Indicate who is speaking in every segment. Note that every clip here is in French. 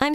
Speaker 1: I'm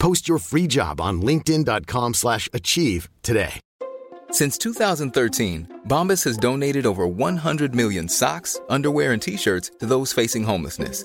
Speaker 2: Post your free job on linkedin.com/achieve slash achieve today.
Speaker 3: Since 2013, Bombas has donated over 100 million socks, underwear, and t shirts to those facing homelessness.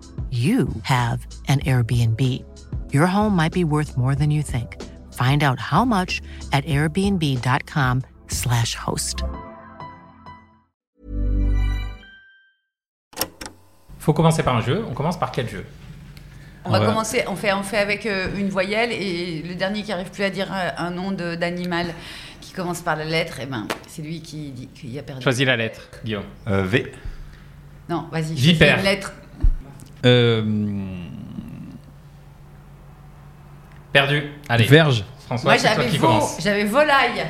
Speaker 4: you have an Airbnb. Your home might be worth more than you think. Find out how much at airbnb.com/slash host.
Speaker 5: Faut commencer par un jeu. On commence par quel jeu
Speaker 6: On va
Speaker 5: Ouais.
Speaker 6: commencer, on fait, on fait avec euh, une voyelle et le dernier qui arrive plus à dire euh, un nom de- d'animal qui commence par la lettre, et ben c'est lui qui dit qu'il a perdu.
Speaker 5: Choisis la lettre, Guillaume.
Speaker 7: Euh, v.
Speaker 6: Non, vas-y.
Speaker 5: Vipère.
Speaker 6: choisis Une lettre.
Speaker 8: Euh,
Speaker 5: Perdu. Allez.
Speaker 8: verge.
Speaker 5: François,
Speaker 6: Moi
Speaker 5: c'est toi
Speaker 6: j'avais
Speaker 5: qui
Speaker 6: veau,
Speaker 5: commence.
Speaker 6: j'avais volaille,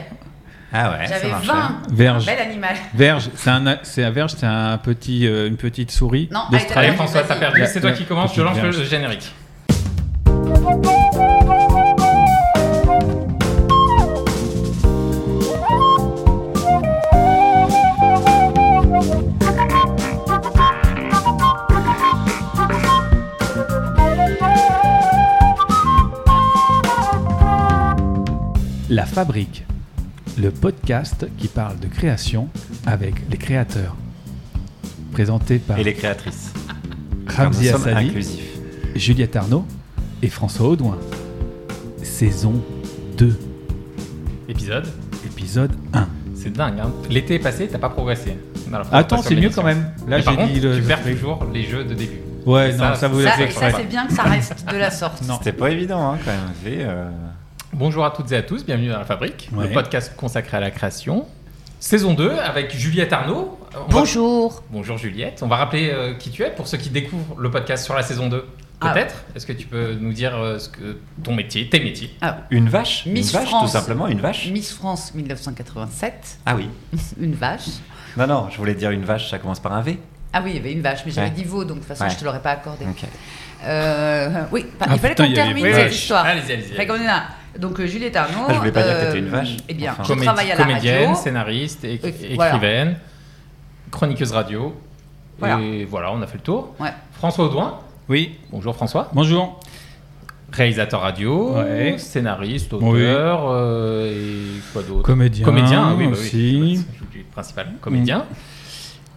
Speaker 7: Ah ouais, ça
Speaker 6: j'avais
Speaker 7: marche. ouais.
Speaker 5: hein.
Speaker 6: vin.
Speaker 8: Verge.
Speaker 6: Bel animal.
Speaker 8: Verge, c'est un, c'est un verge, c'est un petit, euh, une petite souris
Speaker 6: Non,
Speaker 8: d'Australie.
Speaker 5: Allez, François, t'as perdu.
Speaker 8: La-
Speaker 5: C'est toi
Speaker 8: la
Speaker 5: qui commence. Je
Speaker 8: petite
Speaker 5: lance le
Speaker 8: verge.
Speaker 5: générique.
Speaker 8: La Fabrique, le podcast qui parle de création avec les créateurs. Présenté par
Speaker 7: Et les créatrices. Car nous
Speaker 8: Ramzi
Speaker 7: sommes
Speaker 8: Assadi,
Speaker 7: inclusifs.
Speaker 8: Juliette Arnaud et François Audouin. Saison 2,
Speaker 5: Épisode.
Speaker 8: épisode 1.
Speaker 5: C'est dingue. hein. L'été est passé, t'as pas progressé. dans la
Speaker 8: Attends,
Speaker 5: présentation
Speaker 8: c'est
Speaker 5: de
Speaker 8: mieux
Speaker 5: l'émission.
Speaker 8: quand même. Là,
Speaker 5: Mais par
Speaker 8: j'ai
Speaker 5: contre,
Speaker 8: dit le.
Speaker 5: tu perds toujours les jeux de début.
Speaker 8: Ouais,
Speaker 5: Et
Speaker 8: non,
Speaker 5: ça,
Speaker 8: ça, vous
Speaker 5: ça-
Speaker 8: l'a
Speaker 6: Ça,
Speaker 8: fait
Speaker 5: c'est
Speaker 6: ça,
Speaker 5: vrai.
Speaker 6: c'est bien que ça reste de la sorte.
Speaker 8: Non.
Speaker 7: C'était pas évident hein, quand même. V. euh,
Speaker 5: Bonjour à toutes et à tous, bienvenue dans La Fabrique, le
Speaker 8: Ouais.
Speaker 5: podcast consacré à la création. Saison 2 avec Juliette Arnaud. On va-
Speaker 6: Bonjour.
Speaker 5: Bonjour Juliette. On va rappeler euh, qui tu es pour ceux qui découvrent le podcast sur la saison 2.
Speaker 6: Ah.
Speaker 5: Peut-être Est-ce que tu peux nous dire euh, ce que ton métier, tes métiers
Speaker 7: Une vache
Speaker 6: Ah. Miss
Speaker 7: Une vache,
Speaker 6: France.
Speaker 7: tout simplement, une vache
Speaker 6: Miss France 1987,
Speaker 7: Ah oui.
Speaker 6: une vache.
Speaker 7: Non, non, je voulais dire une vache, ça commence par un V.
Speaker 6: Ah oui, il y avait une vache, mais j'avais
Speaker 7: Ouais.
Speaker 6: dit veau, donc de toute façon
Speaker 7: Ouais.
Speaker 6: je te l'aurais pas accordé.
Speaker 7: Ok.
Speaker 6: Euh, oui, enfin,
Speaker 8: Ah,
Speaker 6: il fallait
Speaker 8: putain,
Speaker 6: qu'on
Speaker 8: il y avait
Speaker 6: termine
Speaker 8: une
Speaker 6: cette
Speaker 5: vache.
Speaker 6: histoire.
Speaker 5: Allez-y, allez-y,
Speaker 6: Fait qu'on est là. Donc euh, Juliette Arnaud.
Speaker 7: Ah, je voulais pas dire que t'étais une vache.
Speaker 6: Eh bien,
Speaker 7: Enfin.
Speaker 6: je
Speaker 5: Comédie-
Speaker 6: travaille à la
Speaker 5: Comédienne,
Speaker 6: radio.
Speaker 5: scénariste, é-
Speaker 6: Et- voilà.
Speaker 5: écrivaine, chroniqueuse radio.
Speaker 6: Voilà.
Speaker 5: Et voilà, on a fait le tour.
Speaker 6: Ouais.
Speaker 5: François Audouin.
Speaker 8: Oui,
Speaker 5: Bonjour François.
Speaker 8: bonjour.
Speaker 5: Réalisateur radio,
Speaker 8: Ouais.
Speaker 5: scénariste, auteur, euh, et quoi d'autre
Speaker 8: Comédien
Speaker 5: Comédien, oui, bah oui,
Speaker 8: aussi. Mm.
Speaker 5: c'est le principal comédien.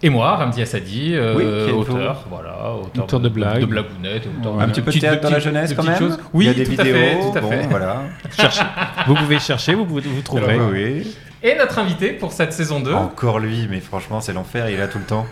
Speaker 5: Et moi, Ramdi Assadi, euh,
Speaker 7: Oui, qui est
Speaker 5: auteur, voilà, auteur,
Speaker 8: Auteur de blagues.
Speaker 5: de blagounettes, auteur
Speaker 8: Ouais.
Speaker 5: de
Speaker 7: Un petit peu de
Speaker 5: petites-
Speaker 7: théâtre dans la
Speaker 5: petites-
Speaker 7: jeunesse
Speaker 5: de
Speaker 7: quand même
Speaker 5: petites choses. Oui,
Speaker 7: Il y a des
Speaker 5: tout à
Speaker 7: vidéos,
Speaker 5: fait, tout à
Speaker 7: bon,
Speaker 5: fait.
Speaker 7: voilà.
Speaker 8: Cherchez. vous pouvez chercher, vous, pouvez- vous trouverez.
Speaker 7: oui, oui.
Speaker 5: Et notre invité pour cette saison 2,
Speaker 7: Encore lui, mais franchement, c'est l'enfer, il est là tout le temps.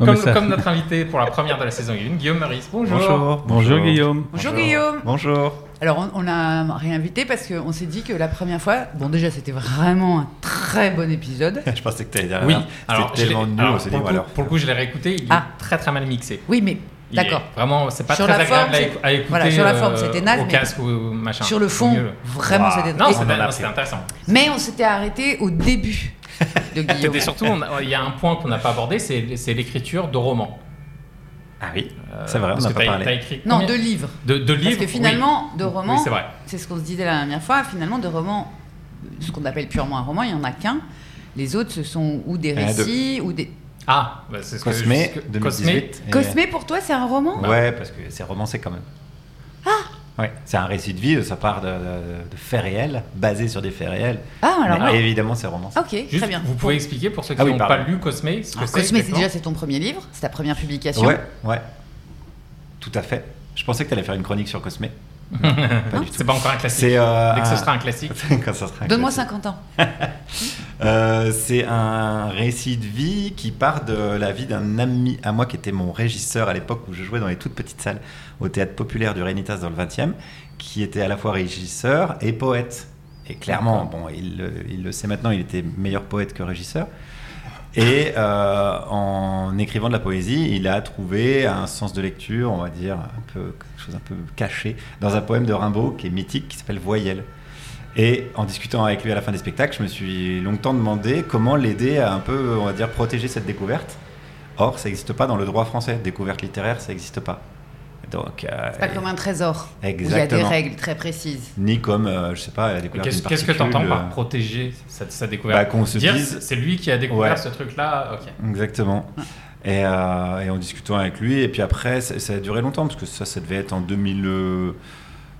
Speaker 8: Ouais,
Speaker 5: comme,
Speaker 8: mais ça-
Speaker 5: comme notre invité pour la première de la saison 1, Guillaume Meurice. Bonjour.
Speaker 8: Bonjour Guillaume.
Speaker 6: Bonjour, Guillaume.
Speaker 7: Bonjour.
Speaker 6: Alors on, on a réinvité parce qu'on s'est dit que la première fois, bon déjà c'était vraiment un très bon épisode.
Speaker 7: Je pensais que t'allais dire la
Speaker 5: Oui,
Speaker 7: merde.
Speaker 5: alors, je
Speaker 7: C'était tellement
Speaker 5: l'ai-
Speaker 7: nul,
Speaker 5: alors,
Speaker 7: on s'est dit,
Speaker 5: pour, le
Speaker 7: bon
Speaker 5: coup-
Speaker 7: alors.
Speaker 5: pour le coup, je l'ai réécouté, il
Speaker 6: Ah.
Speaker 5: est très très mal mixé.
Speaker 6: Oui, mais
Speaker 5: Il est-
Speaker 6: D'accord.
Speaker 5: Vraiment, c'est pas
Speaker 6: Sur
Speaker 5: très
Speaker 6: la
Speaker 5: agréable
Speaker 6: forme,
Speaker 5: à éc- à écouter.
Speaker 6: voilà, sur la forme,
Speaker 5: euh,
Speaker 6: c'était naze,
Speaker 5: Au
Speaker 6: mais-
Speaker 5: casque ou au machin.
Speaker 6: sur le
Speaker 5: Au
Speaker 6: fond,
Speaker 5: mieux.
Speaker 6: vraiment
Speaker 7: Waouh.
Speaker 6: c'était
Speaker 5: Non,
Speaker 6: très-
Speaker 7: on en a
Speaker 5: c'était-
Speaker 7: appris.
Speaker 5: c'était intéressant.
Speaker 6: Mais on s'était arrêté au début de Guillaume.
Speaker 5: Et surtout, on a- il y a un point qu'on n'a pas abordé, c'est c'est l'écriture de romans.
Speaker 7: Ah oui, c'est vrai, on
Speaker 5: Parce
Speaker 7: n'a
Speaker 5: que
Speaker 7: pas
Speaker 5: t'as- t'as
Speaker 7: parlé.
Speaker 5: écrit
Speaker 6: non,
Speaker 5: combien-
Speaker 6: de livres.
Speaker 5: de, de livres.
Speaker 6: Parce que finalement,
Speaker 5: oui.
Speaker 6: de romans,
Speaker 5: Oui, c'est vrai.
Speaker 6: C'est ce qu'on se disait la dernière fois, finalement, de romans, ce qu'on appelle purement un roman, il n'y en a qu'un. Les autres, ce sont ou des
Speaker 7: y en a
Speaker 6: récits, ou des.
Speaker 5: Ah, bah, c'est ce que-
Speaker 8: Cosmé,
Speaker 5: ce que-
Speaker 8: 2018. et- Bah
Speaker 6: Cosmé, pour toi, c'est un roman
Speaker 8: Ouais, parce que c'est romancé quand même. Ah Ouais, c'est un récit de vie, ça part de, de- de faits réels, basé sur des faits réels.
Speaker 6: Ah, alors
Speaker 8: Mais
Speaker 6: ouais.
Speaker 8: évidemment, c'est romancé.
Speaker 6: Ok,
Speaker 5: Cosmé. Juste,
Speaker 6: très bien.
Speaker 5: Vous pouvez expliquer pour ceux qui
Speaker 8: Ah oui,
Speaker 5: n'ont
Speaker 8: pardon.
Speaker 5: pas lu Cosmé ce que
Speaker 6: Alors,
Speaker 5: c'est
Speaker 6: Cosmé, c'est
Speaker 5: exactement
Speaker 6: déjà c'est ton premier livre, c'est ta première publication.
Speaker 8: Ouais, ouais. Tout à fait. Je pensais que tu allais faire une chronique sur Cosmé. pas du tout.
Speaker 5: C'est pas encore un classique.
Speaker 8: C'est, euh,
Speaker 5: Dès que ce
Speaker 8: un-
Speaker 5: sera un classique.
Speaker 8: Quand ça sera un
Speaker 6: Donne-moi
Speaker 8: classique.
Speaker 6: 50 ans.
Speaker 8: Euh, c'est un récit de vie qui part de la vie d'un ami à moi qui était mon régisseur à l'époque où je jouais dans les toutes petites salles au théâtre populaire du Rénitas dans le 20e, qui était à la fois régisseur et poète. Et clairement, bon, il, le- il le sait maintenant, il était meilleur poète que régisseur. Et euh, en écrivant de la poésie, il a trouvé un sens de lecture, on va dire, un peu, quelque chose un peu caché, dans un poème de Rimbaud qui est mythique, qui s'appelle Voyelle. Et en discutant avec lui à la fin des spectacles, je me suis longtemps demandé comment l'aider à un peu, on va dire, protéger cette découverte. Or, ça n'existe pas dans le droit français. Découverte littéraire, ça n'existe pas. Donc, euh,
Speaker 6: C'est pas comme un trésor. où Il y a
Speaker 8: Exactement.
Speaker 6: des règles très précises.
Speaker 8: ni comme, euh, je sais pas, la découverte
Speaker 5: Qu'est-ce
Speaker 8: d'une
Speaker 5: qu'est-ce que tu entends
Speaker 8: particule,
Speaker 5: par
Speaker 8: euh,
Speaker 5: protéger sa, sa découverte
Speaker 8: Bah, qu'on se
Speaker 5: Dire,
Speaker 8: dise-
Speaker 5: C'est lui qui a découvert
Speaker 8: Ouais.
Speaker 5: ce truc-là. Ok.
Speaker 8: Exactement. Et, euh, et en discutant avec lui, et puis après, ça, ça a duré longtemps, parce que ça, ça devait être en 2000, euh,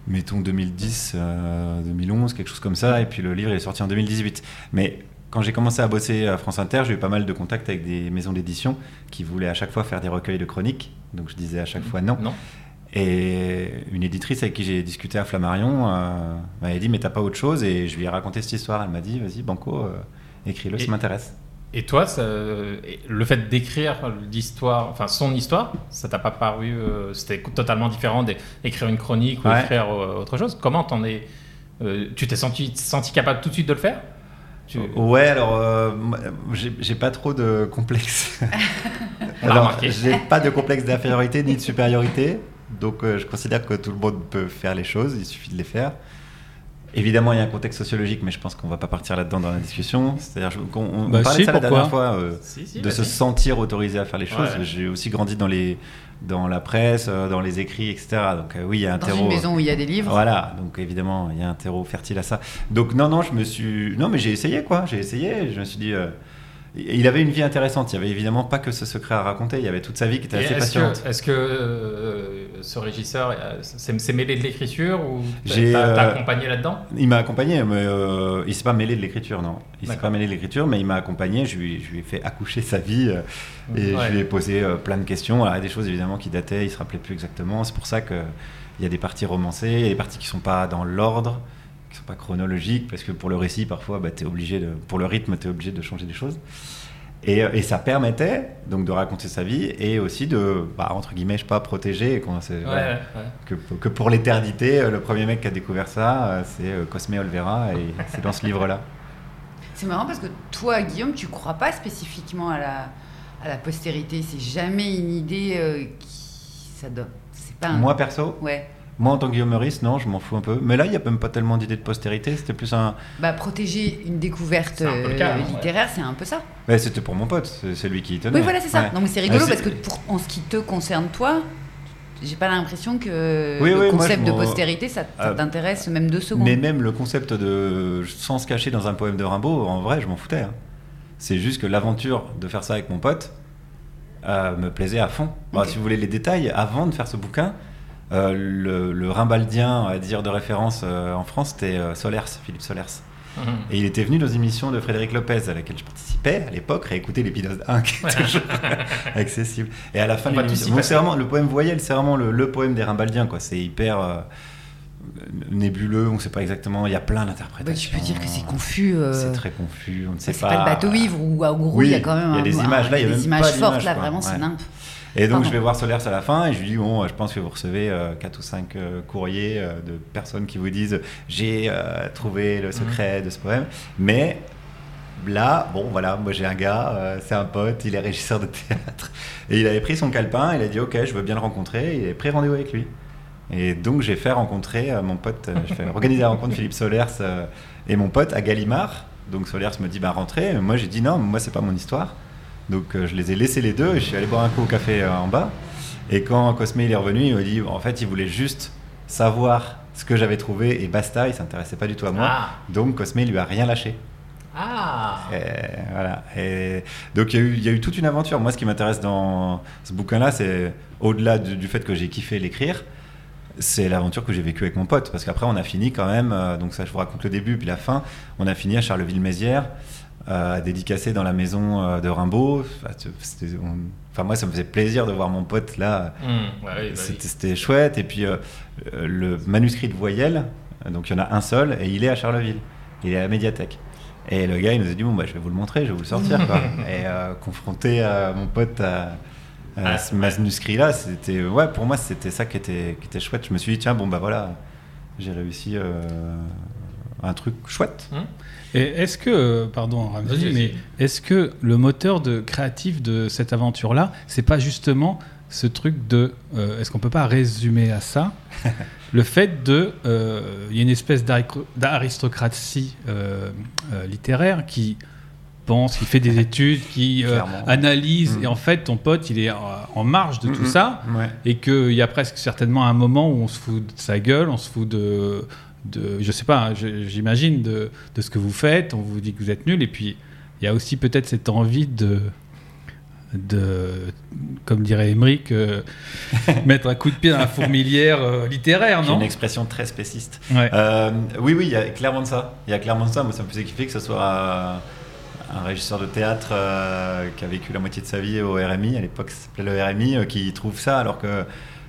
Speaker 8: mettons 2010, euh, 2011, quelque chose comme ça, et puis le livre il est sorti en 2018. Mais quand j'ai commencé à bosser à France Inter, j'ai eu pas mal de contacts avec des maisons d'édition qui voulaient à chaque fois faire des recueils de chroniques, donc je disais à chaque fois non.
Speaker 5: Non.
Speaker 8: Et une éditrice avec qui j'ai discuté à Flammarion euh, m'avait dit, mais t'as pas autre chose, et je lui ai raconté cette histoire, elle m'a dit, vas-y, Banco, euh, écris-le,
Speaker 5: Et-
Speaker 8: ça m'intéresse.
Speaker 5: Et toi, ça- et le fait d'écrire l'histoire, enfin son histoire, ça t'a pas paru, euh, c'était totalement différent d'écrire une chronique ou
Speaker 8: Ouais.
Speaker 5: écrire euh, autre chose. Comment t'en es euh, Tu t'es senti, senti capable tout de suite de le faire Tu-
Speaker 8: Ouais, alors euh, moi, j'ai j'ai pas trop de complexe.
Speaker 5: On l'a
Speaker 8: alors,
Speaker 5: remarqué.
Speaker 8: j'ai pas de complexe d'infériorité ni de supériorité, donc euh, je considère que tout le monde peut faire les choses, il suffit de les faire. Évidemment, il y a un contexte sociologique, mais je pense qu'on va pas partir là-dedans dans la discussion. C'est-à-dire je- qu'on on
Speaker 9: Bah
Speaker 8: parlait
Speaker 9: si,
Speaker 8: de ça la
Speaker 9: pourquoi
Speaker 8: dernière fois, euh,
Speaker 5: Si, si,
Speaker 8: de se
Speaker 5: vas-y.
Speaker 8: sentir autorisé à faire les choses.
Speaker 5: Ouais.
Speaker 8: J'ai aussi grandi dans les dans la presse, euh, dans les écrits, etc. Donc euh, oui, il y a un
Speaker 6: Dans
Speaker 8: terreau.
Speaker 6: une maison où il y a des livres.
Speaker 8: Voilà, donc évidemment, il y a un terreau fertile à ça. Donc non, non, je me suis... Non, mais j'ai essayé, quoi. J'ai essayé, je me suis dit... euh, Il avait une vie intéressante, il y avait évidemment pas que ce secret à raconter, il y avait toute sa vie qui était
Speaker 5: Et
Speaker 8: assez
Speaker 5: Est-ce
Speaker 8: passionnante.
Speaker 5: que, est-ce que, euh, ce régisseur euh, s'est s'est mêlé de l'écriture ou t'as
Speaker 8: J'ai,
Speaker 5: t'as- t'as
Speaker 8: euh,
Speaker 5: accompagné là-dedans
Speaker 8: Il m'a accompagné, mais euh, il s'est pas mêlé de l'écriture, non. Il s'est
Speaker 5: D'accord.
Speaker 8: pas mêlé de l'écriture, mais il m'a accompagné. Je lui, je lui ai fait accoucher sa vie euh, et
Speaker 5: Ouais.
Speaker 8: je lui ai posé euh, plein de questions. Alors, il y a des choses évidemment qui dataient, il se rappelait plus exactement. C'est pour ça que il y a des parties romancées, il y a des parties qui sont pas dans l'ordre, qui sont pas chronologiques, parce que pour le récit, parfois, bah, t'es obligé de, pour le rythme, tu es obligé de changer des choses. Et, euh, et ça permettait donc de raconter sa vie et aussi de, bah, entre guillemets, je sais pas, protéger. Quand c'est-
Speaker 5: Ouais,
Speaker 8: voilà
Speaker 5: ouais.
Speaker 8: que, que pour l'éternité, euh, le premier mec qui a découvert ça, euh, c'est euh, Cosme Olvera, et c'est dans ce livre-là.
Speaker 6: C'est marrant parce que toi, Guillaume, tu crois pas spécifiquement à la, à la postérité. C'est jamais une idée euh, qui. Ça donne. C'est pas un.
Speaker 8: Moi, perso,
Speaker 6: Ouais.
Speaker 8: moi en tant que Guillaume Meurice, non, je m'en fous un peu. Mais là, il n'y a même pas tellement d'idée de postérité, c'était plus un...
Speaker 6: Bah, protéger une découverte
Speaker 5: C'est un peu le cas,
Speaker 6: euh,
Speaker 5: hein, ouais.
Speaker 6: littéraire, c'est un peu ça.
Speaker 8: Mais c'était pour mon pote, c'est c'est lui qui y tenait.
Speaker 6: Oui, voilà, c'est ça.
Speaker 8: Ouais.
Speaker 6: Non, mais c'est rigolo
Speaker 8: Ouais,
Speaker 6: parce que pour, en ce qui te concerne, toi, j'ai pas l'impression que
Speaker 8: Oui,
Speaker 6: le
Speaker 8: oui, moi,
Speaker 6: concept
Speaker 8: je
Speaker 6: de
Speaker 8: m'en-
Speaker 6: postérité, ça, ça
Speaker 8: Euh,
Speaker 6: t'intéresse même deux secondes.
Speaker 8: Mais même le concept de sens caché dans un poème de Rimbaud, en vrai, je m'en foutais. hein. C'est juste que l'aventure de faire ça avec mon pote euh, me plaisait à fond. Bah,
Speaker 6: Ok.
Speaker 8: si vous voulez les détails, avant de faire ce bouquin, euh, le, le Rimbaldien, à dire de référence euh, en France, c'était euh, Solers, Philippe Solers.
Speaker 5: Mhm.
Speaker 8: Et il était venu dans une émission de Frédéric Lopez à laquelle je participais à l'époque, réécouter l'épisode 1 qui est toujours accessible. Et à la fin
Speaker 5: On
Speaker 8: de
Speaker 5: va tous y
Speaker 8: l'émission, bon,
Speaker 5: passer.
Speaker 8: c'est vraiment- le poème voyelle, c'est vraiment le, le poème des Rimbaldiens, quoi. C'est hyper euh, nébuleux, on ne sait pas exactement, il y a plein
Speaker 6: Bah,
Speaker 8: d'interprétations.
Speaker 6: tu peux dire que c'est confus. euh,
Speaker 8: C'est très confus, on ne sait
Speaker 6: C'est pas le bateau ivre ou en gros
Speaker 8: Oui,
Speaker 6: il y a quand même
Speaker 8: il y a
Speaker 6: un-
Speaker 8: des
Speaker 6: un-
Speaker 8: images, là, il y a
Speaker 6: des
Speaker 8: même
Speaker 6: images
Speaker 8: pas
Speaker 6: fortes
Speaker 8: d'image,
Speaker 6: là
Speaker 8: quoi.
Speaker 6: vraiment c'est
Speaker 8: Ouais.
Speaker 6: nimp.
Speaker 8: Et donc
Speaker 6: Pardon.
Speaker 8: je vais voir Solers à la fin et je lui dis bon, je pense que vous recevez 4 ou 5 courriers euh, de personnes qui vous disent j'ai euh, trouvé
Speaker 5: Mm.
Speaker 8: le secret de ce poème. Mais là, bon voilà, moi j'ai un gars, euh, c'est un pote, il est régisseur de théâtre. Et il avait pris son calepin, il a dit ok, je veux bien le rencontrer, il avait pris rendez-vous avec lui. Et donc j'ai fait rencontrer euh, mon pote, euh, je fais organiser la rencontre Philippe Solers euh, et mon pote à Gallimard. Donc Solers me dit bah rentrez, Et moi j'ai dit non, moi c'est pas mon histoire. Donc euh, je les ai laissés les deux et je suis allé boire un coup au café euh, en bas. Et quand Cosme il est revenu, il m'a dit en fait il voulait juste savoir ce que j'avais trouvé et basta, il s'intéressait pas du tout à moi.
Speaker 5: Ah.
Speaker 8: Donc Cosme il lui a rien lâché.
Speaker 5: Ah
Speaker 8: euh,
Speaker 7: Et voilà. Et donc il y, a eu- il y a eu toute une aventure. Moi, ce qui m'intéresse dans ce bouquin-là, c'est au-delà du, du fait que j'ai kiffé l'écrire, c'est l'aventure que j'ai vécue avec mon pote. Parce qu'après, on a fini quand même. euh, donc ça, je vous raconte le début puis la fin. On a fini à Charleville-Mézières, euh, dédicacé dans la maison euh, de Rimbaud. Enfin, c'était- on- enfin, moi, ça me faisait plaisir de voir mon pote là.
Speaker 5: Hum, ouais, oui, bah oui.
Speaker 7: C'était c'était chouette. Et puis, euh, euh, le manuscrit de voyelles, euh, donc il y en a un seul, et il est à Charleville. Il est à la médiathèque. Et le gars, il nous a dit Bon, bah, je vais vous le montrer, je vais vous le sortir. quoi. et euh, confronté à mon pote à, à
Speaker 5: Ah,
Speaker 7: ce manuscrit-là, c'était. Ouais, pour moi, c'était ça qui était, qui était chouette. Je me suis dit Tiens, bon, bah voilà, j'ai réussi euh, un truc chouette.
Speaker 8: Et est-ce que, euh, pardon, Ramzi,
Speaker 5: Hein Vas-y, vas-y.
Speaker 8: mais est-ce que le moteur de créatif de cette aventure-là, c'est pas justement ce truc de, euh, est-ce qu'on peut pas résumer à ça le fait de, euh, il y a une espèce d'aric- d'aristocratie euh, euh, littéraire qui pense, qui fait des études, qui euh,
Speaker 7: Clairement.
Speaker 8: analyse,
Speaker 7: Mm.
Speaker 8: et en fait, ton pote, il est en, en marge de tout
Speaker 7: Mm,
Speaker 8: ça
Speaker 7: Ouais.
Speaker 8: et qu'il y a presque certainement un moment où on se fout de sa gueule, on se fout de, de je sais pas, hein, je- j'imagine de, de ce que vous faites, on vous dit que vous êtes nul, et puis il y a aussi peut-être cette envie de, de comme dirait Emmerich, euh, mettre un coup de pied dans la fourmilière euh, littéraire,
Speaker 7: C'est
Speaker 8: non
Speaker 7: une expression très spéciste.
Speaker 8: Ouais.
Speaker 7: Euh, oui, oui, il y a clairement de ça. Il y a clairement de ça. Moi, ça me faisait kiffer que ce soit euh, un régisseur de théâtre euh, qui a vécu la moitié de sa vie au RMI, à l'époque, ça s'appelait le RMI, euh, qui trouve ça, alors que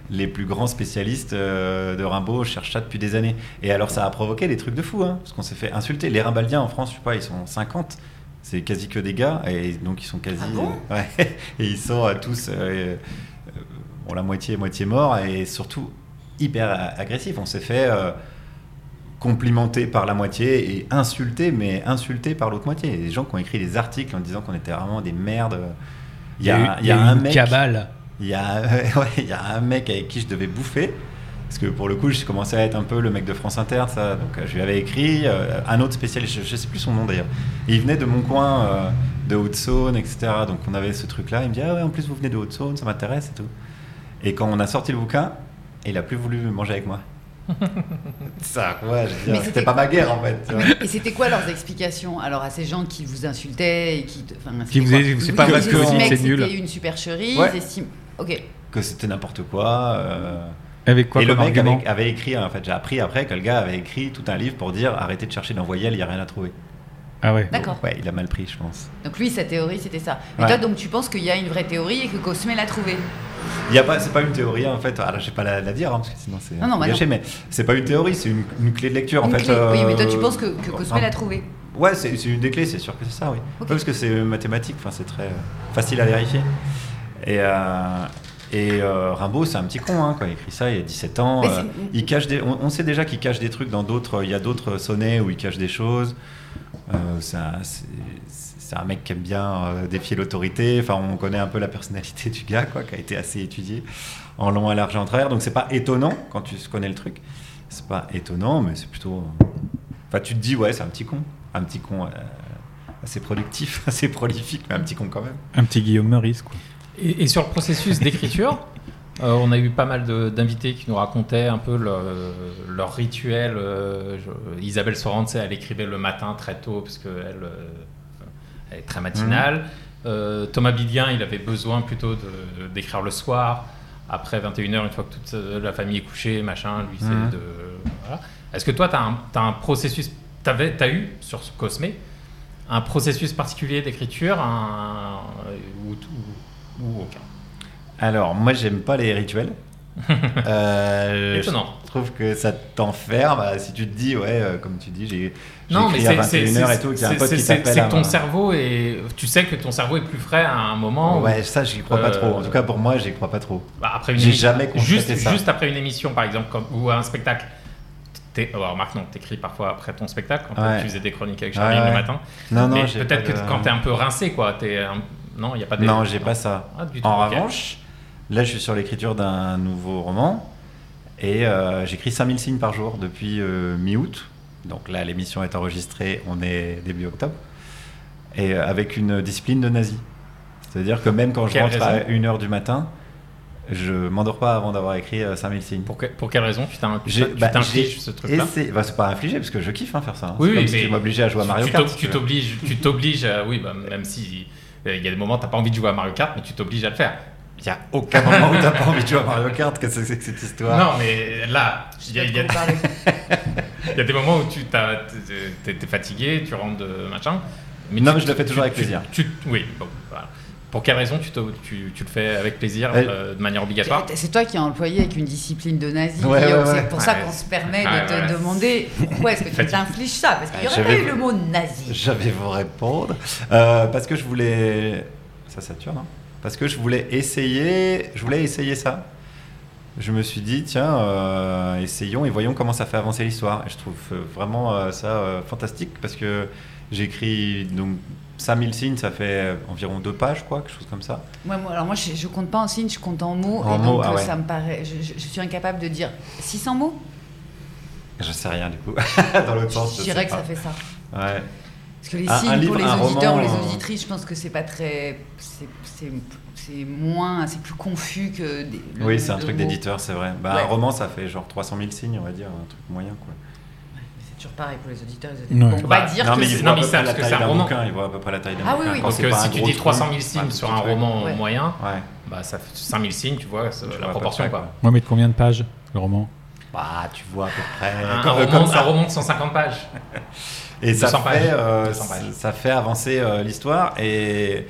Speaker 7: les plus grands spécialistes euh, de Rimbaud cherchent ça depuis des années. Et alors, ça a provoqué des trucs de fous, hein, parce qu'on s'est fait insulter. Les Rimbaldiens en France, je sais pas, ils sont 50. C'est quasi que des gars, et donc ils sont quasi. euh,
Speaker 6: Ah bon
Speaker 7: ouais. et ils sont euh, tous. euh, euh, bon, la moitié, moitié mort, et surtout hyper a- agressif. On s'est fait euh, complimenter par la moitié et insulter, mais insulter par l'autre moitié. Il y a des gens qui ont écrit des articles en disant qu'on était vraiment des merdes. Il y a,
Speaker 8: eu-
Speaker 7: il y a un
Speaker 8: une
Speaker 7: mec.
Speaker 8: cabale.
Speaker 7: Il y, a, ouais, il y a un mec avec qui je devais bouffer. Parce que pour le coup, je commençais à être un peu le mec de France Inter, ça. Donc euh, je lui avais écrit. euh, un autre spécialiste, je, ne sais plus son nom d'ailleurs. Et il venait de mon coin, euh, de Haute-Saône, etc. Donc on avait ce truc-là. Il me dit Ah ouais, en plus vous venez de Haute-Saône, ça m'intéresse et tout. Et quand on a sorti le bouquin, il a plus voulu manger avec moi. ça, ouais, je veux dire,
Speaker 6: Mais
Speaker 7: c'était
Speaker 6: c'était-
Speaker 7: pas ma guerre en fait. tu vois.
Speaker 6: Et c'était quoi leurs explications alors à ces gens qui vous insultaient et qui. te- Enfin,
Speaker 8: Qui vous
Speaker 6: c'était quoi
Speaker 8: disaient, c'est pas
Speaker 6: Vous
Speaker 7: parce que
Speaker 6: disaient,
Speaker 7: vous
Speaker 6: ce
Speaker 7: dites,
Speaker 6: mec,
Speaker 8: c'est nul.
Speaker 6: C'était une supercherie.
Speaker 7: Ouais.
Speaker 6: c'est si- Ok.
Speaker 7: que c'était n'importe quoi. euh,
Speaker 8: Avec quoi
Speaker 7: et le
Speaker 8: comme
Speaker 7: mec
Speaker 8: argument
Speaker 7: avait, avait écrit, en fait, j'ai appris après que le gars avait écrit tout un livre pour dire arrêtez de chercher dans Voyelle, il n'y a rien à trouver.
Speaker 8: Ah ouais.
Speaker 6: D'accord.
Speaker 7: Ouais, il a mal pris, je pense.
Speaker 6: Donc lui, sa théorie, c'était ça. Mais
Speaker 7: Ouais.
Speaker 6: toi, donc tu penses qu'il y a une vraie théorie et que Cosme l'a trouvée
Speaker 7: Il y a pas, c'est pas une théorie en fait. Alors, je vais pas la, la dire hein, parce que sinon c'est
Speaker 6: Non, non, bah
Speaker 7: gâché, mais c'est pas une théorie, c'est une, une clé de lecture en
Speaker 6: Une
Speaker 7: fait.
Speaker 6: clé. Oui, mais toi, tu
Speaker 7: euh,
Speaker 6: penses que, que Cosme
Speaker 7: un-
Speaker 6: l'a trouvée
Speaker 7: Ouais, c'est c'est une des clés, c'est sûr que c'est ça, oui. Ouais, parce que c'est mathématique, enfin, c'est très euh, facile à vérifier. Et, euh, et euh, Rimbaud, c'est un petit con, hein, quand il écrit ça, il y a 17 ans.
Speaker 6: Mais
Speaker 7: euh,
Speaker 6: c'est-
Speaker 7: il cache des, on, on sait déjà qu'il cache des trucs dans d'autres. Il y a d'autres sonnets où il cache des choses. Euh, c'est un- c'est- c'est un mec qui aime bien euh, défier l'autorité. Enfin, on connaît un peu la personnalité du gars, quoi, qui a été assez étudié en long, à large, et en travers. Donc, c'est pas étonnant quand tu connais le truc. C'est pas étonnant, mais c'est plutôt. Enfin, tu te dis, ouais, c'est un petit con. Un petit con euh, assez productif, assez prolifique, mais un petit con quand même.
Speaker 8: Un petit Guillaume Meurice, quoi.
Speaker 5: Et, et sur le processus d'écriture, euh, on a eu pas mal de- d'invités qui nous racontaient un peu le- leur rituel. euh, je- Isabelle Sorrentse, elle écrivait le matin très tôt parce qu'elle elle est très matinale. Euh, Thomas Bidien, il avait besoin plutôt de- d'écrire le soir, après 21h, une fois que toute euh, la famille est couchée, machin. Lui, c'est
Speaker 7: Mhm.
Speaker 5: de. voilà. Est-ce que toi, tu as, un processus. Tu as eu sur ce Cosme un processus particulier d'écriture un- euh, ou, ou- ou aucun.
Speaker 7: Alors, moi, j'aime pas les rituels. Euh,
Speaker 5: Étonnant.
Speaker 7: Je trouve que ça t'enferme. euh, Si tu te dis, ouais, euh, comme tu dis, j'ai
Speaker 5: Non, mais
Speaker 7: j'écris à
Speaker 5: c'est- c'est-
Speaker 7: 21h
Speaker 5: c'est-
Speaker 7: et tout, qu'il y a un
Speaker 5: c'est-
Speaker 7: pote
Speaker 5: c'est-
Speaker 7: qui
Speaker 5: c'est-
Speaker 7: t'appelle
Speaker 5: c'est
Speaker 7: à-
Speaker 5: que ton cerveau est. Tu sais que ton cerveau est plus frais à un moment. où-
Speaker 7: Ouais, ça, j'y crois pas
Speaker 5: Euh,
Speaker 7: trop. En tout cas, pour moi, j'y crois pas trop.
Speaker 5: bah, après une
Speaker 7: j'ai
Speaker 5: émission-
Speaker 7: jamais constaté
Speaker 5: juste,
Speaker 7: ça.
Speaker 5: juste après une émission, par exemple, comme- ou à un spectacle. T'es, oh, remarque, non, t'écris parfois après ton spectacle. Quand
Speaker 7: Ouais.
Speaker 5: tu faisais des chroniques avec Charline
Speaker 7: Ouais,
Speaker 5: le
Speaker 7: ouais.
Speaker 5: matin.
Speaker 7: Non, non,
Speaker 5: mais
Speaker 7: j'ai
Speaker 5: peut-être
Speaker 7: pas
Speaker 5: que
Speaker 7: de-
Speaker 5: quand t'es un peu rincé, quoi. T'es un- Non, il n'y a pas de.
Speaker 7: Non, j'ai pas ça.
Speaker 5: Ah, du tout,
Speaker 7: en
Speaker 5: ok.
Speaker 7: revanche, là, je suis sur l'écriture d'un nouveau roman et euh, j'écris 5000 signes par jour depuis euh, mi-août. Donc là, l'émission est enregistrée, on est début octobre. Et euh, avec une discipline de nazi. C'est-à-dire que même quand je
Speaker 5: Quelle
Speaker 7: rentre à
Speaker 5: raison
Speaker 7: 1h du matin,
Speaker 8: je m'endors pas avant d'avoir écrit euh, 5000 signes.
Speaker 5: Pour, que- pour quelle raison tu t'in- tu
Speaker 8: J'ai-
Speaker 5: t'in- tu
Speaker 8: bah,
Speaker 5: t'infliges
Speaker 8: j'ai
Speaker 5: ce truc-là
Speaker 8: essayé- bah, c'est pas infligé parce que je kiffe hein, faire ça. hein.
Speaker 5: Oui,
Speaker 8: C'est
Speaker 5: oui,
Speaker 8: comme si
Speaker 5: mais
Speaker 8: tu m'obligeais à jouer à
Speaker 5: tu-
Speaker 8: Mario
Speaker 5: tu
Speaker 8: Kart.
Speaker 5: t'ob-
Speaker 8: si
Speaker 5: Tu
Speaker 8: tu veux.
Speaker 5: t'obliges, tu t'obliges, euh, oui, bah, même si euh, il y a des moments t'as pas envie de jouer à Mario Kart, mais tu t'obliges à le faire.
Speaker 8: Il y a aucun moment où t'as pas envie de jouer à Mario Kart. Qu'est-ce que c'est que cette histoire
Speaker 5: Non, mais là, il y, a- il y a- il y a des moments où tu t'as- t'es t'es fatigué, tu rentres de machin. Mais
Speaker 8: Non,
Speaker 5: tu-
Speaker 8: mais je le fais
Speaker 5: tu-
Speaker 8: toujours avec
Speaker 5: tu-
Speaker 8: plaisir.
Speaker 5: tu- oui, bon, voilà. Pour quelle raison tu, te- tu- tu le fais avec plaisir,
Speaker 8: Elle-
Speaker 5: euh, de manière obligatoire
Speaker 6: C'est toi qui as employé avec une discipline de nazi.
Speaker 8: Ouais,
Speaker 6: Guillaume,
Speaker 8: ouais, ouais.
Speaker 6: C'est pour ça
Speaker 5: Ouais.
Speaker 6: qu'on se permet
Speaker 5: Ouais,
Speaker 6: de te
Speaker 5: ouais.
Speaker 6: demander pourquoi est-ce que tu
Speaker 5: Fatigue.
Speaker 6: t'infliges ça Parce qu'il n'y
Speaker 7: Ah,
Speaker 8: Ouais,
Speaker 6: aurait pas
Speaker 8: j'avais-
Speaker 6: eu le mot nazi.
Speaker 8: J'allais vous répondre. Euh, parce que je voulais. Ça sature, hein Parce que je voulais essayer. Je voulais essayer ça. Je me suis dit, tiens, euh, essayons et voyons comment ça fait avancer l'histoire. Et je trouve euh, vraiment euh, ça euh, fantastique parce que j'écris donc 5000 signes, ça fait environ deux pages, quoi, quelque chose comme ça.
Speaker 6: Ouais, moi, alors moi, je, je compte pas en signes, je compte en mots.
Speaker 8: En
Speaker 6: et
Speaker 8: mots,
Speaker 6: donc,
Speaker 8: ah
Speaker 6: euh,
Speaker 8: ouais.
Speaker 6: ça me paraît. Je, je- je suis incapable de dire 600 mots.
Speaker 8: Je sais rien du coup. Dans l'autre sens,
Speaker 6: Je
Speaker 8: je
Speaker 6: dirais
Speaker 8: sais
Speaker 6: que
Speaker 8: pas.
Speaker 6: ça fait ça.
Speaker 8: Ouais.
Speaker 6: Parce que les
Speaker 8: Un- un
Speaker 6: signes
Speaker 8: livre,
Speaker 6: pour les
Speaker 8: un
Speaker 6: auditeurs
Speaker 8: roman, euh,
Speaker 6: ou
Speaker 8: un-
Speaker 6: les auditrices, je pense que c'est pas très. c'est- C'est c'est moins. C'est plus confus que. des- le-
Speaker 8: Oui, c'est un
Speaker 6: le
Speaker 8: truc
Speaker 6: mot.
Speaker 8: d'éditeur, c'est vrai. Bah,
Speaker 6: Ouais.
Speaker 8: Un roman, ça fait genre 300 000 signes, on va dire, un truc moyen, quoi.
Speaker 6: C'est toujours pareil pour les auditeurs. Ils
Speaker 10: Ouais.
Speaker 6: auditeurs. Bon, on va
Speaker 5: Bah,
Speaker 6: dire
Speaker 8: non,
Speaker 6: que
Speaker 8: mais
Speaker 6: c'est-
Speaker 8: ils
Speaker 5: non,
Speaker 8: voient à
Speaker 5: mais
Speaker 8: peu
Speaker 5: ça,
Speaker 8: près
Speaker 5: parce
Speaker 8: la
Speaker 5: que
Speaker 8: taille
Speaker 5: c'est un
Speaker 8: d'un
Speaker 5: roman.
Speaker 8: bouquin, ils voient à peu près la taille d'un
Speaker 6: Ah oui,
Speaker 8: bouquin.
Speaker 6: oui.
Speaker 8: Quand
Speaker 5: Donc
Speaker 8: c'est
Speaker 5: euh,
Speaker 8: pas un
Speaker 5: si tu
Speaker 8: gros
Speaker 5: dis
Speaker 8: truc,
Speaker 5: 300 000 signes
Speaker 8: ouais,
Speaker 5: sur
Speaker 8: petit
Speaker 5: un
Speaker 8: truc.
Speaker 5: roman
Speaker 6: Ouais.
Speaker 5: moyen,
Speaker 8: Ouais.
Speaker 5: bah, ça fait 5 000 signes, tu vois, c'est
Speaker 8: Tu vois
Speaker 5: la
Speaker 8: à peu
Speaker 5: proportion.
Speaker 8: près,
Speaker 5: Quoi.
Speaker 8: quoi.
Speaker 10: Ouais, mais de combien de pages le roman
Speaker 8: Bah, tu vois à peu près.
Speaker 5: Un,
Speaker 8: comme-
Speaker 5: un
Speaker 8: euh,
Speaker 5: roman,
Speaker 8: comme
Speaker 5: un
Speaker 8: ça.
Speaker 5: roman de 150 pages.
Speaker 8: Et ça
Speaker 5: 200
Speaker 8: fait,
Speaker 5: pages.
Speaker 8: euh,
Speaker 5: 200 pages.
Speaker 8: ça fait avancer euh, l'histoire. Et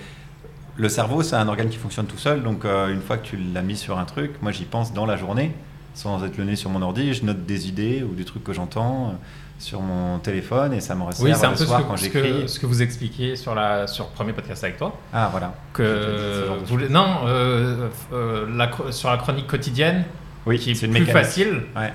Speaker 8: le cerveau, c'est un organe qui fonctionne tout seul. Donc, euh, une fois que tu l'as mis sur un truc, moi, j'y pense dans la journée, sans être le nez sur mon ordi. Je note des idées ou des trucs que j'entends euh, sur mon téléphone et ça m'en reste
Speaker 5: Oui,
Speaker 8: à
Speaker 5: c'est un
Speaker 8: le
Speaker 5: peu ce
Speaker 8: soir
Speaker 5: que,
Speaker 8: quand
Speaker 5: ce, que,
Speaker 8: j'écris.
Speaker 5: ce que vous expliquiez sur, la, sur le premier podcast avec toi.
Speaker 8: Ah, voilà. Je te dis ce
Speaker 5: Que
Speaker 8: genre de
Speaker 5: vous- non, euh, euh, la chro- sur la chronique quotidienne,
Speaker 8: Oui,
Speaker 5: qui est, plus
Speaker 8: c'est une mécanique.
Speaker 5: facile
Speaker 8: Ouais,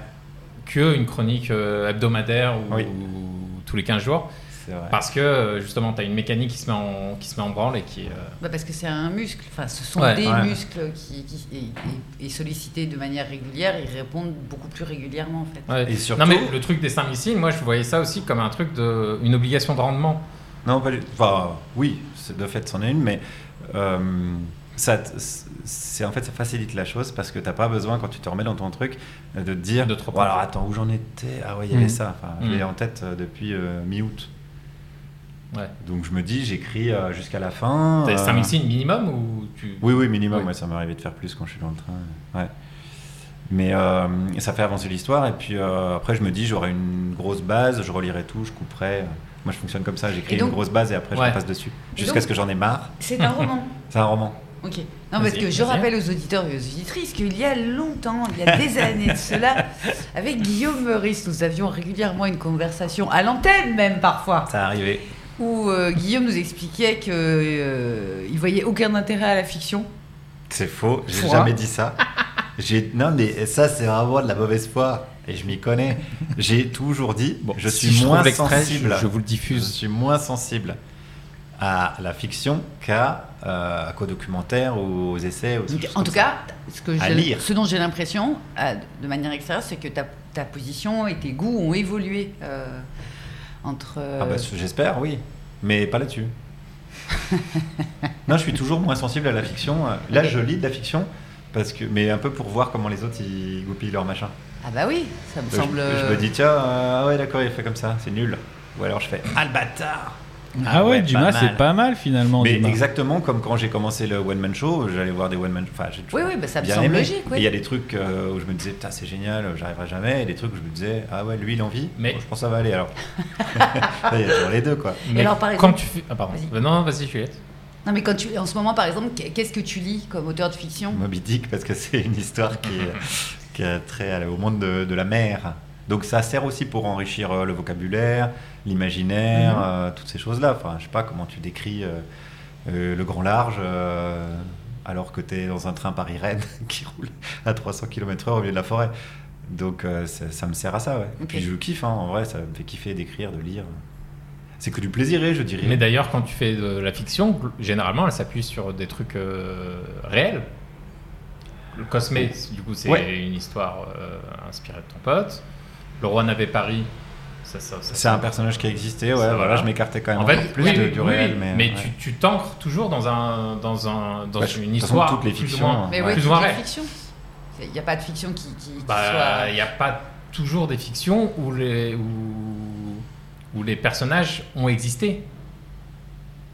Speaker 5: qu'une chronique euh, hebdomadaire ou,
Speaker 8: Oui.
Speaker 5: ou tous les 15 jours.
Speaker 8: c'est vrai.
Speaker 5: Parce que euh, justement, tu as une mécanique qui se, met en, qui se met en branle et qui. euh,
Speaker 6: Bah, parce que c'est un muscle. Enfin, ce sont
Speaker 5: Ouais.
Speaker 6: des
Speaker 8: Ouais.
Speaker 6: muscles qui, qui et, et- et sollicités de manière régulière, ils répondent beaucoup plus régulièrement en fait.
Speaker 5: ouais.
Speaker 8: Et surtout-
Speaker 5: non, mais le truc des 5000 signes, moi je voyais ça aussi comme un truc de. une obligation de rendement.
Speaker 8: Non, pas du Enfin, oui, c'est- de fait, c'en est une, mais euh, ça, t- c'est en fait, ça facilite la chose parce que t'as pas besoin quand tu te remets dans ton truc de te dire.
Speaker 5: De te reprendre.
Speaker 8: Bon, alors attends, où j'en étais Ah ouais, il y avait
Speaker 10: Mm.
Speaker 8: ça. Enfin, je
Speaker 5: Mm.
Speaker 8: l'ai en tête euh, depuis euh, mi-août.
Speaker 5: Ouais.
Speaker 8: Donc je me dis, j'écris euh, jusqu'à la fin.
Speaker 5: T'as
Speaker 8: euh,
Speaker 5: 5000 signes minimum ou tu.
Speaker 8: Oui, oui, minimum.
Speaker 5: Oui.
Speaker 8: ouais, ça m'est arrivé de faire plus quand je suis dans le train. Ouais. Mais euh, ça fait avancer l'histoire. Et puis euh, après, je me dis, j'aurai une grosse base, je relirai tout, je couperai. Moi, je fonctionne comme ça. J'écris
Speaker 6: Et donc-
Speaker 8: une grosse base et après,
Speaker 5: Ouais.
Speaker 8: je passe dessus.
Speaker 6: Et
Speaker 8: Jusqu'à
Speaker 6: donc-
Speaker 8: ce que j'en ai marre.
Speaker 6: C'est un roman.
Speaker 8: C'est un roman.
Speaker 6: Ok. Non, parce
Speaker 5: Vas-y,
Speaker 6: que je
Speaker 5: vas-y.
Speaker 6: rappelle aux auditeurs et aux auditrices qu'il y a longtemps, il y a des années de cela, avec Guillaume Meurice, nous avions régulièrement une conversation, à l'antenne même parfois,
Speaker 8: Ça arrivé.
Speaker 6: où euh, Guillaume nous expliquait qu'il il voyait aucun intérêt à la fiction.
Speaker 8: C'est faux. J'ai
Speaker 6: Foi.
Speaker 8: jamais dit ça. J'ai non mais ça c'est vraiment de la mauvaise foi et je m'y connais. J'ai toujours dit je
Speaker 5: si
Speaker 8: suis
Speaker 5: trouve
Speaker 8: moins
Speaker 5: l'extrait,
Speaker 8: sensible.
Speaker 5: Je, je vous le diffuse.
Speaker 8: Je suis moins sensible à la fiction qu'à euh, qu'aux documentaires ou aux essais. Ou
Speaker 6: Donc, en tout cas, ce, que
Speaker 8: À
Speaker 6: j'ai-
Speaker 8: lire.
Speaker 6: ce dont j'ai l'impression, à- de manière extérieure, c'est que ta, ta position et tes goûts ont évolué euh, entre.
Speaker 8: Ah bah, j'espère, oui, mais pas là-dessus. non, je suis toujours moins sensible à la fiction. Là, je lis de la fiction parce que, mais un peu pour voir comment les autres ils goupillent leur machin.
Speaker 6: Ah bah oui, ça me
Speaker 8: Je-
Speaker 6: semble.
Speaker 8: Je, me dis, tiens, euh, ah ouais, d'accord, il fait comme ça, c'est nul. Ou alors je fais, ah le bâtard
Speaker 10: Ah ouais,
Speaker 8: ouais,
Speaker 10: Dumas,
Speaker 8: pas
Speaker 10: c'est
Speaker 8: mal.
Speaker 10: pas mal finalement.
Speaker 8: Mais
Speaker 10: Dumas.
Speaker 8: exactement comme quand j'ai commencé le one-man show, j'allais voir des one-man show. Enfin, j'ai toujours
Speaker 6: Oui, oui, bah, ça me
Speaker 8: bien
Speaker 6: semble
Speaker 8: aimé.
Speaker 6: logique, oui.
Speaker 8: Et il y a des trucs euh, où je me disais, putain, c'est génial, euh, j'arriverai jamais. Et des trucs où je me disais, ah ouais, lui, il a envie.
Speaker 5: Mais-
Speaker 8: Bon, je pense que ça va aller alors. Là, Il y a toujours les deux, quoi.
Speaker 5: Mais
Speaker 6: alors, par
Speaker 5: quand
Speaker 6: exemple-
Speaker 5: tu fais. Ah, pardon.
Speaker 6: Vas-y.
Speaker 5: Non, vas-y, Juliette.
Speaker 6: Non, mais quand tu, en ce moment, par exemple, qu'est-ce que tu lis comme auteur de fiction
Speaker 8: Moby Dick, parce que c'est une histoire qui, est- qui a trait à- au monde de, de la mer. Donc ça sert aussi pour enrichir euh, le vocabulaire, l'imaginaire, euh, toutes ces choses-là. Enfin, je sais pas comment tu décris euh, euh, le grand large euh, alors que tu es dans un train Paris-Rennes qui roule à 300 km/h au milieu de la forêt. Donc euh, ça, ça me sert à ça, ouais. Et
Speaker 6: Ok.
Speaker 8: puis je kiffe, hein, en vrai, ça me fait kiffer d'écrire, de lire. C'est que du plaisir, eh, je dirais.
Speaker 5: Mais d'ailleurs, quand tu fais de la fiction, gl- généralement, elle s'appuie sur des trucs euh, réels. Le Cosmé, du coup, c'est
Speaker 8: Ouais.
Speaker 5: une histoire euh, inspirée de ton pote. Le roi n'avait Paris, C'est ça, c'est
Speaker 8: C'est un personnage qui a existé, ouais,
Speaker 5: Ça,
Speaker 8: voilà,
Speaker 5: voilà.
Speaker 8: je m'écartais quand même
Speaker 5: En fait,
Speaker 8: beaucoup plus
Speaker 5: oui,
Speaker 8: de-
Speaker 5: oui,
Speaker 8: du
Speaker 5: oui,
Speaker 8: réel. Mais, ouais.
Speaker 5: tu, tu t'ancres toujours dans, un, dans, un, dans
Speaker 8: Bah, je- de
Speaker 5: une
Speaker 8: toute façon,
Speaker 5: histoire.
Speaker 8: toutes les
Speaker 5: plus ou
Speaker 8: fictions,
Speaker 5: moins-
Speaker 8: hein.
Speaker 6: Mais
Speaker 8: Ouais.
Speaker 6: ouais,
Speaker 5: Plus ou
Speaker 6: c'est
Speaker 5: moins
Speaker 6: de la
Speaker 5: vrai.
Speaker 6: fiction. Il n'y a pas de fiction qui, qui, qui
Speaker 5: Bah,
Speaker 6: soit.
Speaker 5: il n'y a pas toujours des fictions où les, où, où les personnages ont existé.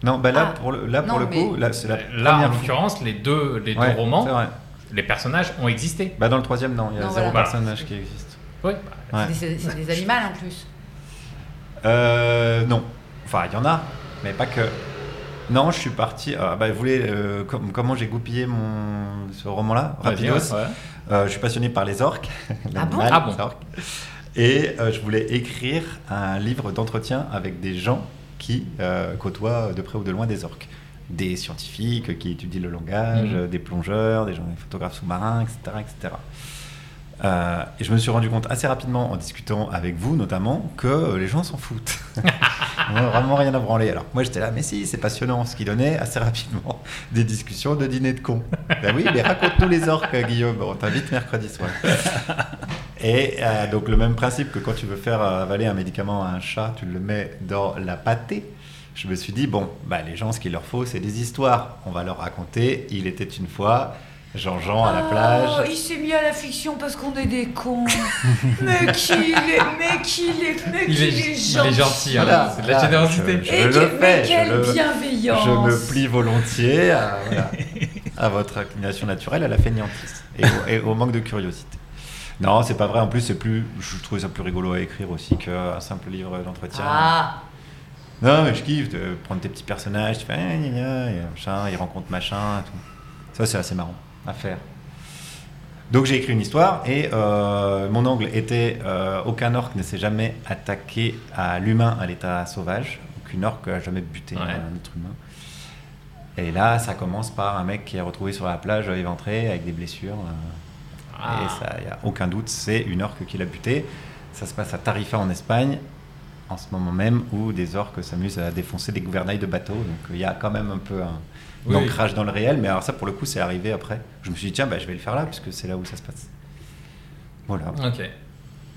Speaker 8: Non, bah là,
Speaker 6: Ah.
Speaker 8: pour le, là, pour
Speaker 6: Non,
Speaker 8: le coup,
Speaker 6: mais-
Speaker 8: là, c'est la
Speaker 5: Là, en
Speaker 8: première fois-
Speaker 5: l'occurrence, les deux, les
Speaker 8: Ouais,
Speaker 5: deux
Speaker 8: c'est
Speaker 5: romans,
Speaker 8: vrai.
Speaker 5: les personnages ont existé.
Speaker 8: Bah, dans le troisième, non, il y a
Speaker 6: Non,
Speaker 8: zéro
Speaker 5: voilà.
Speaker 8: personnage qui existe.
Speaker 5: Oui. bah,
Speaker 8: Ouais.
Speaker 6: C'est des- C'est des animaux en plus.
Speaker 8: Euh, non. Enfin, il y en a, mais pas que. Non, je suis parti. ah, bah, vous voulez euh, com- comment j'ai goupillé mon ce roman-là Ah, Rapidos. Euh, je suis passionné par les orques. l'animal,
Speaker 5: Ah bon
Speaker 8: les orques. Et euh, je voulais écrire un livre d'entretien avec des gens qui euh, côtoient de près ou de loin des orques. Des scientifiques qui étudient le langage,
Speaker 5: Mhm.
Speaker 8: euh, des plongeurs, des gens, des photographes sous-marins, etc. etc. Euh, et je me suis rendu compte assez rapidement en discutant avec vous notamment que euh, les gens s'en foutent. Ils ont vraiment rien à branler. Alors moi j'étais là, mais si, c'est passionnant ce qui donnait assez rapidement des discussions de dîner de cons. ben oui, mais raconte-nous les orques, Guillaume, on t'invite mercredi soir. Et euh, donc le même principe que quand tu veux faire euh, avaler un médicament à un chat, tu le mets dans la pâtée. Je me suis dit, bon, bah, les gens, ce qu'il leur faut, c'est des histoires. On va leur raconter, il était une fois, Jean-Jean Ah, à la plage.
Speaker 6: Oh, il s'est mis à la fiction parce qu'on est des cons. mais qu'il est, mais qu'il est, mais
Speaker 5: Il,
Speaker 6: qu'il
Speaker 5: est,
Speaker 6: est,
Speaker 5: il
Speaker 6: gentil.
Speaker 5: est gentil, hein.
Speaker 8: Voilà,
Speaker 5: c'est de la
Speaker 8: voilà,
Speaker 5: générosité.
Speaker 8: je-
Speaker 6: Et
Speaker 8: le
Speaker 6: que- mais
Speaker 8: fais,
Speaker 6: quelle
Speaker 8: je le-
Speaker 6: bienveillance.
Speaker 8: Je me plie volontiers à, euh, voilà, à votre inclination naturelle, à la fainéantise et au, et au manque de curiosité. Non, c'est pas vrai. En plus, c'est plus, je trouvais ça plus rigolo à écrire aussi qu'un simple livre d'entretien.
Speaker 6: Ah,
Speaker 8: Non, mais je kiffe de prendre tes petits personnages, tu fais ah, gna, gna, et machin, ils rencontrent machin, et tout. Ça, c'est assez marrant à faire. Donc, j'ai écrit une histoire et euh, mon angle était euh, aucun orque ne s'est jamais attaqué à l'humain à l'état sauvage. Aucune orque a jamais buté
Speaker 5: Ouais.
Speaker 8: un être humain. Et là, ça commence par un mec qui est retrouvé sur la plage euh, éventré avec des blessures. euh,
Speaker 5: Ah.
Speaker 8: et ça, il n'y euh, a aucun doute, c'est une orque qui l'a buté. Ça se passe à Tarifa en Espagne, en ce moment même, où des orques s'amusent à défoncer des gouvernails de bateaux. Donc il y a quand même un peu un
Speaker 5: Oui.
Speaker 8: un ancrage dans le réel. Mais alors ça, pour le coup, c'est arrivé après. Je me suis dit, tiens, bah, je vais le faire là, puisque c'est là où ça se passe. Voilà.
Speaker 5: Ok.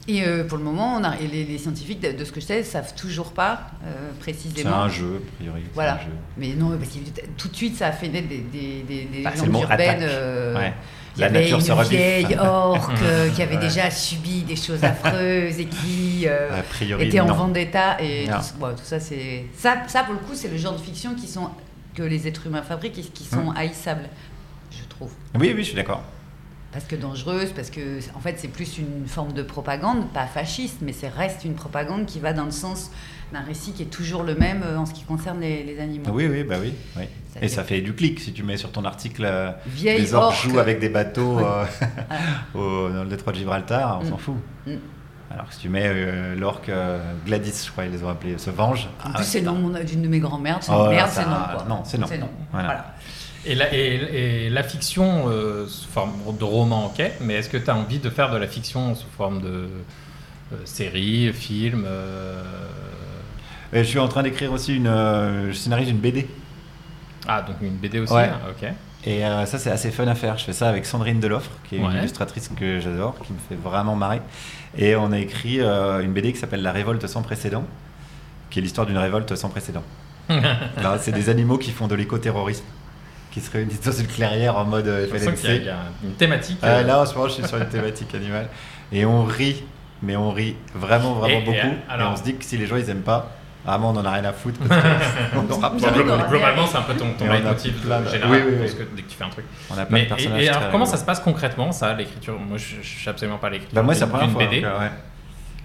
Speaker 6: Et euh, pour le moment, on a, et les, les scientifiques, de, de ce que je sais, savent toujours pas euh,
Speaker 8: C'est
Speaker 6: précisément.
Speaker 8: un jeu, a priori. c'est
Speaker 6: Voilà.
Speaker 8: un jeu.
Speaker 6: Mais non, parce que tout de suite, ça a fait naître des, des, des, des
Speaker 8: Bah, c'est le
Speaker 6: légendes
Speaker 8: mot attaque.
Speaker 6: urbaines. euh,
Speaker 8: Ouais.
Speaker 6: Il y
Speaker 8: La
Speaker 6: avait
Speaker 8: nature
Speaker 6: une
Speaker 8: se rebiffe.
Speaker 6: vieille orque euh, qui avait
Speaker 8: Ouais.
Speaker 6: déjà subi des choses affreuses et qui euh,
Speaker 8: A priori,
Speaker 6: était en
Speaker 8: non.
Speaker 6: vendetta. Et
Speaker 8: Non.
Speaker 6: tout, ce- bon, tout ça, c'est ça, ça pour le coup, c'est le genre de fiction qui sont que les êtres humains fabriquent et qui
Speaker 8: Hum.
Speaker 6: sont haïssables, je trouve.
Speaker 8: Oui, oui, je suis d'accord.
Speaker 6: Parce que dangereuse, parce que en fait c'est plus une forme de propagande, pas fasciste, mais c'est reste une propagande qui va dans le sens d'un récit qui est toujours le même euh, en ce qui concerne les, les animaux.
Speaker 8: Oui, oui, bah oui. oui.
Speaker 6: Ça
Speaker 8: Et
Speaker 6: fait-
Speaker 8: ça fait du clic si tu mets sur ton article euh,
Speaker 6: Vieille
Speaker 8: les orques
Speaker 6: orque.
Speaker 8: jouent avec des bateaux euh, au- dans le détroit de Gibraltar, on s'en fout.
Speaker 6: Mm.
Speaker 8: Alors que si tu mets euh, l'orque euh, Gladys, je crois qu'ils les ont appelés, se venge.
Speaker 6: En
Speaker 8: Ah,
Speaker 6: plus, c'est
Speaker 8: putain.
Speaker 6: non, mon- d'une de mes grand-mères, c'est
Speaker 8: Oh là,
Speaker 6: merde,
Speaker 8: ça-
Speaker 6: c'est non. quoi.
Speaker 8: non, c'est non.
Speaker 6: C'est non.
Speaker 8: Voilà.
Speaker 6: Voilà.
Speaker 5: Et la, et, et la fiction euh, sous forme de roman, ok, mais est-ce que tu as envie de faire de la fiction sous forme de euh, série, film euh,
Speaker 8: Et Euh, je suis en train d'écrire aussi une. euh, je scénarise une BD.
Speaker 5: Ah, donc une BD aussi,
Speaker 8: Ouais.
Speaker 5: hein, ok.
Speaker 8: Et euh, ça, c'est assez fun à faire. Je fais ça avec Sandrine Deloffre, qui est une
Speaker 5: Ouais.
Speaker 8: illustratrice que j'adore, qui me fait vraiment marrer. Et on a écrit euh, une BD qui s'appelle La révolte sans précédent, qui est l'histoire d'une révolte sans précédent. Là, c'est des animaux qui font de l'écoterrorisme, qui se réunissent dans une clairière en mode euh,
Speaker 5: Je sens
Speaker 8: FLNC.
Speaker 5: qu'il y a- il y a une thématique.
Speaker 8: Euh,
Speaker 5: euh,
Speaker 8: là, en ce moment, je suis sur une thématique animale. Et on rit, mais on rit vraiment, vraiment
Speaker 5: Et- et
Speaker 8: beaucoup. Et,
Speaker 5: alors-
Speaker 8: on se dit que si les gens, ils aiment pas, vraiment, on en a rien à foutre. Parce que on aura
Speaker 6: Vous
Speaker 8: plein
Speaker 6: avez
Speaker 8: de-
Speaker 6: raison.
Speaker 5: Globalement, c'est un peu ton, ton
Speaker 8: Et on a
Speaker 5: leitmotiv
Speaker 8: plein de-
Speaker 5: général,
Speaker 8: Oui, oui, oui.
Speaker 5: parce que dès que tu fais un truc.
Speaker 8: On a plein
Speaker 5: Mais,
Speaker 8: de
Speaker 5: et,
Speaker 8: personnages.
Speaker 5: et alors,
Speaker 8: très
Speaker 5: comment
Speaker 8: rigolos.
Speaker 5: ça se passe concrètement, ça, l'écriture Moi, je ne sais absolument pas l'écriture.
Speaker 8: bah, moi, c'est la
Speaker 5: d'une-
Speaker 8: première
Speaker 5: d'une
Speaker 8: fois.
Speaker 5: BD.
Speaker 8: donc, euh, ouais.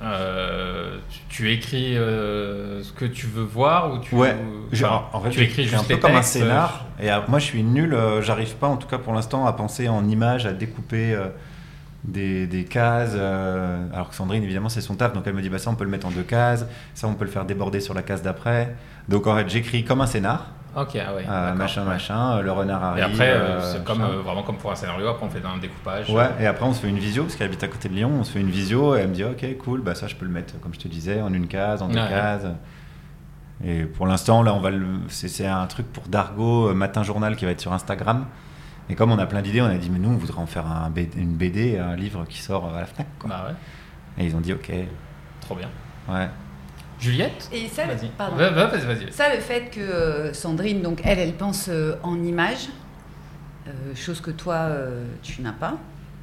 Speaker 5: Euh, tu, tu écris euh, ce que tu veux voir ou tu,
Speaker 8: Ouais,
Speaker 5: ou-
Speaker 8: genre,
Speaker 5: enfin,
Speaker 8: en fait,
Speaker 5: tu écris
Speaker 8: je suis
Speaker 5: juste
Speaker 8: un peu
Speaker 5: les
Speaker 8: comme un
Speaker 5: textes,
Speaker 8: scénar. Et euh, moi, je suis nul, euh, j'arrive pas, en tout cas pour l'instant, à penser en images, à découper euh, des, des cases. euh, alors que Sandrine, évidemment, c'est son taf, donc elle me dit bah, ça, on peut le mettre en deux cases, ça, on peut le faire déborder sur la case d'après. Donc en fait, j'écris comme un scénar,
Speaker 5: je- Ok, ah ouais.
Speaker 8: euh,
Speaker 5: d'accord.
Speaker 8: machin, machin, euh, le renard
Speaker 5: Et
Speaker 8: arrive.
Speaker 5: après, euh,
Speaker 8: euh,
Speaker 5: c'est comme
Speaker 8: machin.
Speaker 5: euh, vraiment comme pour un scénario, après on fait un découpage.
Speaker 8: Ouais, et après on se fait une visio, parce qu'elle habite à côté de Lyon, on se fait une visio, et elle me dit ok cool, bah ça je peux le mettre, comme je te disais, en une case, en deux
Speaker 5: Ouais.
Speaker 8: cases. Et pour l'instant, là, on va le... c'est c'est un truc pour Dargo, euh, Matin Journal, qui va être sur Instagram. Et comme on a plein d'idées, on a dit, mais nous, on voudrait en faire un B- une BD, un livre qui sort à la FNAC. quoi.
Speaker 5: Bah ouais,
Speaker 8: Et ils ont dit, ok.
Speaker 5: trop bien.
Speaker 7: Ouais.
Speaker 5: Juliette
Speaker 6: Et ça,
Speaker 5: Vas-y.
Speaker 6: pardon.
Speaker 5: Va- va- vas-y, vas-y.
Speaker 6: Ça, le fait que euh, Sandrine, donc elle, elle pense euh, en images, euh, chose que toi, euh, tu n'as pas.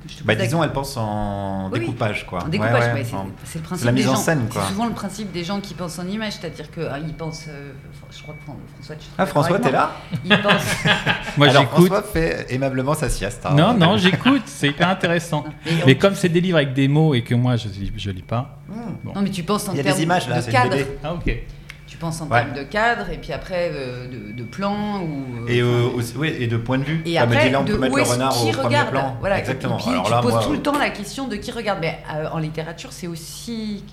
Speaker 6: Je te
Speaker 7: Bah,
Speaker 6: pose la-
Speaker 7: disons, elle pense en
Speaker 6: Oui, oui.
Speaker 7: découpage, quoi.
Speaker 6: En découpage,
Speaker 7: Ouais, ouais,
Speaker 6: ouais, c'est-
Speaker 7: en-
Speaker 6: c'est le principe
Speaker 7: la mise
Speaker 6: des
Speaker 7: en
Speaker 6: gens.
Speaker 7: scène, quoi.
Speaker 6: C'est souvent le principe des gens qui pensent en images, c'est-à-dire qu'ils pensent. euh, je crois que Fran- François, tu
Speaker 7: Ah, François, t'es là
Speaker 6: Ils pensent.
Speaker 8: Moi,
Speaker 7: Alors,
Speaker 8: j'écoute.
Speaker 7: François fait aimablement sa sieste. hein.
Speaker 8: Non, non, j'écoute. C'est hyper intéressant. Mais comme c'est des livres avec des mots et que moi, je lis, je lis pas.
Speaker 6: Non, mais tu penses en
Speaker 7: Il y a
Speaker 6: termes
Speaker 7: des images, là,
Speaker 6: de
Speaker 7: c'est une
Speaker 6: cadre.
Speaker 7: BD.
Speaker 8: Ah, ok.
Speaker 6: Tu penses en
Speaker 7: Ouais.
Speaker 6: termes de cadre, et puis après euh, de, de plan ou. euh,
Speaker 7: Et, euh,
Speaker 6: enfin,
Speaker 7: aussi- oui, et de point de vue.
Speaker 6: Et
Speaker 8: Ah,
Speaker 7: Comme elle
Speaker 6: après,
Speaker 7: dit, là, on
Speaker 6: de
Speaker 7: peut mettre
Speaker 6: où
Speaker 7: le
Speaker 6: est-ce
Speaker 7: renard
Speaker 6: qui
Speaker 7: au
Speaker 6: regarde
Speaker 7: premier plan.
Speaker 6: Voilà,
Speaker 7: exactement.
Speaker 6: Et puis,
Speaker 7: Alors
Speaker 6: tu
Speaker 7: là,
Speaker 6: poses
Speaker 7: moi, euh,
Speaker 6: tout le temps la question de qui regarde. Mais euh, en littérature, c'est aussi.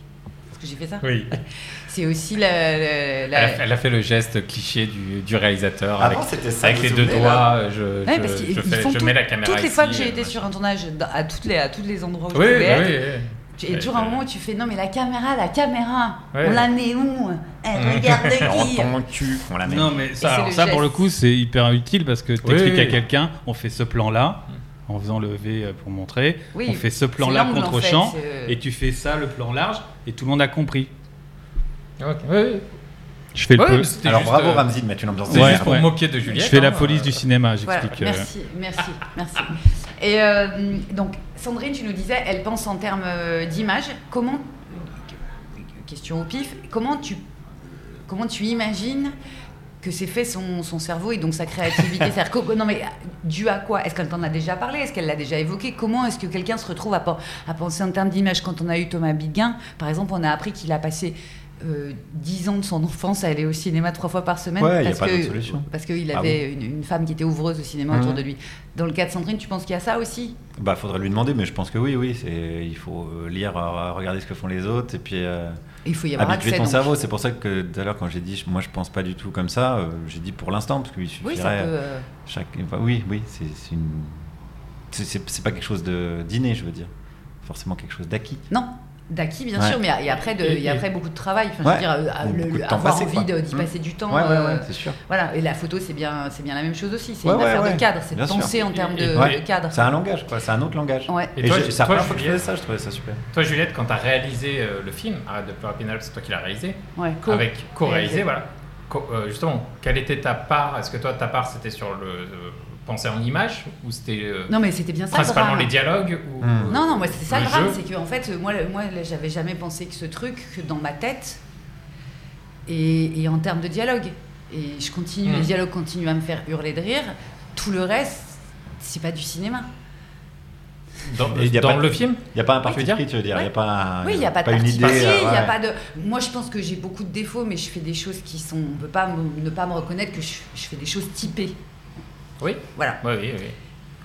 Speaker 6: Est-ce que j'ai fait ça
Speaker 8: Oui.
Speaker 6: C'est aussi la. la-
Speaker 5: Elle, a,
Speaker 6: la-
Speaker 5: fait- elle a fait le geste cliché du, du réalisateur
Speaker 7: Avant,
Speaker 5: avec,
Speaker 7: c'était ça,
Speaker 5: avec
Speaker 7: vous
Speaker 5: les
Speaker 7: vous
Speaker 5: deux
Speaker 7: souvenez, là
Speaker 5: doigts. euh, Je,
Speaker 6: Ouais,
Speaker 5: je-
Speaker 6: parce qu'ils
Speaker 5: je
Speaker 6: ils
Speaker 5: fais-
Speaker 6: font
Speaker 5: je
Speaker 6: tout-
Speaker 5: mets la caméra
Speaker 6: toutes les fois que
Speaker 5: ici,
Speaker 6: j'ai
Speaker 5: euh,
Speaker 6: été sur un tournage, dans- à, toutes les, à tous les endroits où
Speaker 5: Oui,
Speaker 6: je
Speaker 5: oui,
Speaker 6: pouvais être,
Speaker 5: oui, oui.
Speaker 6: tu- et toujours un moment où tu fais non mais la caméra, la caméra,
Speaker 5: Ouais.
Speaker 6: on la met où Elle regarde
Speaker 7: on
Speaker 6: qui
Speaker 7: ton cul, on la met.
Speaker 8: Non, mais
Speaker 6: c'est
Speaker 8: ça, alors
Speaker 6: le
Speaker 8: ça, pour le
Speaker 6: geste.
Speaker 8: coup, c'est hyper utile parce que t'expliques
Speaker 5: oui,
Speaker 8: à
Speaker 5: oui.
Speaker 8: quelqu'un, on fait ce plan-là, en faisant le V euh, pour montrer,
Speaker 6: Oui,
Speaker 8: on fait ce
Speaker 6: c'est
Speaker 8: plan-là
Speaker 6: l'angle,
Speaker 8: contre
Speaker 6: en fait, euh.
Speaker 8: champ,
Speaker 6: c'est-
Speaker 8: et tu fais ça, le plan large, et tout le monde a compris.
Speaker 5: Ok, oui, oui.
Speaker 8: Je fais le
Speaker 5: Ouais,
Speaker 8: peu.
Speaker 5: mais c'était
Speaker 7: Alors
Speaker 5: juste,
Speaker 7: bravo
Speaker 5: euh,
Speaker 7: Ramzi de mettre une ambiance
Speaker 5: c'était
Speaker 7: de
Speaker 8: Ouais,
Speaker 5: juste
Speaker 7: merde.
Speaker 5: pour
Speaker 8: ouais.
Speaker 5: moquer de Juliette.
Speaker 8: Je fais la
Speaker 5: hein,
Speaker 8: police
Speaker 5: euh,
Speaker 8: du cinéma,
Speaker 6: Voilà,
Speaker 8: j'explique. euh,
Speaker 6: merci, merci, merci. Et euh, donc, Sandrine, tu nous disais, elle pense en termes euh, d'image. Comment, question au pif, comment tu, comment tu imagines que c'est fait son, son cerveau et donc sa créativité C'est-à-dire que- Non mais, dû à quoi Est-ce qu'elle t'en a déjà parlé Est-ce qu'elle l'a déjà évoqué Comment est-ce que quelqu'un se retrouve à, pen- à penser en termes d'image Quand on a eu Thomas Biguin, par exemple, on a appris qu'il a passé... euh, 10 ans de son enfance à aller au cinéma trois fois par semaine
Speaker 7: Ouais, il y a
Speaker 6: parce
Speaker 7: pas d'autre
Speaker 6: que-
Speaker 7: solution.
Speaker 6: parce qu'il
Speaker 7: Ah Mmh.
Speaker 6: avait une, une femme qui était ouvreuse au cinéma autour de lui. Dans le cas de Sandrine, tu penses qu'il y a ça aussi
Speaker 7: Bah faudrait lui demander, mais je pense que oui, oui, c'est il faut euh, lire, euh, regarder ce que font les autres et puis euh,
Speaker 6: Il faut y avoir
Speaker 7: habituer
Speaker 6: accès.
Speaker 7: ton
Speaker 6: donc.
Speaker 7: cerveau. C'est pour ça que tout à l'heure quand j'ai dit, je- moi je pense pas du tout comme ça, euh, j'ai dit pour l'instant parce qu'il
Speaker 6: Oui,
Speaker 7: suffirait.
Speaker 6: ça peut. euh,
Speaker 7: Chaque... enfin, oui, oui, c'est c'est une. c'est- C'est c'est pas quelque chose de d'inné, je veux dire. Forcément quelque chose d'acquis.
Speaker 6: Non, d'acquis, bien
Speaker 7: Ouais.
Speaker 6: sûr, mais et après, de,
Speaker 5: Et-
Speaker 6: il y a
Speaker 5: et-
Speaker 6: après beaucoup de travail. Enfin,
Speaker 7: Ouais.
Speaker 6: je veux dire, euh,
Speaker 7: Ou
Speaker 6: le-
Speaker 7: beaucoup de
Speaker 6: le-
Speaker 7: temps
Speaker 6: avoir
Speaker 7: passé,
Speaker 6: envie
Speaker 7: quoi.
Speaker 6: de- d'y
Speaker 7: Mm.
Speaker 6: passer du temps.
Speaker 7: Ouais, ouais,
Speaker 6: euh,
Speaker 7: ouais, c'est sûr.
Speaker 6: Voilà, et la photo, c'est bien, c'est bien la même chose aussi. C'est
Speaker 7: Ouais,
Speaker 6: une
Speaker 7: ouais,
Speaker 6: affaire
Speaker 7: ouais.
Speaker 6: de cadre, c'est de
Speaker 7: Bien sûr.
Speaker 6: penser en termes de,
Speaker 7: Ouais.
Speaker 6: de cadre.
Speaker 7: C'est un langage, quoi. C'est un autre langage.
Speaker 6: Ouais.
Speaker 7: Et,
Speaker 5: Et toi,
Speaker 7: j'ai-
Speaker 5: tu-
Speaker 7: c'est la
Speaker 5: toi,
Speaker 7: première fois que je faisais
Speaker 5: Juliette
Speaker 7: ça, je trouvais ça super.
Speaker 5: Toi, Juliette, quand t'as réalisé euh, le film, Arrête de pleurer Pénélope, c'est toi qui l'as réalisé.
Speaker 6: Ouais.
Speaker 5: avec co-réalisé,
Speaker 6: Réalisé.
Speaker 5: voilà. Co- euh, justement, quelle était ta part Est-ce que toi, ta part, c'était sur le euh, penser en image ou c'était euh,
Speaker 6: Non, mais c'était bien ça. le
Speaker 5: principalement
Speaker 6: drame.
Speaker 5: les dialogues ou,
Speaker 7: Hmm.
Speaker 6: Non, non, moi c'est ça
Speaker 5: le
Speaker 6: le drame,
Speaker 5: jeu.
Speaker 6: c'est que en fait, moi, le- moi le- j'avais jamais pensé que ce truc, que dans ma tête, et, et en termes de dialogue. Et je continue,
Speaker 5: Mhm.
Speaker 6: les dialogues continuent à me faire hurler de rire. Tout le reste, c'est pas du cinéma.
Speaker 5: dans,
Speaker 7: Et il y a
Speaker 5: dans
Speaker 7: pas-
Speaker 5: le film
Speaker 7: Il n'y a pas un
Speaker 5: tu
Speaker 7: parti
Speaker 5: veux dire
Speaker 7: pris, tu veux dire. Il
Speaker 6: Ouais.
Speaker 7: n'y a Ah, pas, un-
Speaker 6: oui, il n'y a pas, de
Speaker 7: une
Speaker 6: parti
Speaker 7: idée.
Speaker 6: pris,
Speaker 7: euh,
Speaker 6: il y a
Speaker 7: ouais.
Speaker 6: pas de. Moi, je pense que j'ai beaucoup de défauts, mais je fais des choses qui sont. On peut pas me- ne pas me reconnaître que je, je fais des choses typées.
Speaker 5: Oui.
Speaker 6: Voilà.
Speaker 5: Oui, oui, oui.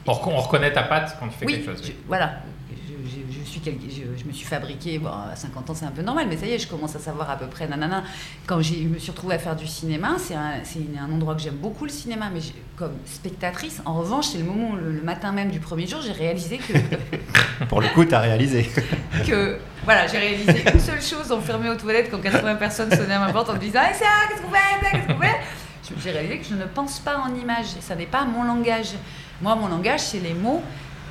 Speaker 5: On, recon- on reconnaît ta patte quand tu fais
Speaker 6: oui,
Speaker 5: quelque chose. oui.
Speaker 6: je- voilà. Je, je- je suis quel- je, je me suis fabriquée, bon, à 50 ans c'est un peu normal, mais ça y est, je commence à savoir à peu près, nanana. Quand j'ai- je me suis retrouvée à faire du cinéma, c'est un, c'est une- un endroit que j'aime beaucoup, le cinéma, mais j'ai- comme spectatrice, en revanche, c'est le moment, où le, le matin même du premier jour, j'ai réalisé que,
Speaker 7: Pour le coup, t'as réalisé.
Speaker 6: que- voilà, j'ai réalisé une seule chose, enfermée aux toilettes, quand 80 personnes sonnaient à ma porte en me disant « Ah, ça, qu'est-ce qu'on fait Ça, Qu'est-ce qu'on fait ?» Je- J'ai réalisé que je ne pense pas en images, et ça n'est pas mon langage. Moi, mon langage, c'est les mots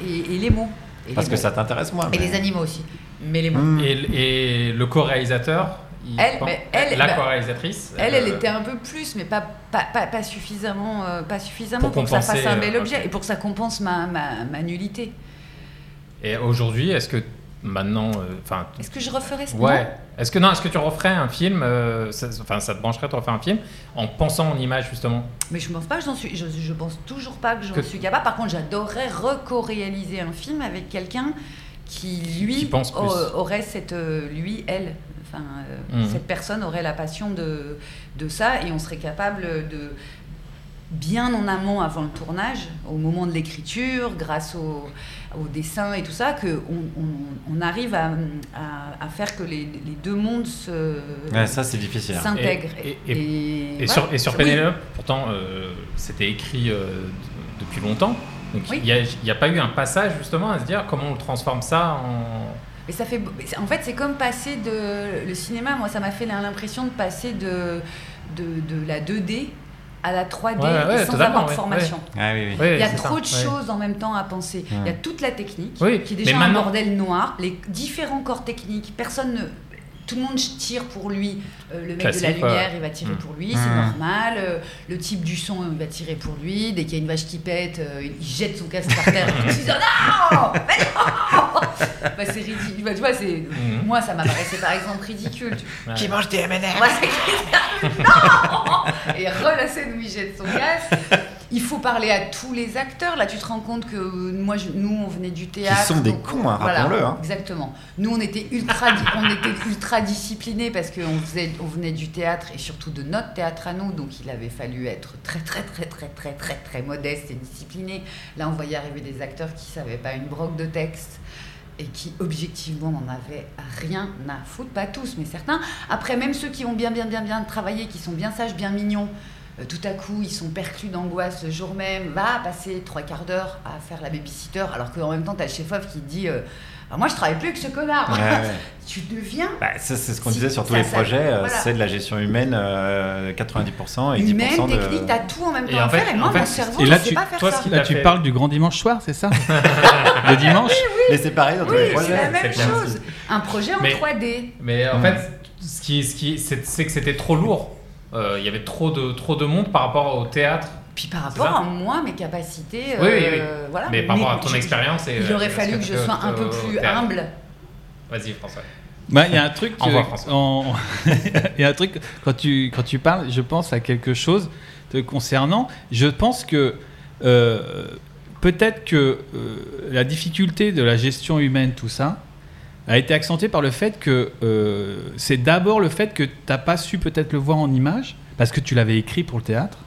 Speaker 6: et, et les mots. Et
Speaker 7: Parce
Speaker 6: les
Speaker 7: que
Speaker 6: mots.
Speaker 7: ça t'intéresse moins.
Speaker 6: Et
Speaker 7: mais-
Speaker 6: les animaux aussi. Mais les mots.
Speaker 7: Hmm.
Speaker 5: Et, et le co-réalisateur il
Speaker 6: Elle,
Speaker 5: pen-
Speaker 6: mais elle,
Speaker 5: la
Speaker 6: bah,
Speaker 5: co-réalisatrice
Speaker 6: Elle, elle
Speaker 5: euh,
Speaker 6: était un peu plus, mais pas, pas, pas, pas suffisamment, euh, pas suffisamment
Speaker 5: Pour
Speaker 6: pour, que ça
Speaker 5: compenser,
Speaker 6: fasse un bel
Speaker 5: euh,
Speaker 6: objet
Speaker 5: ok.
Speaker 6: et pour que ça compense ma, ma, ma nullité.
Speaker 5: Et aujourd'hui, est-ce que maintenant. euh, Enfin,
Speaker 6: Est-ce que je referais ça
Speaker 5: Ouais.
Speaker 6: Non.
Speaker 5: Est-ce que non, est-ce que tu referais un film euh, ça- Enfin, ça te brancherait de refaire un film en pensant en image justement.
Speaker 6: Mais je pense pas que j'en suis. Je, je pense toujours pas que j'en
Speaker 5: Que-
Speaker 6: suis capable. Par contre, j'adorerais reco-réaliser un film avec quelqu'un qui lui
Speaker 5: Qui pense plus.
Speaker 6: au- aurait cette euh, lui elle. Enfin, euh,
Speaker 5: Mhm.
Speaker 6: cette personne aurait la passion de, de ça et on serait capable de bien en amont avant le tournage, au moment de l'écriture, grâce au, au dessin et tout ça, qu'on on, on arrive à, à- à faire que les, les deux mondes se
Speaker 7: Ouais, ça, c'est difficile. hein.
Speaker 6: s'intègrent.
Speaker 5: Et- et- Et
Speaker 6: voilà.
Speaker 5: sur, et sur
Speaker 6: Oui.
Speaker 5: Pénélope, pourtant, euh, c'était écrit euh, d- depuis longtemps. Donc,
Speaker 6: Oui.
Speaker 5: il n'y a, pas eu un passage justement à se dire comment on transforme ça en.
Speaker 6: Mais ça fait, mais c'est- en fait, c'est comme passer de le cinéma. Moi, ça m'a fait l'impression de passer de, de, de la 2D à la 3D
Speaker 5: Ouais, ouais,
Speaker 6: et sans
Speaker 5: totalement,
Speaker 6: avoir de
Speaker 5: ouais,
Speaker 6: formation.
Speaker 7: Ah oui, oui.
Speaker 5: Ouais,
Speaker 6: Il y a
Speaker 5: c'est ça,
Speaker 6: trop de
Speaker 5: ouais.
Speaker 6: choses en même temps à penser. Il y a toute la technique,
Speaker 5: Oui,
Speaker 6: qui est
Speaker 5: mais
Speaker 6: déjà un
Speaker 5: maintenant-
Speaker 6: bordel noir, les différents corps techniques. Personne ne. tout le monde tire pour lui. Euh, le mec
Speaker 5: Classique,
Speaker 6: de la lumière,
Speaker 5: ouais.
Speaker 6: il va tirer
Speaker 5: Mm.
Speaker 6: pour lui, c'est
Speaker 7: Mm.
Speaker 6: normal. Euh, le type du son, il va tirer pour lui. Dès qu'il y a une vache qui pète, euh, il jette son casque par terre. Il se dit non, mais non. Bah, c'est ridicule. Bah, tu vois, c'est
Speaker 5: Mm.
Speaker 6: moi, ça m'apparaissait par exemple ridicule. Tu-
Speaker 7: Qui mange des M&M's
Speaker 6: moi, c'est Christophe. Non Et relâchez nous, il jette son casque. Il faut parler à tous les acteurs. Là, tu te rends compte que euh, moi, je- nous, on venait du théâtre.
Speaker 7: sont des
Speaker 6: donc,
Speaker 7: cons, hein,
Speaker 6: voilà,
Speaker 7: rappelons-le, hein.
Speaker 6: Exactement. Nous, on était ultra, on était ultra disciplinés parce qu'on faisait, on venait du théâtre et surtout de notre théâtre à nous. Donc, il avait fallu être très, très, très, très, très, très, très modeste et discipliné. Là, on voyait arriver des acteurs qui savaient pas une broque de texte et qui objectivement n'en avaient rien à foutre, pas tous, mais certains. Après, même ceux qui ont bien, bien, bien, bien travaillé, qui sont bien sages, bien mignons, euh, tout à coup, ils sont perclus d'angoisse le jour même, va passer trois quarts d'heure à faire la babysitter, alors qu'en même temps, t'as le chef-off qui te dit euh, Ah, Moi, je travaille plus que ce connard
Speaker 7: Ouais, ouais.
Speaker 6: Tu deviens
Speaker 7: Bah, ça, c'est ce qu'on
Speaker 6: Si,
Speaker 7: disait sur tous
Speaker 6: ça,
Speaker 7: les
Speaker 6: ça-
Speaker 7: projets, euh,
Speaker 6: voilà.
Speaker 7: c'est de la gestion humaine, euh, 90% et 10%
Speaker 6: humaine,
Speaker 7: de...
Speaker 6: technique, t'as tout en même
Speaker 5: Et
Speaker 6: temps
Speaker 5: en
Speaker 6: à
Speaker 5: fait-
Speaker 6: faire, et moi,
Speaker 5: en fait,
Speaker 6: mon cerveau,
Speaker 8: Et
Speaker 6: je
Speaker 8: là,
Speaker 6: sais
Speaker 8: tu,
Speaker 6: pas faire
Speaker 5: toi, ce
Speaker 6: ça.
Speaker 5: qui-
Speaker 8: là,
Speaker 5: Tout à
Speaker 8: tu
Speaker 5: fait.
Speaker 8: parles du grand dimanche soir, c'est ça Le dimanche
Speaker 7: Mais c'est pareil dans tous
Speaker 6: Eh
Speaker 7: les
Speaker 6: Oui, c'est la
Speaker 7: projets.
Speaker 6: même
Speaker 5: c'est bien
Speaker 6: chose. Un projet en
Speaker 5: Mais-
Speaker 6: 3D.
Speaker 5: Mais en
Speaker 7: Mm.
Speaker 5: fait, ce qui, ce qui, c'est c'est que c'était trop lourd. Euh, Il y avait trop de, trop de monde par rapport au théâtre.
Speaker 6: Puis par
Speaker 5: C'est
Speaker 6: rapport
Speaker 5: ça.
Speaker 6: à moi, mes capacités,
Speaker 5: Oui, oui, oui.
Speaker 6: euh, voilà.
Speaker 5: mais par rapport à ton
Speaker 6: je-
Speaker 5: expérience. et,
Speaker 6: Il
Speaker 5: euh,
Speaker 6: aurait
Speaker 5: ce
Speaker 6: fallu que
Speaker 5: t'as
Speaker 6: je
Speaker 5: fait
Speaker 6: sois un
Speaker 5: au-
Speaker 6: peu
Speaker 5: au
Speaker 6: plus
Speaker 5: théâtre.
Speaker 6: humble.
Speaker 5: Vas-y, François.
Speaker 8: Bah, il y a un truc.
Speaker 5: Au
Speaker 8: euh,
Speaker 5: revoir, François.
Speaker 8: en- Il y a un truc quand tu quand tu parles, je pense à quelque chose te concernant. Je pense que euh, peut-être que euh, la difficulté de la gestion humaine, tout ça, a été accentuée par le fait que euh, c'est d'abord le fait que t'as pas su peut-être le voir en image parce que tu l'avais écrit pour le théâtre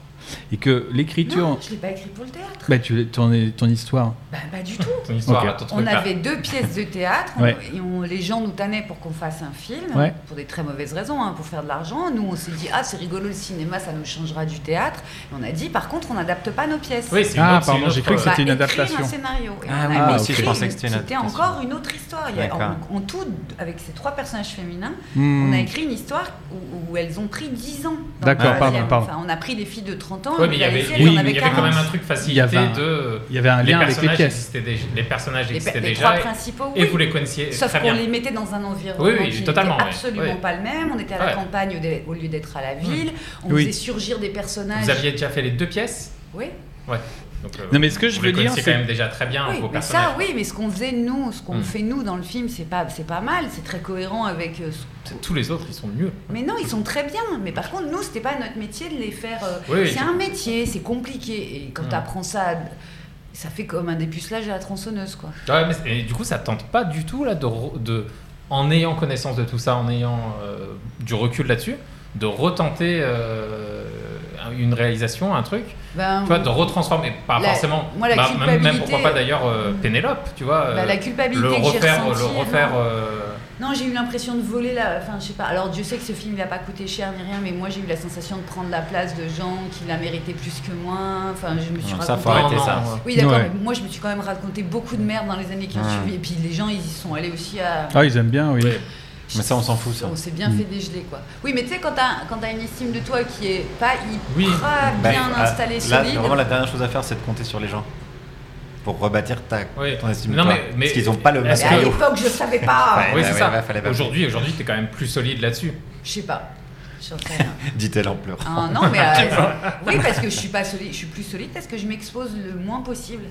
Speaker 8: et que l'écriture.
Speaker 6: Non, je l'ai pas écrit pour le théâtre.
Speaker 8: Bah, tu ton, ton histoire.
Speaker 6: Bah, pas du tout.
Speaker 5: Ton histoire,
Speaker 8: Ok.
Speaker 5: là, ton truc. bah,
Speaker 6: On
Speaker 5: là.
Speaker 6: avait deux pièces de théâtre. on-
Speaker 8: Ouais.
Speaker 6: et on- les gens nous tannaient pour qu'on fasse un film,
Speaker 8: Ouais.
Speaker 6: pour des très mauvaises raisons, hein, pour faire de l'argent. Nous, on s'est dit, ah, c'est rigolo le cinéma, ça nous changera du théâtre. Et on a dit, par contre, on n'adapte pas nos pièces.
Speaker 5: Oui, c'est une
Speaker 8: Ah,
Speaker 5: autre- c'est
Speaker 8: pardon,
Speaker 5: une
Speaker 8: j'ai
Speaker 5: autre-
Speaker 8: cru que
Speaker 6: On va
Speaker 8: c'était une
Speaker 6: Bah, écrire
Speaker 8: adaptation.
Speaker 6: un scénario. Et
Speaker 7: Ah
Speaker 6: on
Speaker 7: oui,
Speaker 6: a
Speaker 7: moi aussi,
Speaker 6: écrit,
Speaker 7: je pensais que c'était une
Speaker 6: C'était
Speaker 7: adaptation.
Speaker 6: encore une autre histoire. Il y a-
Speaker 7: D'accord.
Speaker 6: en, en tout, avec ces trois personnages féminins,
Speaker 8: Hmm.
Speaker 6: on a écrit une histoire où, où elles ont pris 10 ans. dans
Speaker 8: D'accord,
Speaker 6: le
Speaker 8: pardon,
Speaker 6: deuxième.
Speaker 8: pardon.
Speaker 6: Enfin, on a pris des filles de 30 ans.
Speaker 5: Ouais, mais
Speaker 6: on
Speaker 5: il y
Speaker 6: les a
Speaker 5: avait,
Speaker 6: laissées,
Speaker 5: il y
Speaker 6: elles en
Speaker 5: avait-
Speaker 6: avaient
Speaker 5: il y avait quand
Speaker 6: 40.
Speaker 5: même un truc
Speaker 8: Il y
Speaker 5: facilité
Speaker 8: avait un-
Speaker 5: de.
Speaker 8: il y avait un
Speaker 5: les
Speaker 8: lien avec les
Speaker 5: personnages
Speaker 8: pièces.
Speaker 5: existaient déjà- les personnages
Speaker 6: Les,
Speaker 5: existaient
Speaker 6: Eh ben, les
Speaker 5: déjà.
Speaker 6: trois
Speaker 5: et-
Speaker 6: principaux,
Speaker 5: Et
Speaker 6: oui.
Speaker 5: vous les connaissiez
Speaker 6: Sauf
Speaker 5: très bien.
Speaker 6: qu'on les mettait dans un environnement
Speaker 5: Oui, oui,
Speaker 6: qui
Speaker 5: totalement,
Speaker 6: n'était
Speaker 5: oui.
Speaker 6: absolument
Speaker 5: Oui.
Speaker 6: pas le même. On était à la
Speaker 5: Ouais.
Speaker 6: campagne au dé- au lieu d'être à la ville. On
Speaker 8: Oui.
Speaker 6: faisait surgir des personnages.
Speaker 5: Vous aviez déjà fait les deux pièces
Speaker 6: Oui,
Speaker 5: Ouais. Donc, euh,
Speaker 8: Non, mais ce que je
Speaker 5: vous
Speaker 8: veux
Speaker 5: les
Speaker 8: dire,
Speaker 5: connaissiez
Speaker 8: c'est-
Speaker 5: quand même déjà très bien
Speaker 6: oui.
Speaker 5: vos
Speaker 6: mais ça,
Speaker 5: personnages.
Speaker 6: oui, mais ce qu'on faisait nous, ce qu'on
Speaker 5: Mm.
Speaker 6: fait nous dans le film, c'est pas, c'est pas mal. C'est très cohérent avec. euh, ce-
Speaker 5: Tous les autres, ils sont mieux.
Speaker 6: Mais non, ils sont très bien. Mais par contre, nous, c'était pas notre métier de les faire. euh,
Speaker 5: Oui,
Speaker 6: c'est
Speaker 5: tu-
Speaker 6: un métier, c'est compliqué. Et quand
Speaker 5: Mm.
Speaker 6: t'apprends ça, ça fait comme un dépucelage à la tronçonneuse, quoi.
Speaker 5: Ouais, mais c'est- et du coup, ça tente pas du tout là de, re- de en ayant connaissance de tout ça, en ayant euh, du recul là-dessus, de retenter euh, une réalisation, un truc,
Speaker 6: Ben,
Speaker 5: tu vois, de retransformer. Pas
Speaker 6: La-
Speaker 5: forcément.
Speaker 6: moi, la
Speaker 5: bah, même- même,
Speaker 6: culpabilité- mmh.
Speaker 5: pourquoi pas d'ailleurs euh, Pénélope, tu vois.
Speaker 6: Bah,
Speaker 5: euh,
Speaker 6: la culpabilité
Speaker 5: le
Speaker 6: que j'ai
Speaker 5: refaire, euh, le
Speaker 6: ressentie, hein.
Speaker 5: refaire.
Speaker 6: non.
Speaker 5: euh,
Speaker 6: Non, j'ai eu l'impression de voler la. Enfin, je sais pas. Alors, Dieu sait que ce film, il a pas coûté cher ni rien, mais moi, j'ai eu la sensation de prendre la place de gens qui la méritaient plus que moi. Enfin, je me
Speaker 7: Non,
Speaker 6: suis raconté.
Speaker 7: ça, faut arrêter
Speaker 5: Non,
Speaker 7: ça.
Speaker 5: non, ouais.
Speaker 6: Oui, d'accord,
Speaker 8: Ouais.
Speaker 6: mais moi, je me suis quand même raconté beaucoup de merde dans les années qui ont
Speaker 7: Hmm.
Speaker 6: suivi. Et puis, les gens, ils y sont allés aussi à.
Speaker 8: Ah, ils aiment bien, oui.
Speaker 7: Mais ça, on s'en fout, ça. Mm.
Speaker 6: On s'est bien fait dégeler, quoi. Oui, mais tu sais, quand t'as quand t'as une estime de toi qui est pas hyper
Speaker 5: Oui.
Speaker 7: Bah,
Speaker 6: bien
Speaker 7: ah,
Speaker 6: installée,
Speaker 7: Là,
Speaker 6: solide.
Speaker 7: vraiment, la dernière chose à faire, c'est de compter sur les gens pour rebâtir ta,
Speaker 5: Oui.
Speaker 7: ton estime de
Speaker 5: Non,
Speaker 7: toi.
Speaker 5: mais- mais-
Speaker 7: Parce qu'ils n'ont pas le
Speaker 5: est-ce
Speaker 6: Mais à
Speaker 5: que-
Speaker 7: matériau.
Speaker 6: l'époque, je savais pas.
Speaker 7: Ouais.
Speaker 5: oui,
Speaker 7: bah
Speaker 5: c'est
Speaker 7: ouais,
Speaker 5: ça.
Speaker 7: ouais, fallait pas-
Speaker 5: Aujourd'hui, aujourd'hui, t'es quand même plus solide là-dessus.
Speaker 6: Je sais pas. J'en sais rien.
Speaker 7: Dit-elle en pleurant.
Speaker 6: Ah, non, mais euh, oui, parce que je suis pas solide, je suis plus solide parce que je m'expose le moins possible.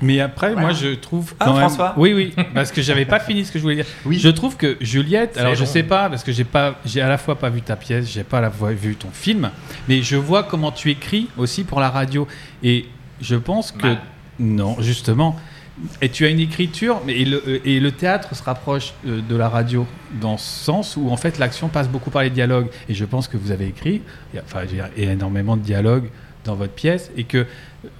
Speaker 8: Mais après,
Speaker 6: Voilà.
Speaker 8: moi, je trouve
Speaker 7: Ah,
Speaker 8: quand même-
Speaker 7: François
Speaker 8: Oui, oui, parce que j'avais pas fini ce que je voulais dire.
Speaker 7: Oui.
Speaker 8: Je trouve que Juliette.
Speaker 5: C'est
Speaker 8: Alors, je
Speaker 5: bon.
Speaker 8: sais pas, parce que j'ai pas, j'ai à la fois pas vu ta pièce, j'ai pas à la fois vu ton film, mais je vois comment tu écris aussi pour la radio, et je pense que
Speaker 6: Bah.
Speaker 5: Mal.
Speaker 8: non, justement. Et tu as une écriture, mais et le, euh, et le théâtre se rapproche euh, de la radio dans ce sens où en fait l'action passe beaucoup par les dialogues. Et je pense que vous avez écrit, et, enfin, je veux dire, énormément de dialogues dans votre pièce, et que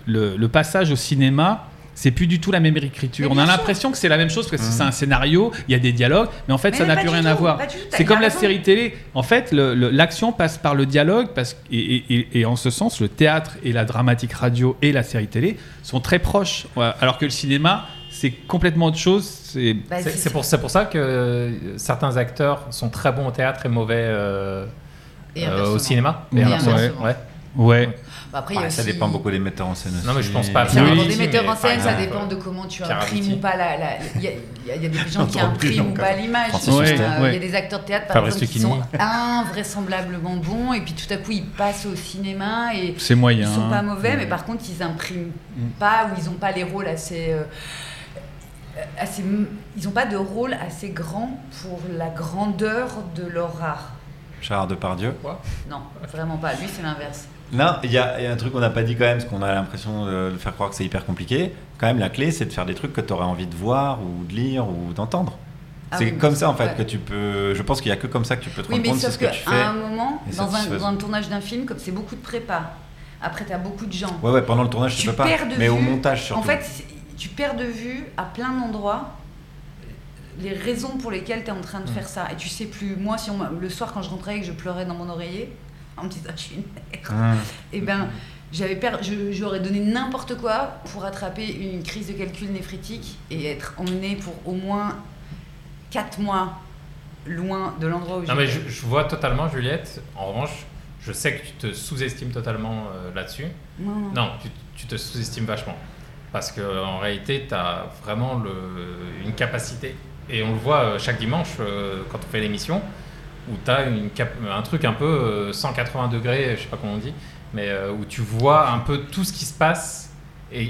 Speaker 8: le, le passage au cinéma, c'est plus du tout la même écriture.
Speaker 6: Mais
Speaker 8: On a
Speaker 6: bien sûr. Mmh.
Speaker 8: l'impression que c'est la même chose parce que c'est un scénario, il y a des dialogues, mais en fait
Speaker 6: Mais
Speaker 8: ça n'a
Speaker 6: pas
Speaker 8: plus
Speaker 6: du
Speaker 8: rien
Speaker 6: tout,
Speaker 8: à voir.
Speaker 6: pas du tout, t'as-
Speaker 8: C'est
Speaker 6: il a
Speaker 8: comme la
Speaker 6: raison.
Speaker 8: série télé. En fait, le- le- l'action passe par le dialogue parce et, et- et- et en ce sens, le théâtre et la dramatique radio et la série télé sont très proches, Ouais, alors que le cinéma c'est complètement autre chose. C'est
Speaker 6: Bah,
Speaker 5: C'est
Speaker 6: c'est-
Speaker 5: c'est pour, c'est pour ça que euh, certains acteurs sont très bons au théâtre et mauvais euh,
Speaker 6: Et
Speaker 5: euh,
Speaker 6: inversement.
Speaker 5: au cinéma.
Speaker 8: Et
Speaker 5: inversement.
Speaker 8: inversement.
Speaker 5: Ouais.
Speaker 8: ouais.
Speaker 6: Bah, après, il y a
Speaker 7: Ouais, ça
Speaker 6: aussi-
Speaker 7: dépend beaucoup des metteurs en scène aussi.
Speaker 5: Non, mais je pense pas à
Speaker 6: Ça
Speaker 5: Pierre
Speaker 6: dépend
Speaker 5: Arditi,
Speaker 6: des metteurs
Speaker 5: mais
Speaker 6: en scène,
Speaker 5: par
Speaker 6: ça
Speaker 5: exemple,
Speaker 6: dépend de
Speaker 5: euh,
Speaker 6: comment tu
Speaker 5: Pierre
Speaker 6: imprimes
Speaker 5: Arditi.
Speaker 6: ou pas la. la- Il y, a- il y a- il y a des gens qui
Speaker 7: Antoine Bruno,
Speaker 6: impriment ou pas
Speaker 7: encore.
Speaker 6: l'image.
Speaker 7: Francis
Speaker 6: Euh, Il
Speaker 8: Huster.
Speaker 6: y
Speaker 8: Ouais.
Speaker 6: a des acteurs de théâtre par
Speaker 5: Fabrice
Speaker 6: exemple qui
Speaker 5: Lucchini.
Speaker 6: sont invraisemblablement bons et puis tout à coup ils passent au cinéma et
Speaker 8: C'est moyen.
Speaker 6: ils sont pas
Speaker 8: hein.
Speaker 6: mauvais, mais par contre ils impriment pas ou ils ont pas les rôles assez. euh, assez ils ont pas de rôle assez grand pour la grandeur de leur art.
Speaker 7: Charles Depardieu.
Speaker 6: Non, vraiment pas. Lui c'est l'inverse.
Speaker 7: Non, il y, a il y a un truc qu'on n'a pas dit quand même, parce qu'on a l'impression de le faire croire que c'est hyper compliqué. Quand même, la clé, c'est de faire des trucs que tu aurais envie de voir ou de lire ou d'entendre.
Speaker 6: Ah
Speaker 7: c'est
Speaker 6: oui,
Speaker 7: comme
Speaker 6: mais-
Speaker 7: ça, en fait,
Speaker 6: ouais.
Speaker 7: que tu peux. Je pense qu'il n'y a que comme ça que tu peux te
Speaker 6: Oui,
Speaker 7: rendre
Speaker 6: mais
Speaker 7: compte de
Speaker 6: sauf
Speaker 7: ce que,
Speaker 6: qu'à
Speaker 7: tu fais.
Speaker 6: un moment,
Speaker 7: est
Speaker 6: dans un,
Speaker 7: satisfaisant.
Speaker 6: dans le tournage d'un film, comme c'est beaucoup de prépa, après tu as beaucoup de gens.
Speaker 7: Ouais, ouais, pendant le tournage, tu,
Speaker 6: tu
Speaker 7: peux pas.
Speaker 6: perds de
Speaker 7: mais
Speaker 6: vue.
Speaker 7: au montage, surtout.
Speaker 6: En fait, c'est- tu perds de vue à plein d'endroits euh, les raisons pour lesquelles tu es en train de faire ça. Et tu sais plus. Moi, si on m'a- le soir, quand je rentrais et que je pleurais dans mon oreiller, en me disant je suis une merde,
Speaker 7: Hum.
Speaker 6: et ben, j'avais per- je- j'aurais donné n'importe quoi pour attraper une crise de calcul néphritique et être emmenée pour au moins 4 mois loin de l'endroit où
Speaker 5: Non, mais
Speaker 6: j'étais.
Speaker 5: je, je vois totalement, Juliette. En revanche, je sais que tu te sous-estimes totalement euh, là-dessus.
Speaker 6: Non, non.
Speaker 5: Non, tu, tu te sous-estimes vachement. Parce qu'en réalité, tu as vraiment le- une capacité. Et on le voit euh, chaque dimanche euh, quand on fait l'émission, où tu as un truc un peu euh, 180 degrés, je sais pas comment on dit, mais euh, où tu vois un peu tout ce qui se passe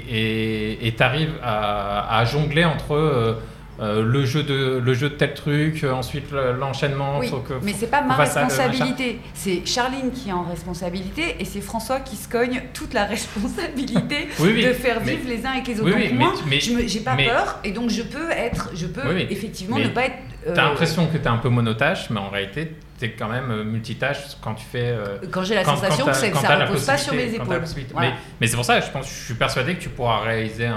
Speaker 5: et tu arrives à, à jongler entre euh, euh, le, jeu de, le jeu de tel truc, euh, ensuite le- l'enchaînement.
Speaker 6: Oui,
Speaker 5: faut que-
Speaker 6: mais
Speaker 5: faut
Speaker 6: c'est pas
Speaker 5: qu'on
Speaker 6: ma
Speaker 5: fasse ça, euh, le
Speaker 6: responsabilité. C'est Charline qui est en responsabilité et c'est François qui se cogne toute la responsabilité
Speaker 5: Oui, oui,
Speaker 6: de faire
Speaker 5: mais-
Speaker 6: vivre les uns avec les
Speaker 5: Oui,
Speaker 6: autres. Donc
Speaker 5: oui,
Speaker 6: moi,
Speaker 5: mais- mais-
Speaker 6: je me- j'ai pas
Speaker 5: mais-
Speaker 6: peur et donc je peux être, je peux
Speaker 5: Oui, oui,
Speaker 6: effectivement
Speaker 5: mais
Speaker 6: ne pas être. euh,
Speaker 5: T'as l'impression que t'es un peu monotâche, mais en réalité, t'es quand même euh, multitâche quand tu fais. euh,
Speaker 6: Quand j'ai la
Speaker 5: quand-
Speaker 6: sensation
Speaker 5: quand
Speaker 6: que
Speaker 5: t'as-
Speaker 6: c'est-
Speaker 5: quand
Speaker 6: ça
Speaker 5: t'as la
Speaker 6: repose pas sur mes
Speaker 5: possibilité, quand t'as la
Speaker 6: épaules.
Speaker 5: possibilité.
Speaker 6: Voilà.
Speaker 5: Mais, mais c'est pour ça, je pense, je suis persuadé que tu pourras réaliser un,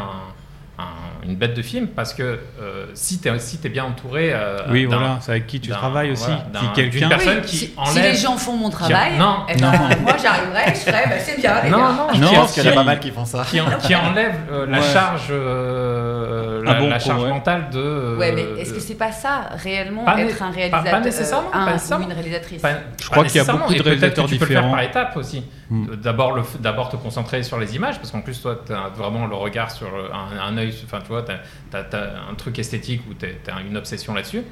Speaker 5: un- une bête de film parce que euh, si t'es si t'es bien entouré. euh,
Speaker 8: Oui,
Speaker 5: d'un-
Speaker 8: voilà, c'est avec qui tu
Speaker 5: d'un-
Speaker 8: travailles aussi.
Speaker 5: voilà,
Speaker 8: si
Speaker 5: d'un- d'une
Speaker 8: quelqu'un.
Speaker 5: personne-
Speaker 6: Oui,
Speaker 5: qui
Speaker 6: si, si
Speaker 5: enlève-
Speaker 6: les gens font mon travail,
Speaker 5: Non,
Speaker 6: eh ben, moi j'arriverai, je ferai, bah, c'est bien. les gars.
Speaker 5: Non, non,
Speaker 8: Non,
Speaker 7: je pense
Speaker 8: si-
Speaker 7: qu'il y en a pas mal qui font ça.
Speaker 5: Qui, en- qui enlève euh, la
Speaker 8: Ouais.
Speaker 5: charge, euh, la,
Speaker 8: Ah bon,
Speaker 5: la
Speaker 8: pour-
Speaker 5: charge
Speaker 8: ouais.
Speaker 5: mentale de. euh,
Speaker 6: Ouais, mais est-ce que c'est pas ça réellement
Speaker 5: Pas né-
Speaker 6: être
Speaker 5: pas-
Speaker 6: un
Speaker 5: pas
Speaker 6: réalisateur,
Speaker 5: nécessairement,
Speaker 6: euh, un-
Speaker 5: pas nécessairement.
Speaker 6: ou une réalisatrice
Speaker 5: Pas-
Speaker 8: Je
Speaker 5: pas
Speaker 8: crois qu'il y a
Speaker 5: nécessairement,
Speaker 8: beaucoup de
Speaker 5: et peut-être
Speaker 8: réalisateurs
Speaker 5: que tu peux le faire
Speaker 8: différents.
Speaker 5: par étapes aussi.
Speaker 8: Hmm.
Speaker 5: D'abord, le, f- d'abord te concentrer sur les images, parce qu'en plus, toi, tu as vraiment le regard sur euh, un, un œil, enfin, tu vois, tu as, un truc esthétique ou tu as une obsession là-dessus.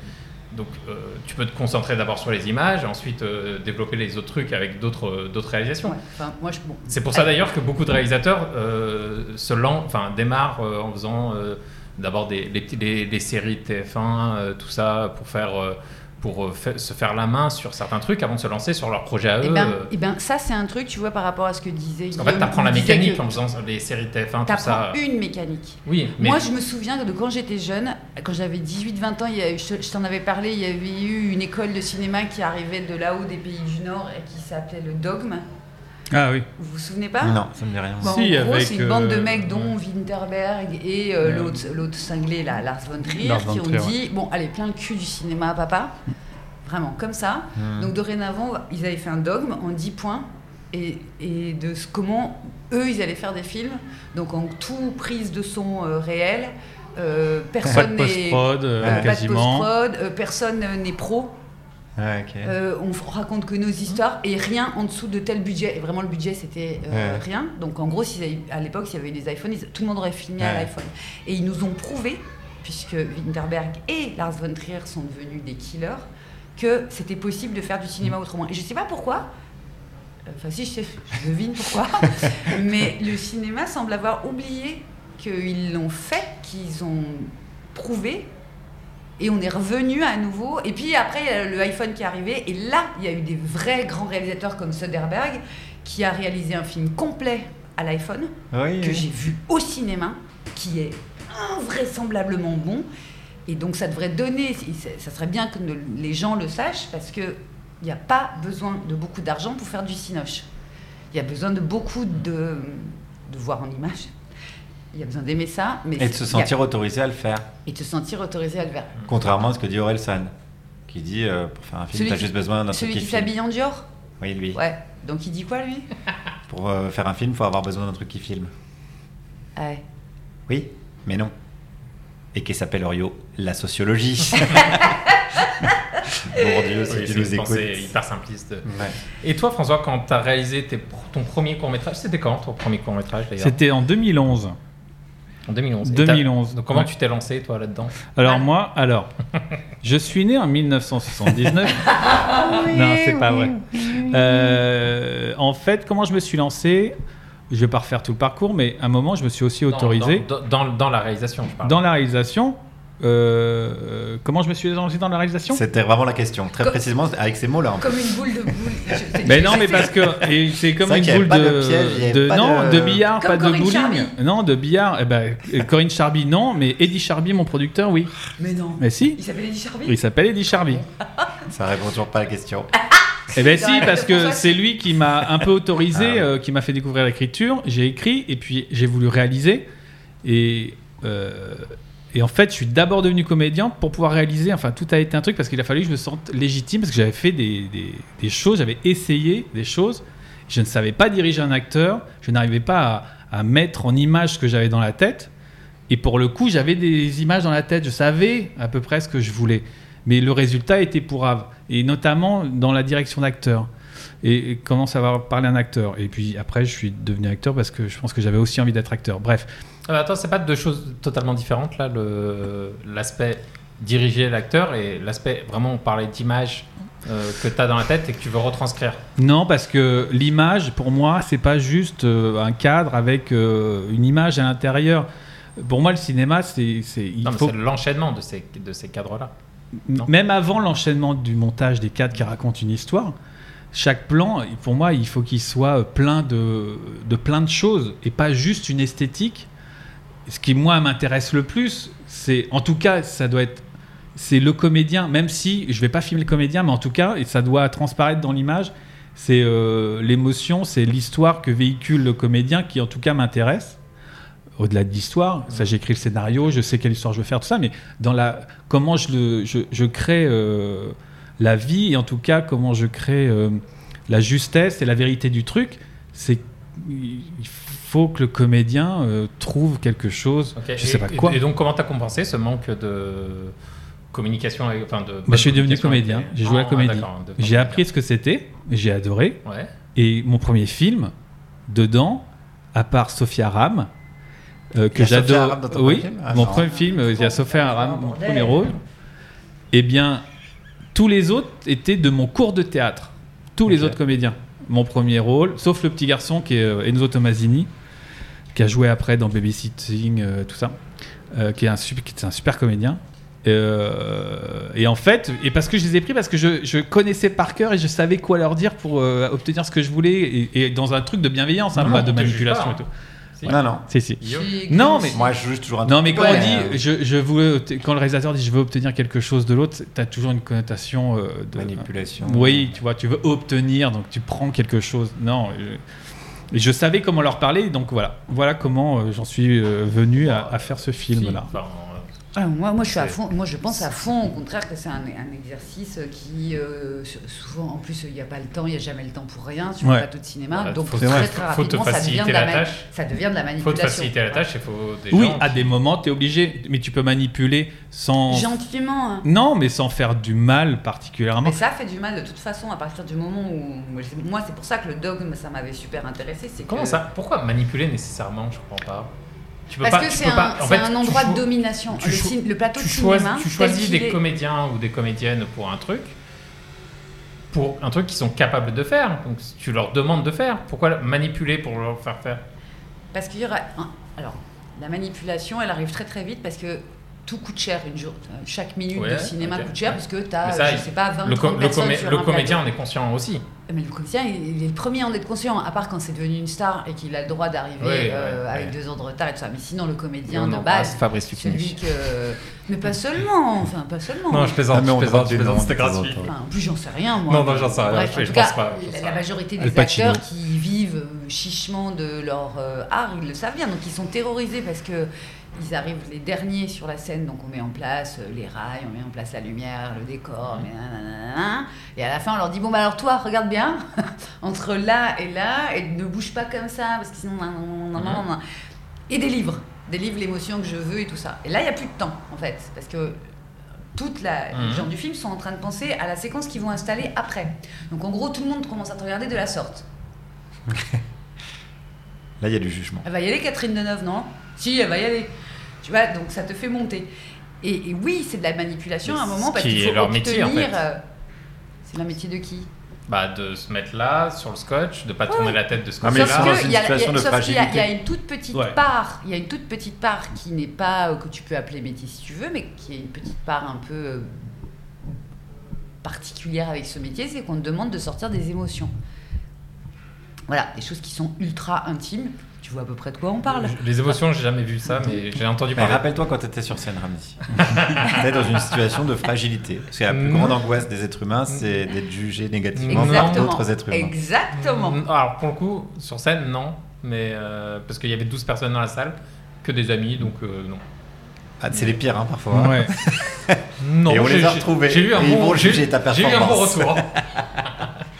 Speaker 5: Donc, euh, tu peux te concentrer d'abord sur les images, ensuite euh, développer les autres trucs avec d'autres euh, d'autres réalisations.
Speaker 6: Ouais, enfin, moi, je, bon.
Speaker 5: C'est pour ça d'ailleurs que beaucoup de réalisateurs euh, se lancent, enfin démarrent euh, en faisant euh, d'abord des les, petits- les- les séries de TF1, euh, tout ça pour faire euh, pour euh, fa- se faire la main sur certains trucs avant de se lancer sur leur projet à eux.
Speaker 6: Eh ben,
Speaker 5: euh.
Speaker 6: eh ben, ça, c'est un truc, tu vois, par rapport à ce que disait
Speaker 5: en fait,
Speaker 6: Guillaume,
Speaker 5: t'apprends la
Speaker 6: il disait
Speaker 5: mécanique
Speaker 6: que
Speaker 5: en faisant les séries de TF1, tout ça.
Speaker 6: T'apprends une mécanique.
Speaker 5: Oui, mais
Speaker 6: Moi, je me souviens de quand j'étais jeune, quand j'avais 18-20 ans, il y a eu- je, je t'en avais parlé, il y avait eu une école de cinéma qui arrivait de là-haut des pays du Nord et qui s'appelait le Dogme.
Speaker 8: Ah oui.
Speaker 6: Vous vous souvenez pas
Speaker 7: Non, ça me dit rien.
Speaker 6: Bon,
Speaker 8: Si,
Speaker 6: Bah, en gros,
Speaker 8: avec,
Speaker 6: c'est une bande de
Speaker 8: euh,
Speaker 6: mecs dont Winterberg et euh, l'autre, l'autre cinglé, là, Lars von Trier,
Speaker 8: Lars von
Speaker 6: qui ont
Speaker 8: Trier, Mm.
Speaker 6: dit Bon, allez, plein le cul du cinéma, papa. Vraiment, comme ça. Donc, dorénavant, ils avaient fait un dogme en 10 points. Et, et de ce- comment eux, ils allaient faire des films. Donc, en tout prise de son euh, réel. euh,
Speaker 8: Pas de
Speaker 6: personne n'est.
Speaker 8: post-prod, euh,
Speaker 6: pas de
Speaker 8: quasiment.
Speaker 6: post-prod, euh, personne euh, n'est pro.
Speaker 7: Ouais, ok.
Speaker 6: Euh, on f- raconte que nos histoires et rien en dessous de tel budget. Et vraiment, le budget, c'était euh,
Speaker 7: Ouais.
Speaker 6: rien. Donc, en gros, s'ils avaient- à l'époque, s'il y avait eu des iPhones, ils- tout le monde aurait filmé à
Speaker 7: Ouais.
Speaker 6: l'iPhone. Et ils nous ont prouvé, puisque Winterberg et Lars von Trier sont devenus des killers, que c'était possible de faire du cinéma autrement. Et je sais pas pourquoi. Enfin, si, je, sais, je devine pourquoi. mais le cinéma semble avoir oublié qu'ils l'ont fait, qu'ils ont prouvé et on est revenu à nouveau. Et puis après, il y a le iPhone qui est arrivé. Et là, il y a eu des vrais grands réalisateurs comme Soderbergh qui a réalisé un film complet à l'iPhone
Speaker 7: Oui,
Speaker 6: que
Speaker 7: oui.
Speaker 6: j'ai vu au cinéma, qui est invraisemblablement bon. Et donc ça devrait donner, si- ça- ça serait bien que ne- les gens le sachent, parce qu'il n'y a pas besoin de beaucoup d'argent pour faire du cinoche. Il y a besoin de beaucoup de, de voir en image. Il y a besoin d'aimer ça. Mais
Speaker 7: Et de
Speaker 6: il y
Speaker 7: se
Speaker 6: a-
Speaker 7: sentir autorisé à le faire.
Speaker 6: et de se sentir autorisé à le faire.
Speaker 7: Contrairement à ce que dit Orelsan, qui dit euh, pour faire un film, t'as
Speaker 6: qui-
Speaker 7: juste besoin d'un truc
Speaker 6: celui
Speaker 7: qui
Speaker 6: qui
Speaker 7: filme.
Speaker 6: s'habille en Dior
Speaker 7: Oui, lui.
Speaker 6: Ouais. Donc il dit quoi lui
Speaker 7: Pour euh, faire un film, faut avoir besoin d'un truc qui filme.
Speaker 6: Ouais.
Speaker 7: Oui, mais non. Et qui s'appelle Orio, la sociologie. Bourdieu, si
Speaker 5: Oui,
Speaker 7: tu
Speaker 5: c'est
Speaker 7: nous
Speaker 5: une
Speaker 7: écoutes.
Speaker 5: pensée hyper simpliste.
Speaker 7: Ouais.
Speaker 5: Et toi, François, quand tu as réalisé tes pr- ton premier court-métrage, c'était quand ton premier court-métrage d'ailleurs
Speaker 8: C'était en 2011.
Speaker 5: En 2011. Et
Speaker 8: 2011.
Speaker 5: t'as- Donc comment
Speaker 8: Ouais.
Speaker 5: tu t'es lancé, toi, là-dedans
Speaker 8: Alors moi, alors, je suis né en 1979. non, c'est pas vrai. Euh, en fait, comment je me suis lancé Je vais pas refaire tout le parcours, mais à un moment, je me suis aussi
Speaker 5: Dans-
Speaker 8: autorisé
Speaker 5: dans, dans, dans la réalisation, je
Speaker 8: dans,
Speaker 7: Ah.
Speaker 5: parle.
Speaker 8: la réalisation. euh, euh, comment je me suis lancé dans la réalisation
Speaker 7: C'était vraiment la question, très
Speaker 6: Comme-
Speaker 7: précisément, avec ces mots-là. en fait.
Speaker 6: Comme une boule de boule. Je-
Speaker 8: Mais non, mais parce que et c'est comme
Speaker 7: C'est vrai
Speaker 8: une
Speaker 7: qu'il y avait
Speaker 8: boule
Speaker 7: pas
Speaker 8: de,
Speaker 7: de piège, il y avait pas
Speaker 8: non,
Speaker 7: de-
Speaker 8: de billard,
Speaker 6: Comme
Speaker 8: pas de
Speaker 6: Corinne
Speaker 8: bowling,
Speaker 6: Charby.
Speaker 8: non, de billard. Eh ben, Corinne Charby, non, mais Eddie Charby, mon producteur, oui.
Speaker 6: Mais non.
Speaker 8: Mais si,
Speaker 6: Il s'appelle Eddie Charby
Speaker 8: il s'appelle Eddie Charby.
Speaker 7: Ça répond toujours pas à la question.
Speaker 8: Eh ben si,
Speaker 6: Dans la
Speaker 8: parce
Speaker 6: tête de
Speaker 8: que
Speaker 6: François.
Speaker 8: c'est lui qui m'a un peu autorisé,
Speaker 7: Ah ouais.
Speaker 8: euh, qui m'a fait découvrir l'écriture. J'ai écrit et puis j'ai voulu réaliser. Et, euh, et en fait, je suis d'abord devenu comédien pour pouvoir réaliser. Enfin, tout a été un truc parce qu'il a fallu que je me sente légitime parce que j'avais fait des, des- des choses, j'avais essayé des choses. Je ne savais pas diriger un acteur, je n'arrivais pas à, à mettre en image ce que j'avais dans la tête. Et pour le coup, j'avais des images dans la tête, je savais à peu près ce que je voulais. Mais le résultat était pourrave, et notamment dans la direction d'acteur. Et et comment savoir parler à un acteur Et puis après, je suis devenu acteur parce que je pense que j'avais aussi envie d'être acteur. Bref,
Speaker 5: Ah, mais attends, c'est pas deux choses totalement différentes, là, le- l'aspect diriger l'acteur et l'aspect vraiment, on parlait d'image euh, que tu as dans la tête et que tu veux retranscrire.
Speaker 8: Non, parce que l'image, pour moi, c'est pas juste euh, un cadre avec euh, une image à l'intérieur. Pour moi, le cinéma, c'est c'est- il
Speaker 5: Non, mais
Speaker 8: faut-
Speaker 5: c'est l'enchaînement de ces, de ces cadres-là. non.
Speaker 8: même avant l'enchaînement du montage des cadres qui racontent une histoire. Chaque plan, pour moi, il faut qu'il soit euh, plein de, de plein de choses et pas juste une esthétique. Ce qui moi m'intéresse le plus, c'est en tout cas, ça doit être c'est le comédien, même si je vais pas filmer le comédien, mais en tout cas, et ça doit transparaître dans l'image, c'est euh, l'émotion, c'est l'histoire que véhicule le comédien qui, en tout cas, m'intéresse. Au-delà de l'histoire, ça, j'écris le scénario, je sais quelle histoire je veux faire, tout ça, mais dans la, comment je, le, je, je crée euh, la vie et en tout cas, comment je crée euh, la justesse et la vérité du truc, c'est il faut que le comédien euh, trouve quelque chose,
Speaker 5: Ok,
Speaker 8: je
Speaker 5: et,
Speaker 8: sais pas quoi.
Speaker 5: Et, donc, comment t'as compensé ce manque de communication avec, enfin, de Ah,
Speaker 8: Bah, je suis devenu comédien, j'ai joué à la comédie. J'ai appris
Speaker 5: appris
Speaker 8: ce que c'était, j'ai adoré.
Speaker 5: Ouais.
Speaker 8: Et mon premier film, dedans, à part Sophia Ram, euh,
Speaker 7: Il y
Speaker 8: que
Speaker 7: a Sophia
Speaker 8: j'adore.
Speaker 7: Aram dans ton
Speaker 8: Oui,
Speaker 7: premier film Ah,
Speaker 8: mon
Speaker 7: non.
Speaker 8: premier film, euh, il y a Sophia Aram, mon premier rôle. Eh bien, tous les autres étaient de mon cours de théâtre. Tous les
Speaker 5: Ok.
Speaker 8: autres comédiens. Mon premier rôle, sauf le petit garçon qui est euh, Enzo Tomasini, qui a joué après dans Babysitting, euh, tout ça, euh, qui, est un, sup- qui est un super comédien. Euh, et en fait, et parce que je les ai pris, parce que je, je connaissais par cœur et je savais quoi leur dire pour euh, obtenir ce que je voulais, et, et dans un truc de bienveillance, hein,
Speaker 5: Non,
Speaker 8: pas
Speaker 5: on
Speaker 8: de
Speaker 5: te juge
Speaker 8: manipulation
Speaker 5: pas, hein.
Speaker 8: et tout.
Speaker 7: Non, non.
Speaker 8: Si, si.
Speaker 5: Guillaume.
Speaker 8: Non, mais-
Speaker 7: Moi, je juge toujours un
Speaker 8: Non,
Speaker 7: truc.
Speaker 8: mais quand
Speaker 7: Ouais,
Speaker 8: on
Speaker 7: euh,
Speaker 8: dit, je, je voulais, obte- quand le réalisateur dit je veux obtenir quelque chose de l'autre, t'as toujours une connotation euh, de
Speaker 7: Manipulation.
Speaker 8: Oui, tu vois, tu veux obtenir, donc tu prends quelque chose. Non, je, et je savais comment leur parler, donc voilà, voilà comment euh, j'en suis euh, venu à, à faire ce film là.
Speaker 5: Enfin,
Speaker 6: Ah, moi, moi, je suis à
Speaker 5: C'est-
Speaker 6: fond. Moi, je pense à fond. Au contraire, que c'est un, un exercice qui, euh, souvent, en plus, il n'y a pas le temps, il n'y a jamais le temps pour rien sur
Speaker 8: Ouais.
Speaker 6: un plateau de cinéma.
Speaker 5: Voilà,
Speaker 6: Ah, donc,
Speaker 5: euh, faut-
Speaker 6: très,
Speaker 5: c'est vrai,
Speaker 6: très
Speaker 5: faut te
Speaker 6: rapidement, ça devient,
Speaker 5: faciliter
Speaker 6: de la
Speaker 5: la
Speaker 6: ma-
Speaker 5: tâche.
Speaker 6: ça devient de
Speaker 5: faut
Speaker 6: la
Speaker 5: te
Speaker 6: manipulation.
Speaker 5: faciliter la tâche, il faut des
Speaker 8: Oui,
Speaker 5: gens
Speaker 8: à
Speaker 5: qui-
Speaker 8: des moments, t'es obligé, mais tu peux manipuler sans.
Speaker 6: Gentiment. hein.
Speaker 8: Non, mais sans faire du mal particulièrement.
Speaker 6: Mais ça fait du mal de toute façon à partir du moment où. Moi, c'est pour ça que le dogme, ça m'avait super intéressé. c'est
Speaker 5: Comment
Speaker 6: que-
Speaker 5: ça Pourquoi manipuler nécessairement Je comprends pas. Tu peux
Speaker 6: Parce
Speaker 5: pas-
Speaker 6: que
Speaker 5: tu
Speaker 6: c'est
Speaker 5: peux
Speaker 6: un,
Speaker 5: pas- en
Speaker 6: c'est
Speaker 5: fait,
Speaker 6: un
Speaker 5: tu
Speaker 6: endroit
Speaker 5: cho-
Speaker 6: de domination.
Speaker 5: tu
Speaker 6: Le,
Speaker 5: cho-
Speaker 6: cin- le plateau
Speaker 5: tu
Speaker 6: de
Speaker 5: choisis,
Speaker 6: cinéma.
Speaker 5: tu
Speaker 6: tel
Speaker 5: choisis
Speaker 6: qu'il
Speaker 5: des
Speaker 6: est-
Speaker 5: comédiens ou des comédiennes pour un truc, pour un truc qu'ils sont capables de faire. Donc tu leur demandes de faire. Pourquoi manipuler pour leur faire faire
Speaker 6: Parce qu'il y aura. un- Alors, la manipulation, elle arrive très très vite parce que tout coûte cher une jour. euh, Chaque minute
Speaker 5: Ouais,
Speaker 6: de cinéma
Speaker 5: ok.
Speaker 6: coûte cher parce que tu
Speaker 5: Mais
Speaker 6: as,
Speaker 5: ça,
Speaker 6: je sais pas, 20
Speaker 5: Le, com-
Speaker 6: 30
Speaker 5: le,
Speaker 6: personnes
Speaker 5: comé-
Speaker 6: sur
Speaker 5: le
Speaker 6: un
Speaker 5: comédien
Speaker 6: plateau.
Speaker 5: en est conscient aussi.
Speaker 6: Euh, Mais le comédien, il il est le premier à en être conscient, à part quand c'est devenu une star et qu'il a le droit d'arriver
Speaker 5: Ouais,
Speaker 6: euh,
Speaker 5: ouais,
Speaker 6: avec
Speaker 5: ouais.
Speaker 6: deux ans de retard et tout ça. Mais sinon, le comédien
Speaker 5: Et on
Speaker 6: de
Speaker 5: embrasse
Speaker 6: base,
Speaker 5: Fabrice
Speaker 6: celui
Speaker 5: Lucchini.
Speaker 6: que. euh, Mais pas seulement, enfin, pas seulement.
Speaker 5: Non, je plaisante,
Speaker 7: Ah, mais
Speaker 5: je
Speaker 7: on
Speaker 5: plaisante,
Speaker 7: demande
Speaker 5: je
Speaker 7: des
Speaker 5: plaisante,
Speaker 7: noms
Speaker 5: c'était
Speaker 7: de temps en
Speaker 5: gratuit.
Speaker 7: temps.
Speaker 6: Enfin, en plus, j'en sais rien, moi.
Speaker 5: Non, non, j'en sais rien,
Speaker 6: Bref,
Speaker 5: je-
Speaker 6: en
Speaker 5: je
Speaker 6: tout cas,
Speaker 5: pense pas, j'en sais
Speaker 6: la, la
Speaker 5: rien.
Speaker 6: majorité
Speaker 8: Al
Speaker 6: des
Speaker 8: Pacino.
Speaker 6: acteurs qui vivent euh, chichement de leur euh, art, ils le savent bien. Donc, ils sont terrorisés parce que ils arrivent les derniers sur la scène. Donc, on met en place euh, les rails, on met en place la lumière, le décor, mais nanana. Et à la fin, on leur dit Bon, bah alors, toi, regarde bien, entre là et là, et ne bouge pas comme ça, parce que sinon, nan, nan, nan, nan, nan, nan. Et des livres, des livres, l'émotion que je veux et tout ça. Et là, il n'y a plus de temps, en fait, parce que toute la,
Speaker 5: Mhm.
Speaker 6: les gens du film sont en train de penser à la séquence qu'ils vont installer après. Donc en gros, tout le monde commence à te regarder de la sorte.
Speaker 7: Là, il y a du jugement.
Speaker 6: Elle va y aller, Catherine Deneuve, non Si, elle va y aller. Tu vois, donc ça te fait monter. Et, et oui, c'est de la manipulation à un
Speaker 5: Mais
Speaker 6: moment
Speaker 5: ce
Speaker 6: parce
Speaker 5: qui
Speaker 6: qu'il
Speaker 5: est
Speaker 6: faut
Speaker 5: leur
Speaker 6: obtenir.
Speaker 5: métier, en fait.
Speaker 6: euh, c'est le métier de qui
Speaker 5: Bah, de se mettre là, sur le scotch, de pas tourner la tête de ce
Speaker 7: Ah, mais
Speaker 5: côté-là.
Speaker 7: ils sont dans
Speaker 6: que
Speaker 7: une
Speaker 6: il y a- il y a-
Speaker 7: situation de
Speaker 6: sauf qu'il y a- il y a
Speaker 7: fragilité.
Speaker 6: une toute petite
Speaker 8: Ouais.
Speaker 6: part, il y a une toute petite part qui n'est pas euh, que tu peux appeler métier si tu veux, mais qui est une petite part un peu euh, particulière avec ce métier, c'est qu'on te demande de sortir des émotions. Voilà, des choses qui sont ultra intimes. Tu vois à peu près de quoi on parle.
Speaker 5: Je- Les émotions, j'ai jamais vu ça, mais j'ai entendu
Speaker 7: Mais
Speaker 5: parler.
Speaker 7: rappelle-toi quand tu étais sur scène, Ramzi. T'étais dans une situation de fragilité. Parce que la plus
Speaker 5: Mm.
Speaker 7: grande angoisse des êtres humains, c'est d'être jugé négativement par
Speaker 6: Exactement.
Speaker 7: d'autres êtres humains.
Speaker 6: Exactement.
Speaker 5: Mm, Alors, pour le coup, sur scène, non. Mais euh, parce qu'il y avait 12 personnes dans la salle, que des amis, donc euh, non.
Speaker 7: Ah, c'est les pires, hein, parfois.
Speaker 8: Ouais.
Speaker 5: Non,
Speaker 7: Et on
Speaker 5: j'ai-
Speaker 7: les a
Speaker 5: j'ai-
Speaker 7: retrouvés.
Speaker 5: J'ai eu un
Speaker 7: Et ils
Speaker 5: bon
Speaker 7: vont
Speaker 5: j'ai-
Speaker 7: juger ta
Speaker 5: J'ai eu un bon
Speaker 7: performance.
Speaker 5: retour.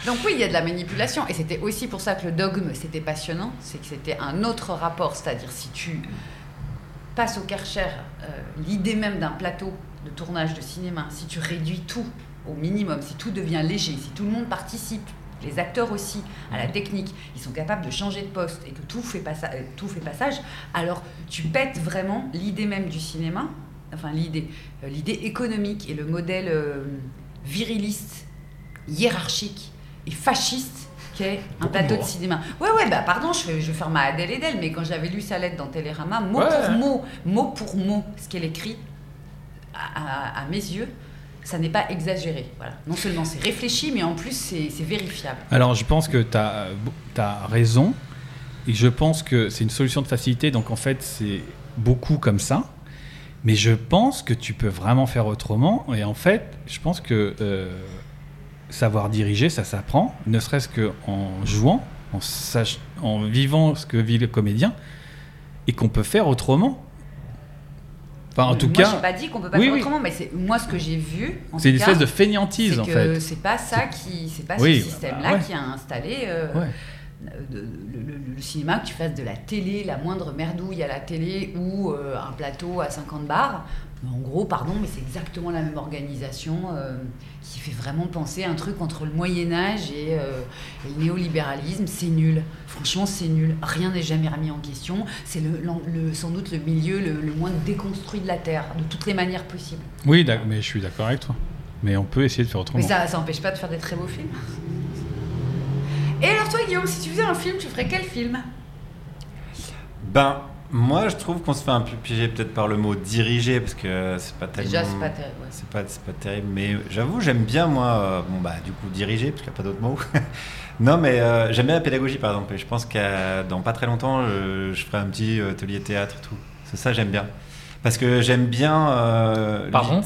Speaker 6: Donc oui, il y a de la manipulation. Et c'était aussi pour ça que le dogme, c'était passionnant. C'est que c'était un autre rapport. C'est-à-dire, si tu passes au Karcher euh, l'idée même d'un plateau de tournage de cinéma, si tu réduis tout au minimum, si tout devient léger, si tout le monde participe, les acteurs aussi, à la technique, ils sont capables de changer de poste et que tout fait, passa- euh, tout fait passage, alors tu pètes vraiment l'idée même du cinéma, enfin l'idée, euh, l'idée économique et le modèle euh, viriliste, hiérarchique et fasciste qu'est un
Speaker 5: Beaucoup de
Speaker 6: plateau de
Speaker 5: mots.
Speaker 6: cinéma. Ouais, ouais, bah pardon, je, vais- je vais faire ma Adèle Haenel, mais quand j'avais lu sa lettre dans Télérama, mot
Speaker 5: Ouais.
Speaker 6: pour mot, mot pour mot, ce qu'elle écrit, à, à- à mes yeux, ça n'est pas exagéré. Voilà. Non seulement c'est réfléchi, mais en plus c'est c'est vérifiable.
Speaker 8: Alors, je pense que tu as, raison. Et je pense que c'est une solution de facilité. Donc, en fait, c'est beaucoup comme ça. Mais je pense que tu peux vraiment faire autrement. Et en fait, je pense que euh, savoir diriger, ça s'apprend. Ne serait-ce qu'en jouant, en, sach- en vivant ce que vit le comédien. Et qu'on peut faire autrement. Enfin, Bah, en tout
Speaker 6: Euh, moi,
Speaker 8: cas,
Speaker 6: j'ai pas dit qu'on peut pas
Speaker 8: oui,
Speaker 6: faire
Speaker 8: oui.
Speaker 6: autrement, mais c'est moi ce que j'ai vu. en
Speaker 8: c'est une
Speaker 6: tout cas,
Speaker 8: espèce de fainéantise,
Speaker 6: c'est
Speaker 8: en
Speaker 6: que
Speaker 8: fait.
Speaker 6: C'est pas ça qui, c'est pas
Speaker 8: Oui,
Speaker 6: ce
Speaker 8: bah,
Speaker 6: système-là
Speaker 8: bah, ouais.
Speaker 6: qui a installé. euh,
Speaker 8: Ouais.
Speaker 6: euh, de- le, le- le cinéma, que tu fasses de la télé, la moindre merdouille à la télé ou euh, un plateau à 50 bars, en gros, pardon, mais c'est exactement la même organisation euh, qui fait vraiment penser un truc entre le Moyen-Âge et, euh, et le néolibéralisme. C'est nul. Franchement, c'est nul. Rien n'est jamais remis en question. C'est le, l'en- le- sans doute le milieu le, le moins déconstruit de la Terre, de toutes les manières possibles.
Speaker 8: Oui, d'ac- mais je suis d'accord avec toi. Mais on peut essayer de faire
Speaker 6: Mais
Speaker 8: autrement.
Speaker 6: ça, ça empêche pas de faire des très beaux films. Et alors, toi, Guillaume, si tu faisais un film, tu ferais quel film
Speaker 7: Ben, moi, je trouve qu'on se fait un peu piéger peut-être par le mot diriger, parce que c'est pas tellement.
Speaker 6: Déjà, c'est pas terrible. ouais.
Speaker 7: C'est pas, c'est pas terrible, mais j'avoue, j'aime bien, moi, euh, bon, bah, du coup, diriger, parce qu'il n'y a pas d'autre mot. non, mais euh, j'aime bien la pédagogie, par exemple, et je pense que dans pas très longtemps, euh, je ferai un petit euh, atelier théâtre et tout. C'est ça, j'aime bien. Parce que j'aime bien. euh,
Speaker 5: Pardon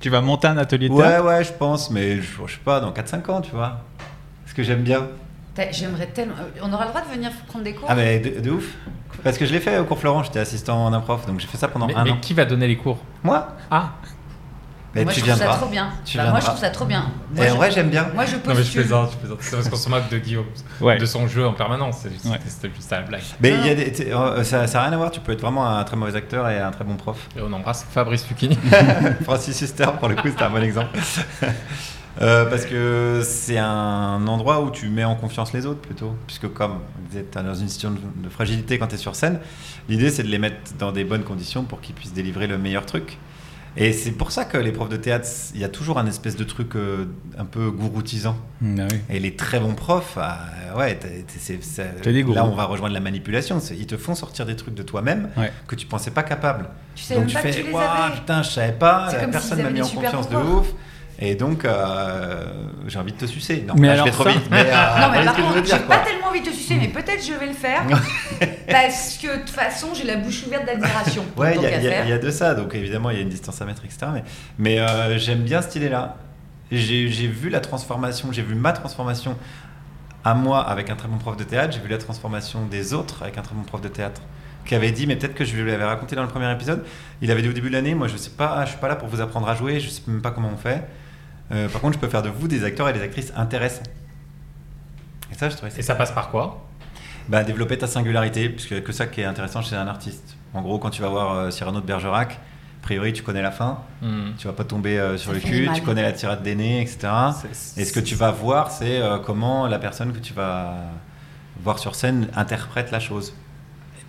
Speaker 8: Tu vas monter un atelier de
Speaker 7: Ouais,
Speaker 8: théâtre
Speaker 7: ouais, je pense, mais je, je sais pas, dans 4-5 ans, tu vois. Parce que j'aime bien.
Speaker 6: T'as- J'aimerais tellement. euh, On aura le droit de venir prendre des cours
Speaker 7: Ah, mais de, de ouf. Parce que je l'ai fait au cours Florent, j'étais assistant en prof, donc j'ai fait ça pendant
Speaker 5: Mais,
Speaker 7: un
Speaker 5: mais
Speaker 7: an.
Speaker 5: qui va donner les cours
Speaker 7: Moi
Speaker 5: Ah,
Speaker 7: Mais
Speaker 6: Moi,
Speaker 7: tu
Speaker 6: je trouve
Speaker 7: viendras.
Speaker 6: ça trop bien.
Speaker 7: Tu
Speaker 6: Bah, moi, je
Speaker 7: viendras.
Speaker 6: trouve ça trop bien. Moi,
Speaker 7: Et
Speaker 6: je-
Speaker 7: en vrai, j'aime bien.
Speaker 6: Moi, je
Speaker 5: non, mais je
Speaker 6: postule.
Speaker 5: plaisante, je plaisante. C'est parce qu'on se moque de Guillaume,
Speaker 8: Ouais.
Speaker 5: de son jeu en permanence. C'est-
Speaker 8: Ouais.
Speaker 5: C'était juste à la blague.
Speaker 7: Mais il y a des- t'es- euh, ça n'a rien à voir, tu peux être vraiment un très mauvais acteur et un très bon prof.
Speaker 5: Et on embrasse Fabrice Lucchini.
Speaker 7: Francis Huster, pour le coup, c'est un bon exemple. Euh, parce que c'est un endroit où tu mets en confiance les autres plutôt. Puisque, comme on disait, tu es dans une situation de- de fragilité quand tu es sur scène. L'idée, c'est de les mettre dans des bonnes conditions pour qu'ils puissent délivrer le meilleur truc. Et c'est pour ça que les profs de théâtre, il y a toujours un espèce de truc euh, un peu gouroutisant.
Speaker 8: Mm, ah oui.
Speaker 7: Et les très bons profs, ah, ouais, t'es- t'es- c'est- ça-
Speaker 8: T'as des gourous.
Speaker 7: là on va rejoindre la manipulation. C'est- Ils te font sortir des trucs de toi-même
Speaker 8: Ouais.
Speaker 7: que tu pensais pas capable.
Speaker 6: Tu savais même
Speaker 7: tu
Speaker 6: pas que tu les
Speaker 7: Ouah,
Speaker 6: avais.
Speaker 7: putain, je savais pas,
Speaker 6: C'est
Speaker 7: la
Speaker 6: comme
Speaker 7: personne
Speaker 6: s'ils
Speaker 7: m'a
Speaker 6: avaient
Speaker 7: mis
Speaker 6: des
Speaker 7: en
Speaker 6: super
Speaker 7: confiance de
Speaker 6: pouvoirs.
Speaker 7: ouf. Et donc, euh, j'ai envie de te sucer. Non,
Speaker 8: Mais
Speaker 7: là,
Speaker 8: alors
Speaker 7: je vais trop
Speaker 8: ça-
Speaker 7: vite. Mais, euh,
Speaker 6: Non,
Speaker 7: voilà
Speaker 6: mais par
Speaker 7: ce que je veux
Speaker 6: contre, j'ai
Speaker 7: dire, quoi.
Speaker 6: pas tellement envie de te sucer, mais peut-être je vais le faire. parce que de toute façon, j'ai la bouche ouverte d'admiration.
Speaker 7: Ouais,
Speaker 6: Tant
Speaker 7: il y, a-
Speaker 6: qu'à
Speaker 7: il y a-
Speaker 6: faire.
Speaker 7: il y a de ça. Donc évidemment, il y a une distance à mettre, etc. Mais, mais, euh, j'aime bien cette idée-là. J'ai j'ai vu la transformation, j'ai vu ma transformation à moi avec un très bon prof de théâtre, j'ai vu la transformation des autres avec un très bon prof de théâtre qui avait dit, mais peut-être que je lui l'avais raconté dans le premier épisode, il avait dit au début de l'année, moi je sais pas, je suis pas là pour vous apprendre à jouer, je sais même pas comment on fait. Euh, par contre, je peux faire de vous des acteurs et des actrices intéressants. Et ça, je trouvais
Speaker 5: Et ça passe par quoi
Speaker 7: bah, développer ta singularité, puisque que ça qui est intéressant chez un artiste. En gros, quand tu vas voir euh, Cyrano de Bergerac, priori, tu connais la fin,
Speaker 5: Hmm.
Speaker 7: tu vas pas tomber euh, sur
Speaker 6: Ça
Speaker 7: le
Speaker 6: fait
Speaker 7: cul,
Speaker 6: mal.
Speaker 7: tu connais la tirade des nez, etc.
Speaker 5: C'est-
Speaker 7: Et ce que tu vas voir, c'est euh, comment la personne que tu vas voir sur scène interprète la chose.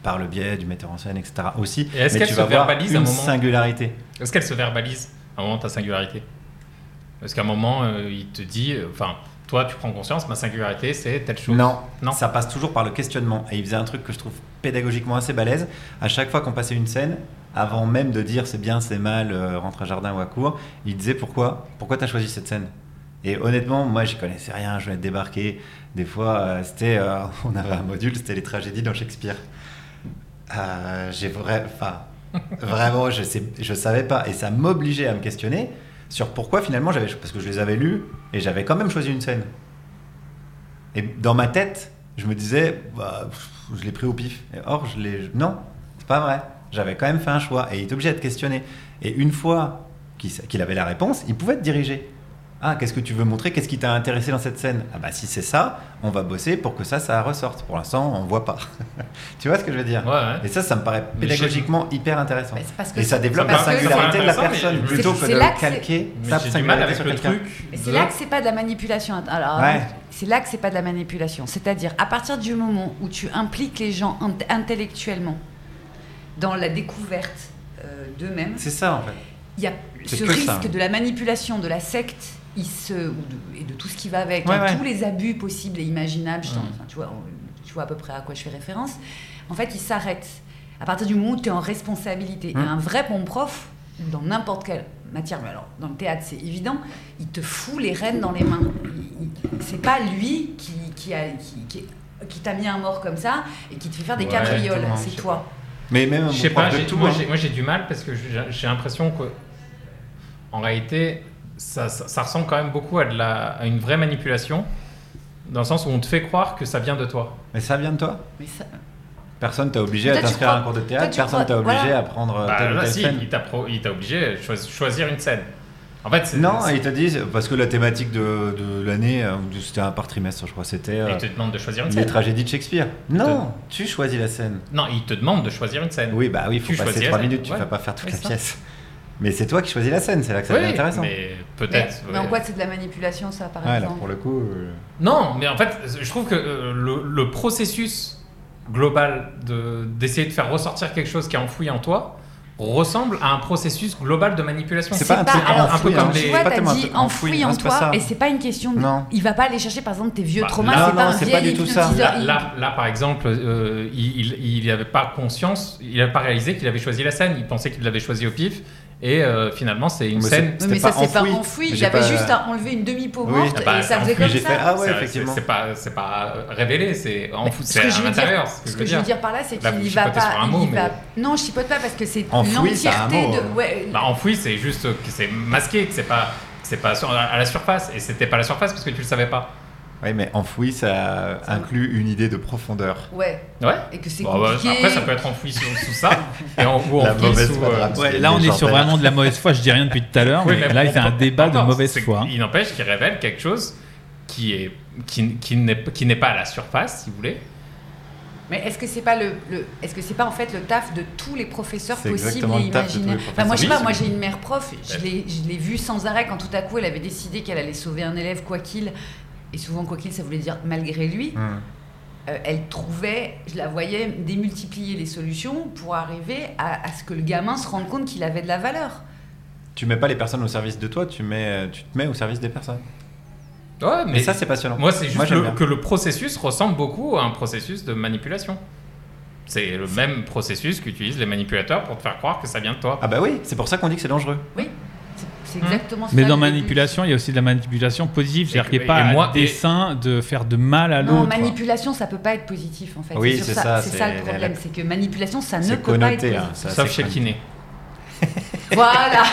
Speaker 7: Par le biais du metteur en scène, etc. aussi.
Speaker 5: Et est-ce
Speaker 7: Mais
Speaker 5: qu'elle
Speaker 7: tu
Speaker 5: se
Speaker 7: vas voir
Speaker 5: verbalise à un
Speaker 7: une
Speaker 5: moment
Speaker 7: singularité.
Speaker 5: Est-ce qu'elle se verbalise à un moment ta singularité Parce qu'à un moment, euh, il te dit, euh, enfin, toi, tu prends conscience, ma singularité, c'est telle chose.
Speaker 7: Non,
Speaker 5: Non.
Speaker 7: ça passe toujours par le questionnement. Et il faisait un truc que je trouve pédagogiquement assez balèze. À chaque fois qu'on passait une scène, avant même de dire c'est bien, c'est mal, euh, rentre à jardin ou à court, il disait pourquoi, pourquoi t'as choisi cette scène Et honnêtement, moi j'y connaissais rien, je venais de débarquer. Des fois, euh, c'était, euh, on avait un module, c'était les tragédies dans Shakespeare. Euh, j'ai vrai, enfin, vraiment, je sais, je savais pas, et ça m'obligeait à me questionner sur pourquoi finalement j'avais, parce que je les avais lus et j'avais quand même choisi une scène. Et dans ma tête, je me disais, bah, pff, je l'ai pris au pif. Et or, je l'ai, non, c'est pas vrai. J'avais quand même fait un choix, et il est obligé de questionner. Et une fois qu'il sa- qu'il avait la réponse, il pouvait te diriger. Ah, qu'est-ce que tu veux montrer Qu'est-ce qui t'a intéressé dans cette scène Ah bah si c'est ça, on va bosser pour que ça, ça ressorte. Pour l'instant, on voit pas. tu vois ce que je veux dire
Speaker 5: Ouais, ouais.
Speaker 7: et ça, ça me paraît
Speaker 5: Mais
Speaker 7: pédagogiquement hyper intéressant.
Speaker 6: Bah, c'est parce que
Speaker 7: Et ça
Speaker 6: c'est-
Speaker 7: développe
Speaker 6: c'est
Speaker 7: la
Speaker 6: parce que-
Speaker 7: singularité de la
Speaker 5: c'est intéressant,
Speaker 7: personne
Speaker 5: mais-
Speaker 7: plutôt
Speaker 6: C'est-
Speaker 7: que
Speaker 6: c'est
Speaker 7: de
Speaker 6: là que
Speaker 7: calquer
Speaker 5: Mais
Speaker 7: sa
Speaker 5: J'ai du mal
Speaker 7: singularité
Speaker 5: avec
Speaker 7: sur
Speaker 5: le
Speaker 7: quelqu'un.
Speaker 5: truc.
Speaker 6: Mais
Speaker 5: de-
Speaker 6: c'est là que c'est pas de la manipulation. Attends, Alors, euh,
Speaker 7: Ouais.
Speaker 6: c'est là que c'est pas de la manipulation. C'est-à-dire, à partir du moment où tu impliques les gens int- intellectuellement dans la découverte euh, d'eux-mêmes,
Speaker 7: C'est ça en fait.
Speaker 6: il y a
Speaker 7: C'est
Speaker 6: ce
Speaker 7: que ça,
Speaker 6: risque
Speaker 7: hein.
Speaker 6: de la manipulation, de la secte, il se, ou de- et de tout ce qui va avec,
Speaker 7: Ouais,
Speaker 6: hein,
Speaker 7: ouais.
Speaker 6: tous les abus possibles et imaginables. je t'en-
Speaker 5: Mm.
Speaker 6: enfin, tu, vois, on- tu vois à peu près à quoi je fais référence. En fait, il s'arrête à partir du moment où tu es en responsabilité. Et
Speaker 7: Mm.
Speaker 6: un vrai bon prof, dans n'importe quelle matière, mais alors dans le théâtre c'est évident, il te fout les rênes dans les mains. Il- il- C'est pas lui qui, qui, a- qui, qui- qui t'a mis un mort comme ça et qui te fait faire des
Speaker 5: Ouais,
Speaker 6: cabrioles.
Speaker 7: exactement, je
Speaker 6: C'est
Speaker 7: sais
Speaker 6: toi.
Speaker 7: Mais même mon
Speaker 5: Je sais
Speaker 7: prof
Speaker 5: pas,
Speaker 7: de
Speaker 5: j'ai-
Speaker 7: tout,
Speaker 5: moi
Speaker 7: hein.
Speaker 5: j'ai- moi, j'ai du mal parce que j'ai j'ai l'impression que, en réalité, ça, ça- ça ressemble quand même beaucoup à, de la, à une vraie manipulation, dans le sens où on te fait croire que ça vient de toi.
Speaker 7: Mais ça vient de toi.
Speaker 6: Mais ça-
Speaker 7: Personne t'a obligé à
Speaker 6: Toi, tu
Speaker 7: t'inscrire à un cours
Speaker 6: crois-
Speaker 7: de
Speaker 6: toi,
Speaker 7: théâtre,
Speaker 6: tu
Speaker 7: personne t'a
Speaker 6: crois-
Speaker 7: obligé
Speaker 6: voilà.
Speaker 7: à prendre euh,
Speaker 5: Bah,
Speaker 7: telle ou
Speaker 5: là,
Speaker 7: telle
Speaker 5: si,
Speaker 7: scène.
Speaker 5: il t'a pro- il t'a obligé de chois- choisir une scène. En fait, c'est-
Speaker 7: Non,
Speaker 5: c'est-
Speaker 7: ils te disent, parce que la thématique de, de l'année, euh, ou c'était un par trimestre, je crois, c'était euh,
Speaker 5: il te demande de choisir une
Speaker 7: les
Speaker 5: scène.
Speaker 7: tragédies de Shakespeare. Non, tu choisis la scène.
Speaker 5: Non, il te demande de choisir une scène.
Speaker 7: Oui, bah oui, il faut
Speaker 5: Tu
Speaker 7: passer
Speaker 5: choisis
Speaker 7: trois
Speaker 5: la scène,
Speaker 7: minutes, tu
Speaker 5: ouais.
Speaker 7: vas pas faire toute
Speaker 5: Ouais,
Speaker 7: la
Speaker 5: c'est ça.
Speaker 7: pièce. Mais c'est toi qui choisis la scène, c'est là que ça
Speaker 5: Oui,
Speaker 7: devient intéressant.
Speaker 5: mais
Speaker 6: Mais,
Speaker 5: peut-être.
Speaker 6: mais en
Speaker 5: ouais.
Speaker 6: quoi c'est de la manipulation ça par
Speaker 7: Ouais, là,
Speaker 6: exemple
Speaker 7: pour le coup. euh,
Speaker 5: Non, mais en fait, je trouve que euh, le, le processus global de- d'essayer de, faire ressortir quelque chose qui est enfoui en toi ressemble à un processus global de manipulation.
Speaker 7: C'est pas un truc
Speaker 6: alors,
Speaker 5: enfoui,
Speaker 6: tu vois,
Speaker 5: hein.
Speaker 6: tu
Speaker 5: C'est
Speaker 6: vois,
Speaker 7: pas
Speaker 6: t'as
Speaker 7: tellement un
Speaker 6: dit
Speaker 7: truc enfoui,
Speaker 6: enfoui
Speaker 7: hein,
Speaker 6: en
Speaker 7: c'est pas
Speaker 6: toi,
Speaker 7: ça.
Speaker 6: et c'est pas une question de.
Speaker 7: Non.
Speaker 6: Il va pas aller chercher, par exemple, tes vieux
Speaker 5: Bah,
Speaker 6: traumas,
Speaker 5: là,
Speaker 6: c'est pas
Speaker 7: non,
Speaker 6: un
Speaker 7: c'est
Speaker 6: vieil
Speaker 7: pas du tout ça.
Speaker 6: hypnotiseur.
Speaker 5: Là, là, là, par exemple, euh, il il- il avait pas conscience, il n'avait pas réalisé qu'il avait choisi la scène. Il pensait qu'il l'avait choisi au pif. Et euh, finalement, c'est
Speaker 7: Mais
Speaker 5: une scène.
Speaker 6: Oui,
Speaker 7: C'était
Speaker 6: mais ça,
Speaker 7: pas
Speaker 6: c'est pas
Speaker 7: enfoui.
Speaker 6: enfoui.
Speaker 7: Mais j'ai
Speaker 6: J'avais
Speaker 7: pas-
Speaker 6: juste à enlever une demi-peau
Speaker 7: Oui.
Speaker 6: morte
Speaker 7: Ah
Speaker 5: bah,
Speaker 6: et ça faisait
Speaker 5: enfoui,
Speaker 6: comme
Speaker 7: j'ai fait,
Speaker 6: ça.
Speaker 7: ah ouais,
Speaker 5: c'est-
Speaker 7: effectivement.
Speaker 5: C'est pas, c'est pas euh, révélé, c'est en fou-
Speaker 6: Ce
Speaker 5: c'est
Speaker 6: que
Speaker 5: à
Speaker 6: je veux dire,
Speaker 5: l'intérieur. ce
Speaker 6: ce que je veux dire par là, c'est
Speaker 5: Là,
Speaker 6: qu'il
Speaker 5: vous
Speaker 6: y va
Speaker 5: chipotez
Speaker 6: pas.
Speaker 5: sur un
Speaker 6: il
Speaker 5: mot,
Speaker 6: y va-
Speaker 5: mais-
Speaker 6: Non, je chipote pas parce que c'est
Speaker 7: Enfoui, c'est un
Speaker 6: l'entièreté
Speaker 7: mot,
Speaker 6: de.
Speaker 7: hein.
Speaker 6: ouais,
Speaker 5: Bah, enfoui, c'est juste que c'est masqué, que c'est pas, que c'est pas sur- à la surface. Et c'était pas la surface parce que tu le savais pas.
Speaker 7: Oui, mais enfoui, ça inclut une idée de profondeur.
Speaker 6: Ouais.
Speaker 5: Ouais.
Speaker 6: Et que c'est
Speaker 5: Bon, bah,
Speaker 6: compliqué.
Speaker 5: après, ça peut être enfoui sous, sous ça, et en, ou
Speaker 7: La
Speaker 5: enfoui
Speaker 7: mauvaise
Speaker 5: sous.
Speaker 7: foi
Speaker 5: euh,
Speaker 7: de la-
Speaker 8: Ouais,
Speaker 7: C'est
Speaker 8: là, on est sur
Speaker 7: légendaire.
Speaker 8: vraiment de la mauvaise foi. Je dis rien depuis tout à l'heure,
Speaker 5: Oui,
Speaker 8: mais,
Speaker 5: mais
Speaker 8: là,
Speaker 5: on
Speaker 8: c'est un
Speaker 5: peut-
Speaker 8: débat
Speaker 5: encore,
Speaker 8: de mauvaise
Speaker 5: c'est-
Speaker 8: foi. hein.
Speaker 5: Il n'empêche qu'il révèle quelque chose qui est qui, qui n'est qui n'est pas à la surface, si vous voulez.
Speaker 6: Mais est-ce que c'est pas le, le- est-ce que c'est pas en fait le taf de tous les professeurs
Speaker 7: C'est
Speaker 6: possibles
Speaker 7: exactement
Speaker 6: et
Speaker 7: le taf de tous les
Speaker 6: imaginables
Speaker 7: professeurs.
Speaker 6: Enfin, Moi, je sais
Speaker 7: Oui,
Speaker 6: pas.
Speaker 7: c'est-
Speaker 6: Moi, j'ai une mère prof. Je
Speaker 5: Ouais.
Speaker 6: l'ai, je l'ai vue sans arrêt quand tout à coup, elle avait décidé qu'elle allait sauver un élève quoi qu'il. Et souvent, quoi qu'il, ça voulait dire malgré lui.
Speaker 7: Hmm.
Speaker 6: Euh, elle trouvait, je la voyais démultiplier les solutions pour arriver à, à ce que le gamin se rende compte qu'il avait de la valeur.
Speaker 7: Tu mets pas les personnes au service de toi, tu, mets, euh, tu te mets au service des personnes.
Speaker 5: Ouais, mais,
Speaker 7: Mais ça, c'est passionnant.
Speaker 5: moi, c'est juste
Speaker 7: j'aime
Speaker 5: le-
Speaker 7: bien.
Speaker 5: que le processus ressemble beaucoup à un processus de manipulation. C'est le même processus qu'utilisent les manipulateurs pour te faire croire que ça vient de toi.
Speaker 7: Ah bah oui, c'est pour ça qu'on dit que c'est dangereux.
Speaker 6: Oui, c'est, c'est
Speaker 7: Hum.
Speaker 6: exactement ça.
Speaker 8: Mais
Speaker 6: le
Speaker 8: dans
Speaker 6: but.
Speaker 8: manipulation, il y a aussi de la manipulation positive. C'est-à-dire
Speaker 5: que-
Speaker 8: qu'il n'y a
Speaker 5: et
Speaker 8: pas
Speaker 5: moi-
Speaker 8: un dessein de faire de mal à
Speaker 6: Non,
Speaker 8: l'autre.
Speaker 6: manipulation, ça peut pas être positif en fait.
Speaker 7: Oui,
Speaker 6: sur
Speaker 7: c'est ça,
Speaker 6: C'est
Speaker 7: c'est-
Speaker 6: ça le problème, c'est que manipulation, ça ne
Speaker 7: C'est
Speaker 6: peut pas être
Speaker 7: connoté.
Speaker 6: positif.
Speaker 7: hein, ça,
Speaker 5: Sauf
Speaker 7: c'est
Speaker 5: chez le
Speaker 7: connoté.
Speaker 5: kiné.
Speaker 6: Voilà,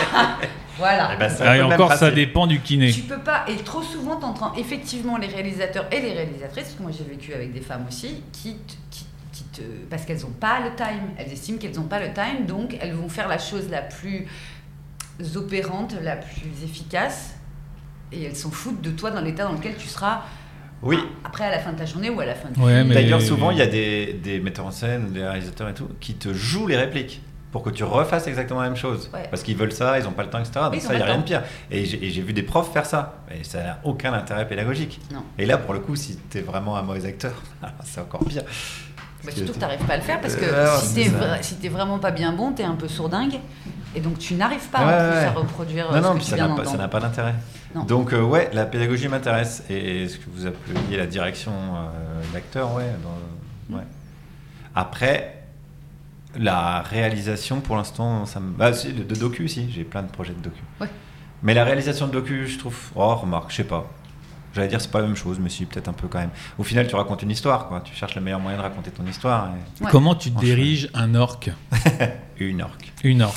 Speaker 7: Eh
Speaker 6: voilà.
Speaker 7: ben, c'est un
Speaker 8: Ah,
Speaker 7: peu
Speaker 8: et
Speaker 7: le même
Speaker 8: encore, ça
Speaker 7: principe.
Speaker 8: dépend du kiné.
Speaker 6: Tu peux pas, et trop souvent, t'entends effectivement les réalisateurs et les réalisatrices, parce que moi j'ai vécu avec des femmes aussi, qui, te- qui, qui te, parce qu'elles n'ont pas le time, elles estiment qu'elles n'ont pas le time, donc elles vont faire la chose la plus opérante, la plus efficace, et elles s'en foutent de toi dans l'état dans lequel tu seras
Speaker 7: Oui.
Speaker 6: après à la fin de ta journée ou à la fin de
Speaker 8: Ouais, mais- euh,
Speaker 7: D'ailleurs, souvent, il y a des, des metteurs en scène, des réalisateurs et tout, qui te jouent les répliques
Speaker 8: pour que tu refasses exactement la même chose.
Speaker 6: Ouais.
Speaker 8: Parce qu'ils veulent ça, ils n'ont pas le temps, etc. Donc
Speaker 6: ils ont
Speaker 8: ça,
Speaker 6: pas
Speaker 8: il n'y a
Speaker 6: le
Speaker 8: rien de
Speaker 6: temps.
Speaker 8: pire. Et j'ai et j'ai vu des profs faire ça. Et ça n'a aucun intérêt pédagogique.
Speaker 6: Non.
Speaker 8: Et là, pour le coup, si tu es vraiment un mauvais acteur, c'est encore pire.
Speaker 6: Bah,
Speaker 8: Parce que
Speaker 6: surtout que
Speaker 8: t'es-
Speaker 6: t'arrives pas à le faire parce que
Speaker 8: Euh, alors,
Speaker 6: si
Speaker 8: c'est
Speaker 6: t'es
Speaker 8: ça.
Speaker 6: vra- si t'es vraiment pas bien bon, t'es un peu sourdingue. Et donc tu n'arrives pas
Speaker 8: Ouais,
Speaker 6: en plus
Speaker 8: ouais,
Speaker 6: à
Speaker 8: ouais.
Speaker 6: reproduire euh, ce
Speaker 8: Non, non,
Speaker 6: que
Speaker 8: puis
Speaker 6: tu
Speaker 8: ça
Speaker 6: viens
Speaker 8: n'a pas, ça
Speaker 6: d'entendre.
Speaker 8: n'a pas d'intérêt.
Speaker 6: Non.
Speaker 8: Donc, euh, ouais, la pédagogie m'intéresse. Et, et ce que vous appeliez la direction euh, d'acteur, ouais, dans- ouais. Après, la réalisation, pour l'instant, ça me. Bah, si, de, de docu, si, j'ai plein de projets de docu.
Speaker 6: Ouais.
Speaker 8: Mais la réalisation de docu, je trouve. Oh, remarque, je sais pas. J'allais dire, c'est pas la même chose, mais si, peut-être un peu quand même. Au final, tu racontes une histoire, quoi. Tu cherches le meilleur moyen de raconter ton histoire.
Speaker 6: Ouais.
Speaker 4: Comment tu
Speaker 8: Franchement.
Speaker 4: diriges un orc
Speaker 8: et une orque.
Speaker 4: Une orque.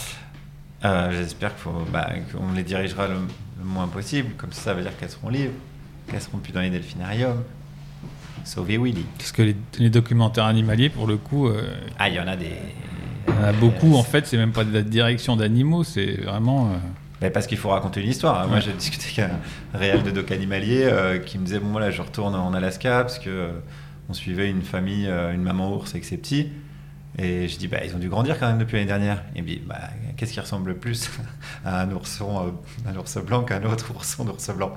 Speaker 8: Euh, J'espère qu'il faut- bah, qu'on les dirigera le, le moins possible. Comme ça, ça veut dire qu'elles seront libres, qu'elles seront plus dans les delphinariums. Sauver Willy.
Speaker 4: Parce que les, les documentaires animaliers, pour le coup, euh,
Speaker 8: Ah, il y en a des.
Speaker 4: il y en a beaucoup. En fait, c'est même pas de la direction d'animaux, c'est vraiment. euh,
Speaker 8: Mais parce qu'il faut raconter une histoire. hein. Moi,
Speaker 4: Ouais.
Speaker 8: j'ai discuté avec un réel de doc animalier euh, qui me disait Bon, moi, là, je retourne en Alaska parce que euh, on suivait une famille, euh, une maman ours avec ses petits. Et je dis bah, Ils ont dû grandir quand même depuis l'année dernière. Et il me dit bah, Qu'est-ce qui ressemble le plus à un ourson, euh, un ours blanc qu'un autre ourson d'ours blanc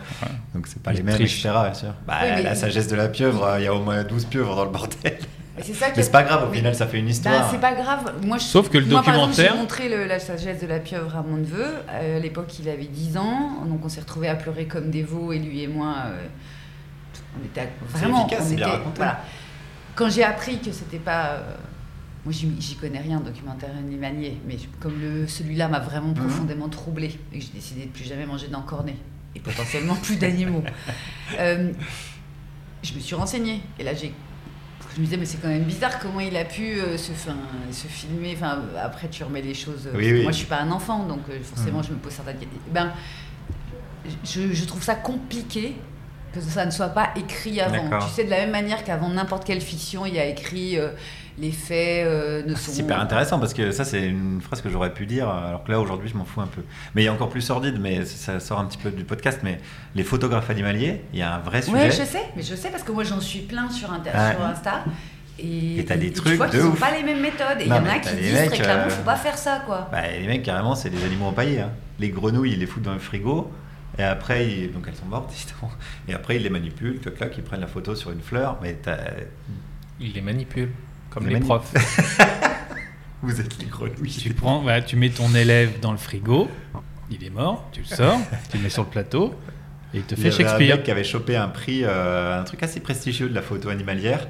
Speaker 8: Donc, c'est pas
Speaker 4: Il
Speaker 8: les mêmes,
Speaker 4: triche.
Speaker 8: etc. Bien sûr. Bah,
Speaker 6: Oui, Ah, mais-
Speaker 8: La sagesse de la pieuvre, euh, il y a au moins 12 pieuvres dans le bordel.
Speaker 6: Mais c'est ça qui
Speaker 8: Mais
Speaker 6: est-
Speaker 8: c'est pas grave, au
Speaker 6: oui.
Speaker 8: final, ça fait une
Speaker 6: Bah,
Speaker 8: histoire.
Speaker 6: c'est pas grave. Moi, je-
Speaker 4: Sauf que le
Speaker 6: moi, par exemple,
Speaker 4: documentaire-
Speaker 6: J'ai montré le- la sagesse de la pieuvre à mon neveu. Euh, à l'époque, il avait 10 ans. Donc, on s'est retrouvés à pleurer comme des veaux, et lui et moi. euh, on était à- vraiment.
Speaker 8: efficace,
Speaker 6: on
Speaker 8: c'est bien
Speaker 6: était-
Speaker 8: raconté.
Speaker 6: voilà. Quand j'ai appris que c'était pas. euh, moi, j'y j'y connais rien, documentaire animalier. Mais je- comme le- celui-là m'a
Speaker 8: Mhm.
Speaker 6: vraiment profondément troublé, et que j'ai décidé de plus jamais manger d'encorné, et potentiellement plus d'animaux. Euh, je me suis renseignée. Et là, j'ai. Je me disais, mais c'est quand même bizarre comment il a pu euh, se, fin, se filmer. Enfin, après, tu remets les choses. euh,
Speaker 8: Oui,
Speaker 6: parce que
Speaker 8: oui. Mmh.
Speaker 6: Moi, je suis pas un enfant, donc euh, forcément, je me pose certaines questions. Ben, je, je trouve ça compliqué que ça ne soit pas écrit avant.
Speaker 8: D'accord.
Speaker 6: Tu sais, de la même manière qu'avant n'importe quelle fiction, il y a écrit euh, les faits euh, ne
Speaker 8: Ah,
Speaker 6: sont
Speaker 8: C'est hyper intéressant parce que ça, c'est une phrase que j'aurais pu dire, alors que là, aujourd'hui, je m'en fous un peu. Mais il y a encore plus sordide, mais ça sort un petit peu du podcast. Mais les photographes animaliers, il y a un vrai sujet.
Speaker 6: Ouais, je sais, mais je sais parce que moi j'en suis plein sur, Inter-
Speaker 8: Ouais.
Speaker 6: sur Insta. Et,
Speaker 8: Et t'as des
Speaker 6: tu
Speaker 8: trucs
Speaker 6: vois
Speaker 8: de
Speaker 6: qu'ils ont
Speaker 8: ouf.
Speaker 6: pas les mêmes méthodes. Et il y
Speaker 8: Non,
Speaker 6: en
Speaker 8: mais
Speaker 6: a
Speaker 8: t'as
Speaker 6: qui
Speaker 8: des
Speaker 6: disent
Speaker 8: mecs,
Speaker 6: très clairement,
Speaker 8: euh,
Speaker 6: faut pas faire ça quoi.
Speaker 8: Bah, les mecs, carrément, c'est des animaux empaillés. hein. Les grenouilles, ils les foutent dans le frigo. Et après, ils- donc elles sont mortes, évidemment. Et après, ils les manipulent, clac, clac, ils prennent la photo sur une fleur. Mais t'as-
Speaker 5: Il les manipule, comme
Speaker 8: Il
Speaker 5: les
Speaker 8: les manipule.
Speaker 5: profs.
Speaker 8: vous êtes les grenouilles.
Speaker 4: Tu prends, voilà, tu mets ton élève dans le frigo, il est mort, tu le sors, tu le mets sur le plateau, et il te
Speaker 8: Il y
Speaker 4: fait
Speaker 8: avait un
Speaker 4: Shakespeare.
Speaker 8: mec qui avait chopé un prix, euh, un truc assez prestigieux de la photo animalière.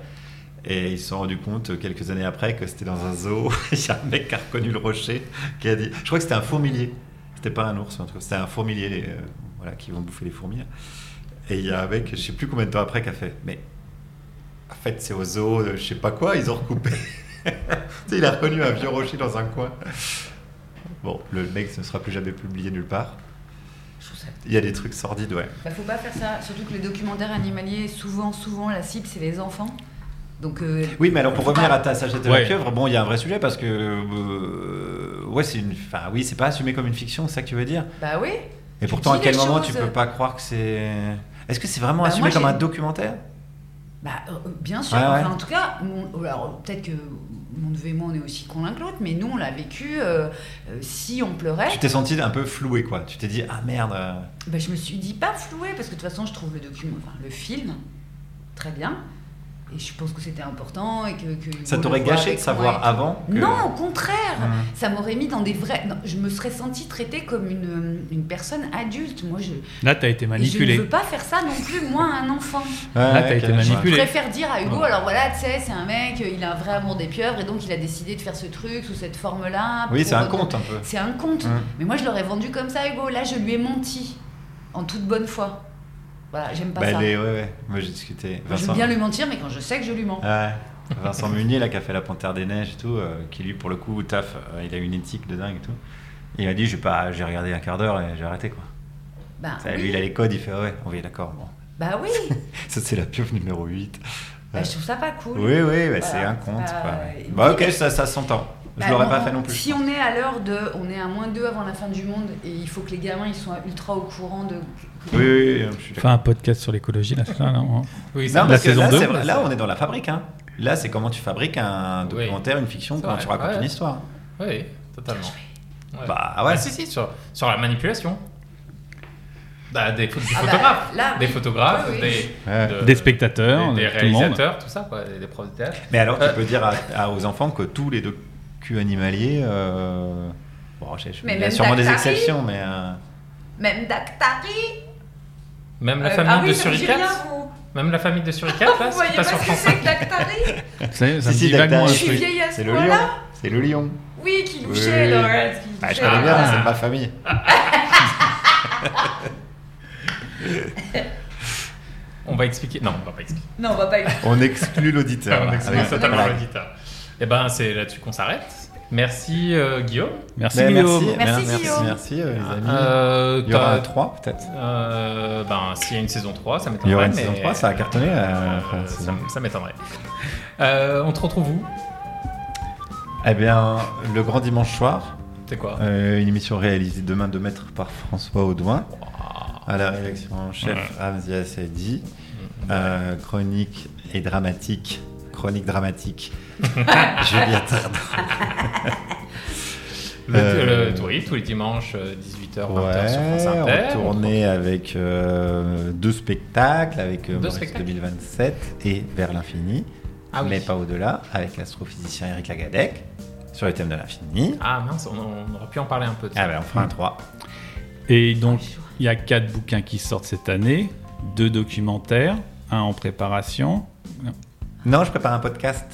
Speaker 8: Et ils se sont rendus compte euh, quelques années après que c'était dans un zoo. Il y a un mec qui a reconnu le rocher, qui a dit. Je crois que c'était un fourmilier. C'était pas un ours, en tout cas. C'était un fourmilier, les, euh, voilà, qui vont bouffer les fourmis. là. Et il y a un mec, je sais plus combien de temps après, qui a fait. Mais en fait, c'est au zoo, euh, je sais pas quoi, ils ont recoupé. Tu sais, il a reconnu un vieux rocher dans un coin. Bon, le mec ne sera plus jamais publié nulle part.
Speaker 6: Je trouve ça
Speaker 8: Il y a des trucs sordides, ouais.
Speaker 6: Bah, faut pas faire ça, surtout que les documentaires animaliers, souvent, souvent, la cible, c'est les enfants. Donc, euh,
Speaker 8: Oui, mais alors pour revenir à ta sagesse de
Speaker 4: Ouais.
Speaker 8: la pieuvre, bon, il y a un vrai sujet parce que. euh, ouais, c'est une. Enfin, oui, c'est pas assumé comme une fiction, c'est ça que tu veux dire.
Speaker 6: bah oui.
Speaker 8: Et
Speaker 6: Tu
Speaker 8: pourtant,
Speaker 6: dis
Speaker 8: à quel
Speaker 6: les
Speaker 8: moment
Speaker 6: choses.
Speaker 8: tu peux pas croire que c'est. Est-ce que c'est vraiment
Speaker 6: Bah,
Speaker 8: assumé
Speaker 6: moi,
Speaker 8: comme
Speaker 6: j'ai-
Speaker 8: un documentaire
Speaker 6: Bah, euh, euh, bien sûr.
Speaker 8: Ouais, ouais.
Speaker 6: Enfin, en tout cas, mon- alors peut-être que mon neveu et moi, on est aussi cons l'un que l'autre, mais nous, on l'a vécu. euh, euh, si on pleurait,
Speaker 8: Tu t'es senti un peu floué, quoi. Tu t'es dit, ah merde. euh,
Speaker 6: bah, je me suis dit pas floué, parce que de toute façon, je trouve le document, enfin, le film, très bien. Et je pense que c'était important et que. que
Speaker 8: Ça
Speaker 6: Hugo
Speaker 8: t'aurait
Speaker 6: le voit
Speaker 8: gâché
Speaker 6: avec
Speaker 8: de
Speaker 6: moi et
Speaker 8: savoir
Speaker 6: tout.
Speaker 8: avant que-
Speaker 6: Non, au contraire,
Speaker 8: Hmm.
Speaker 6: ça m'aurait mis dans des vrais. non, je me serais sentie traitée comme une, euh, une personne adulte. Moi, je,
Speaker 4: Là, tu as été
Speaker 6: Et je ne
Speaker 4: manipulé.
Speaker 6: veux pas faire ça non plus, moi, à un enfant.
Speaker 8: Ouais,
Speaker 4: Là,
Speaker 8: ouais,
Speaker 4: t'as été
Speaker 8: carrément.
Speaker 6: Je
Speaker 4: manipulé.
Speaker 6: préfère dire à Hugo, alors voilà, tu sais, c'est un mec, il a un vrai amour des pieuvres, et donc il a décidé de faire ce truc sous cette forme-là.
Speaker 8: Oui,
Speaker 6: pour-
Speaker 8: c'est un conte un peu.
Speaker 6: C'est un conte.
Speaker 8: Mm.
Speaker 6: Mais moi, je l'aurais vendu comme ça, Hugo. Là, je lui ai menti, en toute bonne foi. Voilà, j'aime pas
Speaker 8: Bah,
Speaker 6: ça.
Speaker 8: les- ouais, ouais. Moi, j'ai discuté.
Speaker 6: Je veux bien lui mentir, mais quand je sais que je lui mens.
Speaker 8: Ouais. Vincent Munier, là, qui a fait La Panthère des Neiges et tout, euh, qui lui, pour le coup, taf, euh, il a une éthique de dingue et tout. Il a dit, j'ai pas... j'ai regardé un quart d'heure et j'ai arrêté, quoi.
Speaker 6: bah,
Speaker 8: Ça,
Speaker 6: oui.
Speaker 8: Lui, il a les codes, il fait, ouais, on est d'accord, bon.
Speaker 6: bah oui,
Speaker 8: Ça, c'est la pieuvre numéro 8.
Speaker 6: Bah, je trouve ça pas cool.
Speaker 8: Oui, oui, bah, c'est
Speaker 6: Voilà.
Speaker 8: un conte.
Speaker 6: Bah,
Speaker 8: quoi.
Speaker 6: et
Speaker 8: Bah,
Speaker 6: puis-
Speaker 8: ok, ça, ça s'entend. Je
Speaker 6: Bah,
Speaker 8: l'aurais
Speaker 6: non,
Speaker 8: pas fait non plus.
Speaker 6: Si on est à l'heure de. On est à moins 2 avant la fin du monde, et il faut que les gamins, ils soient ultra au courant de.
Speaker 8: Oui, oui, oui, je suis d'accord.
Speaker 4: Enfin, un podcast sur l'écologie, là, c'est ça, non hein
Speaker 5: Oui,
Speaker 8: Non,
Speaker 4: la
Speaker 8: parce que
Speaker 4: saison
Speaker 8: là,
Speaker 4: deux,
Speaker 8: c'est-
Speaker 4: voilà,
Speaker 8: là, on est dans la fabrique. Hein. Là, c'est comment tu fabriques un
Speaker 5: Oui.
Speaker 8: documentaire, une fiction,
Speaker 5: C'est
Speaker 8: comment
Speaker 5: vrai,
Speaker 8: tu racontes
Speaker 5: ouais.
Speaker 8: une histoire.
Speaker 5: Oui, totalement. Ouais.
Speaker 7: Bah ouais.
Speaker 5: si, si, sur, sur la manipulation. Bah, des, pho- des
Speaker 6: Ah bah,
Speaker 5: photographes,
Speaker 6: là,
Speaker 5: des
Speaker 6: oui.
Speaker 5: photographes,
Speaker 6: Oui, oui.
Speaker 5: Des,
Speaker 8: Ouais.
Speaker 5: de-
Speaker 8: Des spectateurs,
Speaker 5: des, des
Speaker 8: de tout le monde.
Speaker 5: réalisateurs, tout, ça, quoi, des, des profs de théâtre.
Speaker 7: Mais alors, tu
Speaker 5: Euh.
Speaker 7: peux dire à, à- aux enfants que tous les docus animaliers. euh, Bon, je sais-
Speaker 6: Mais
Speaker 7: il y a
Speaker 6: même
Speaker 7: sûrement des
Speaker 6: Dactari.
Speaker 7: exceptions, mais. euh,
Speaker 6: Même Dactari
Speaker 5: Même la
Speaker 6: euh,
Speaker 5: famille
Speaker 6: ah oui,
Speaker 5: de
Speaker 6: ça me dit
Speaker 5: Suricat,
Speaker 6: rien, vous.
Speaker 5: même la famille de Suricat,
Speaker 6: Oh, Vous
Speaker 5: là, c'est
Speaker 6: voyez
Speaker 5: pas
Speaker 6: pas
Speaker 5: sur
Speaker 6: ce que
Speaker 5: France
Speaker 6: c'est
Speaker 5: 5.
Speaker 6: que Dactari
Speaker 8: Ça, ça me
Speaker 7: Si, si,
Speaker 8: dit vaguement
Speaker 7: Dactari.
Speaker 8: un
Speaker 6: Je suis
Speaker 8: truc.
Speaker 6: vieille à ce
Speaker 7: C'est le lion.
Speaker 6: point-là.
Speaker 7: C'est le lion.
Speaker 6: Oui, qui
Speaker 7: Oui.
Speaker 6: louchait, Laurel. qui
Speaker 7: Bah, je
Speaker 6: louchait,
Speaker 7: connais bien,
Speaker 6: voilà.
Speaker 8: Ah,
Speaker 7: c'est de ma famille.
Speaker 5: On va expliquer. Non, on va pas expliquer.
Speaker 6: Non, on va pas y
Speaker 7: On exclut l'auditeur.
Speaker 5: on
Speaker 7: là,
Speaker 5: explique
Speaker 7: avec cette
Speaker 5: totalement
Speaker 7: blague.
Speaker 5: l'auditeur. Et ben, c'est là-dessus qu'on s'arrête. Merci euh, Guillaume.
Speaker 8: Merci
Speaker 7: Mais
Speaker 8: Guillaume.
Speaker 7: Merci,
Speaker 6: Merci,
Speaker 7: merci,
Speaker 6: Guillaume.
Speaker 7: merci, euh, les amis.
Speaker 5: Euh,
Speaker 7: Il y aura
Speaker 5: t'as-
Speaker 7: trois peut-être.
Speaker 5: Euh, ben, s'il y a une saison 3, ça m'étonnerait.
Speaker 7: Il y aura une
Speaker 5: mais-
Speaker 7: saison 3, ça a cartonné.
Speaker 5: Euh,
Speaker 7: euh, enfin,
Speaker 5: ça-
Speaker 7: saison.
Speaker 5: ça m'étonnerait. Euh, on te retrouve où
Speaker 7: Eh bien, le grand dimanche soir,
Speaker 5: C'est quoi
Speaker 7: euh, une émission réalisée demain de maître par François Audouin, à la rédaction en chef Hamzia Sedi, euh, chronique et dramatique, chronique dramatique, Juliette Arnaud.
Speaker 5: le,
Speaker 7: euh,
Speaker 5: le- oui, tous les dimanches, euh, 18h, 20h sur France
Speaker 7: Ouais,
Speaker 5: Inter.
Speaker 7: on tournait avec euh, deux spectacles, avec euh,
Speaker 5: Deux
Speaker 7: Maurice
Speaker 5: spectacles.
Speaker 7: 2027 et Vers l'infini,
Speaker 5: Ah oui.
Speaker 7: mais pas au-delà, avec l'astrophysicien Eric Lagadec, sur le thème de l'infini.
Speaker 5: Ah mince, on, on aurait pu en parler un peu. de ça.
Speaker 7: Ah ben, on fera un 3.
Speaker 8: Et donc, il y a quatre bouquins qui sortent cette année, deux documentaires, un en préparation.
Speaker 7: Non, je prépare un podcast.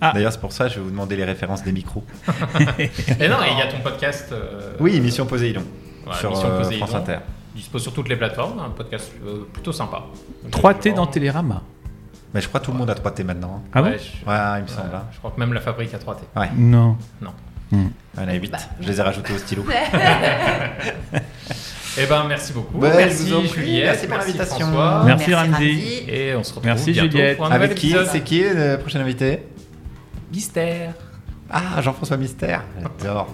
Speaker 8: Ah.
Speaker 7: D'ailleurs, c'est pour ça que je vais vous demander les références des micros.
Speaker 5: Et non, et il y a ton podcast. euh,
Speaker 7: Oui, Mission Poséidon.
Speaker 5: voilà,
Speaker 7: sur
Speaker 5: Mission
Speaker 7: euh,
Speaker 5: Poséidon,
Speaker 7: France Inter.
Speaker 5: Dispo sur toutes les plateformes, un podcast euh, plutôt sympa.
Speaker 8: 3T dans
Speaker 5: Vraiment-
Speaker 8: Télérama.
Speaker 7: Mais je crois que tout le monde a 3T maintenant. hein.
Speaker 8: Ah bon
Speaker 5: Ouais, je,
Speaker 7: Ouais, il me semble. hein.
Speaker 5: je crois que même la fabrique a 3T.
Speaker 7: Ouais,
Speaker 8: Non. Hmm.
Speaker 5: Non.
Speaker 7: il y en a 8. Je les ai rajoutés au stylo.
Speaker 5: Eh ben merci beaucoup.
Speaker 7: Ouais, je
Speaker 5: merci
Speaker 7: vous en prie,
Speaker 5: Juliette,
Speaker 7: merci pour l'invitation.
Speaker 5: François.
Speaker 8: Merci,
Speaker 6: Merci,
Speaker 8: Ramzi.
Speaker 6: Ramzi.
Speaker 5: Et on se retrouve
Speaker 8: Merci,
Speaker 5: bientôt
Speaker 8: Juliette.
Speaker 5: pour un nouvel
Speaker 7: Avec qui
Speaker 5: épisode.
Speaker 7: C'est qui le prochain invité
Speaker 5: Mystère.
Speaker 7: Ah, Jean-François Mystère. J'adore.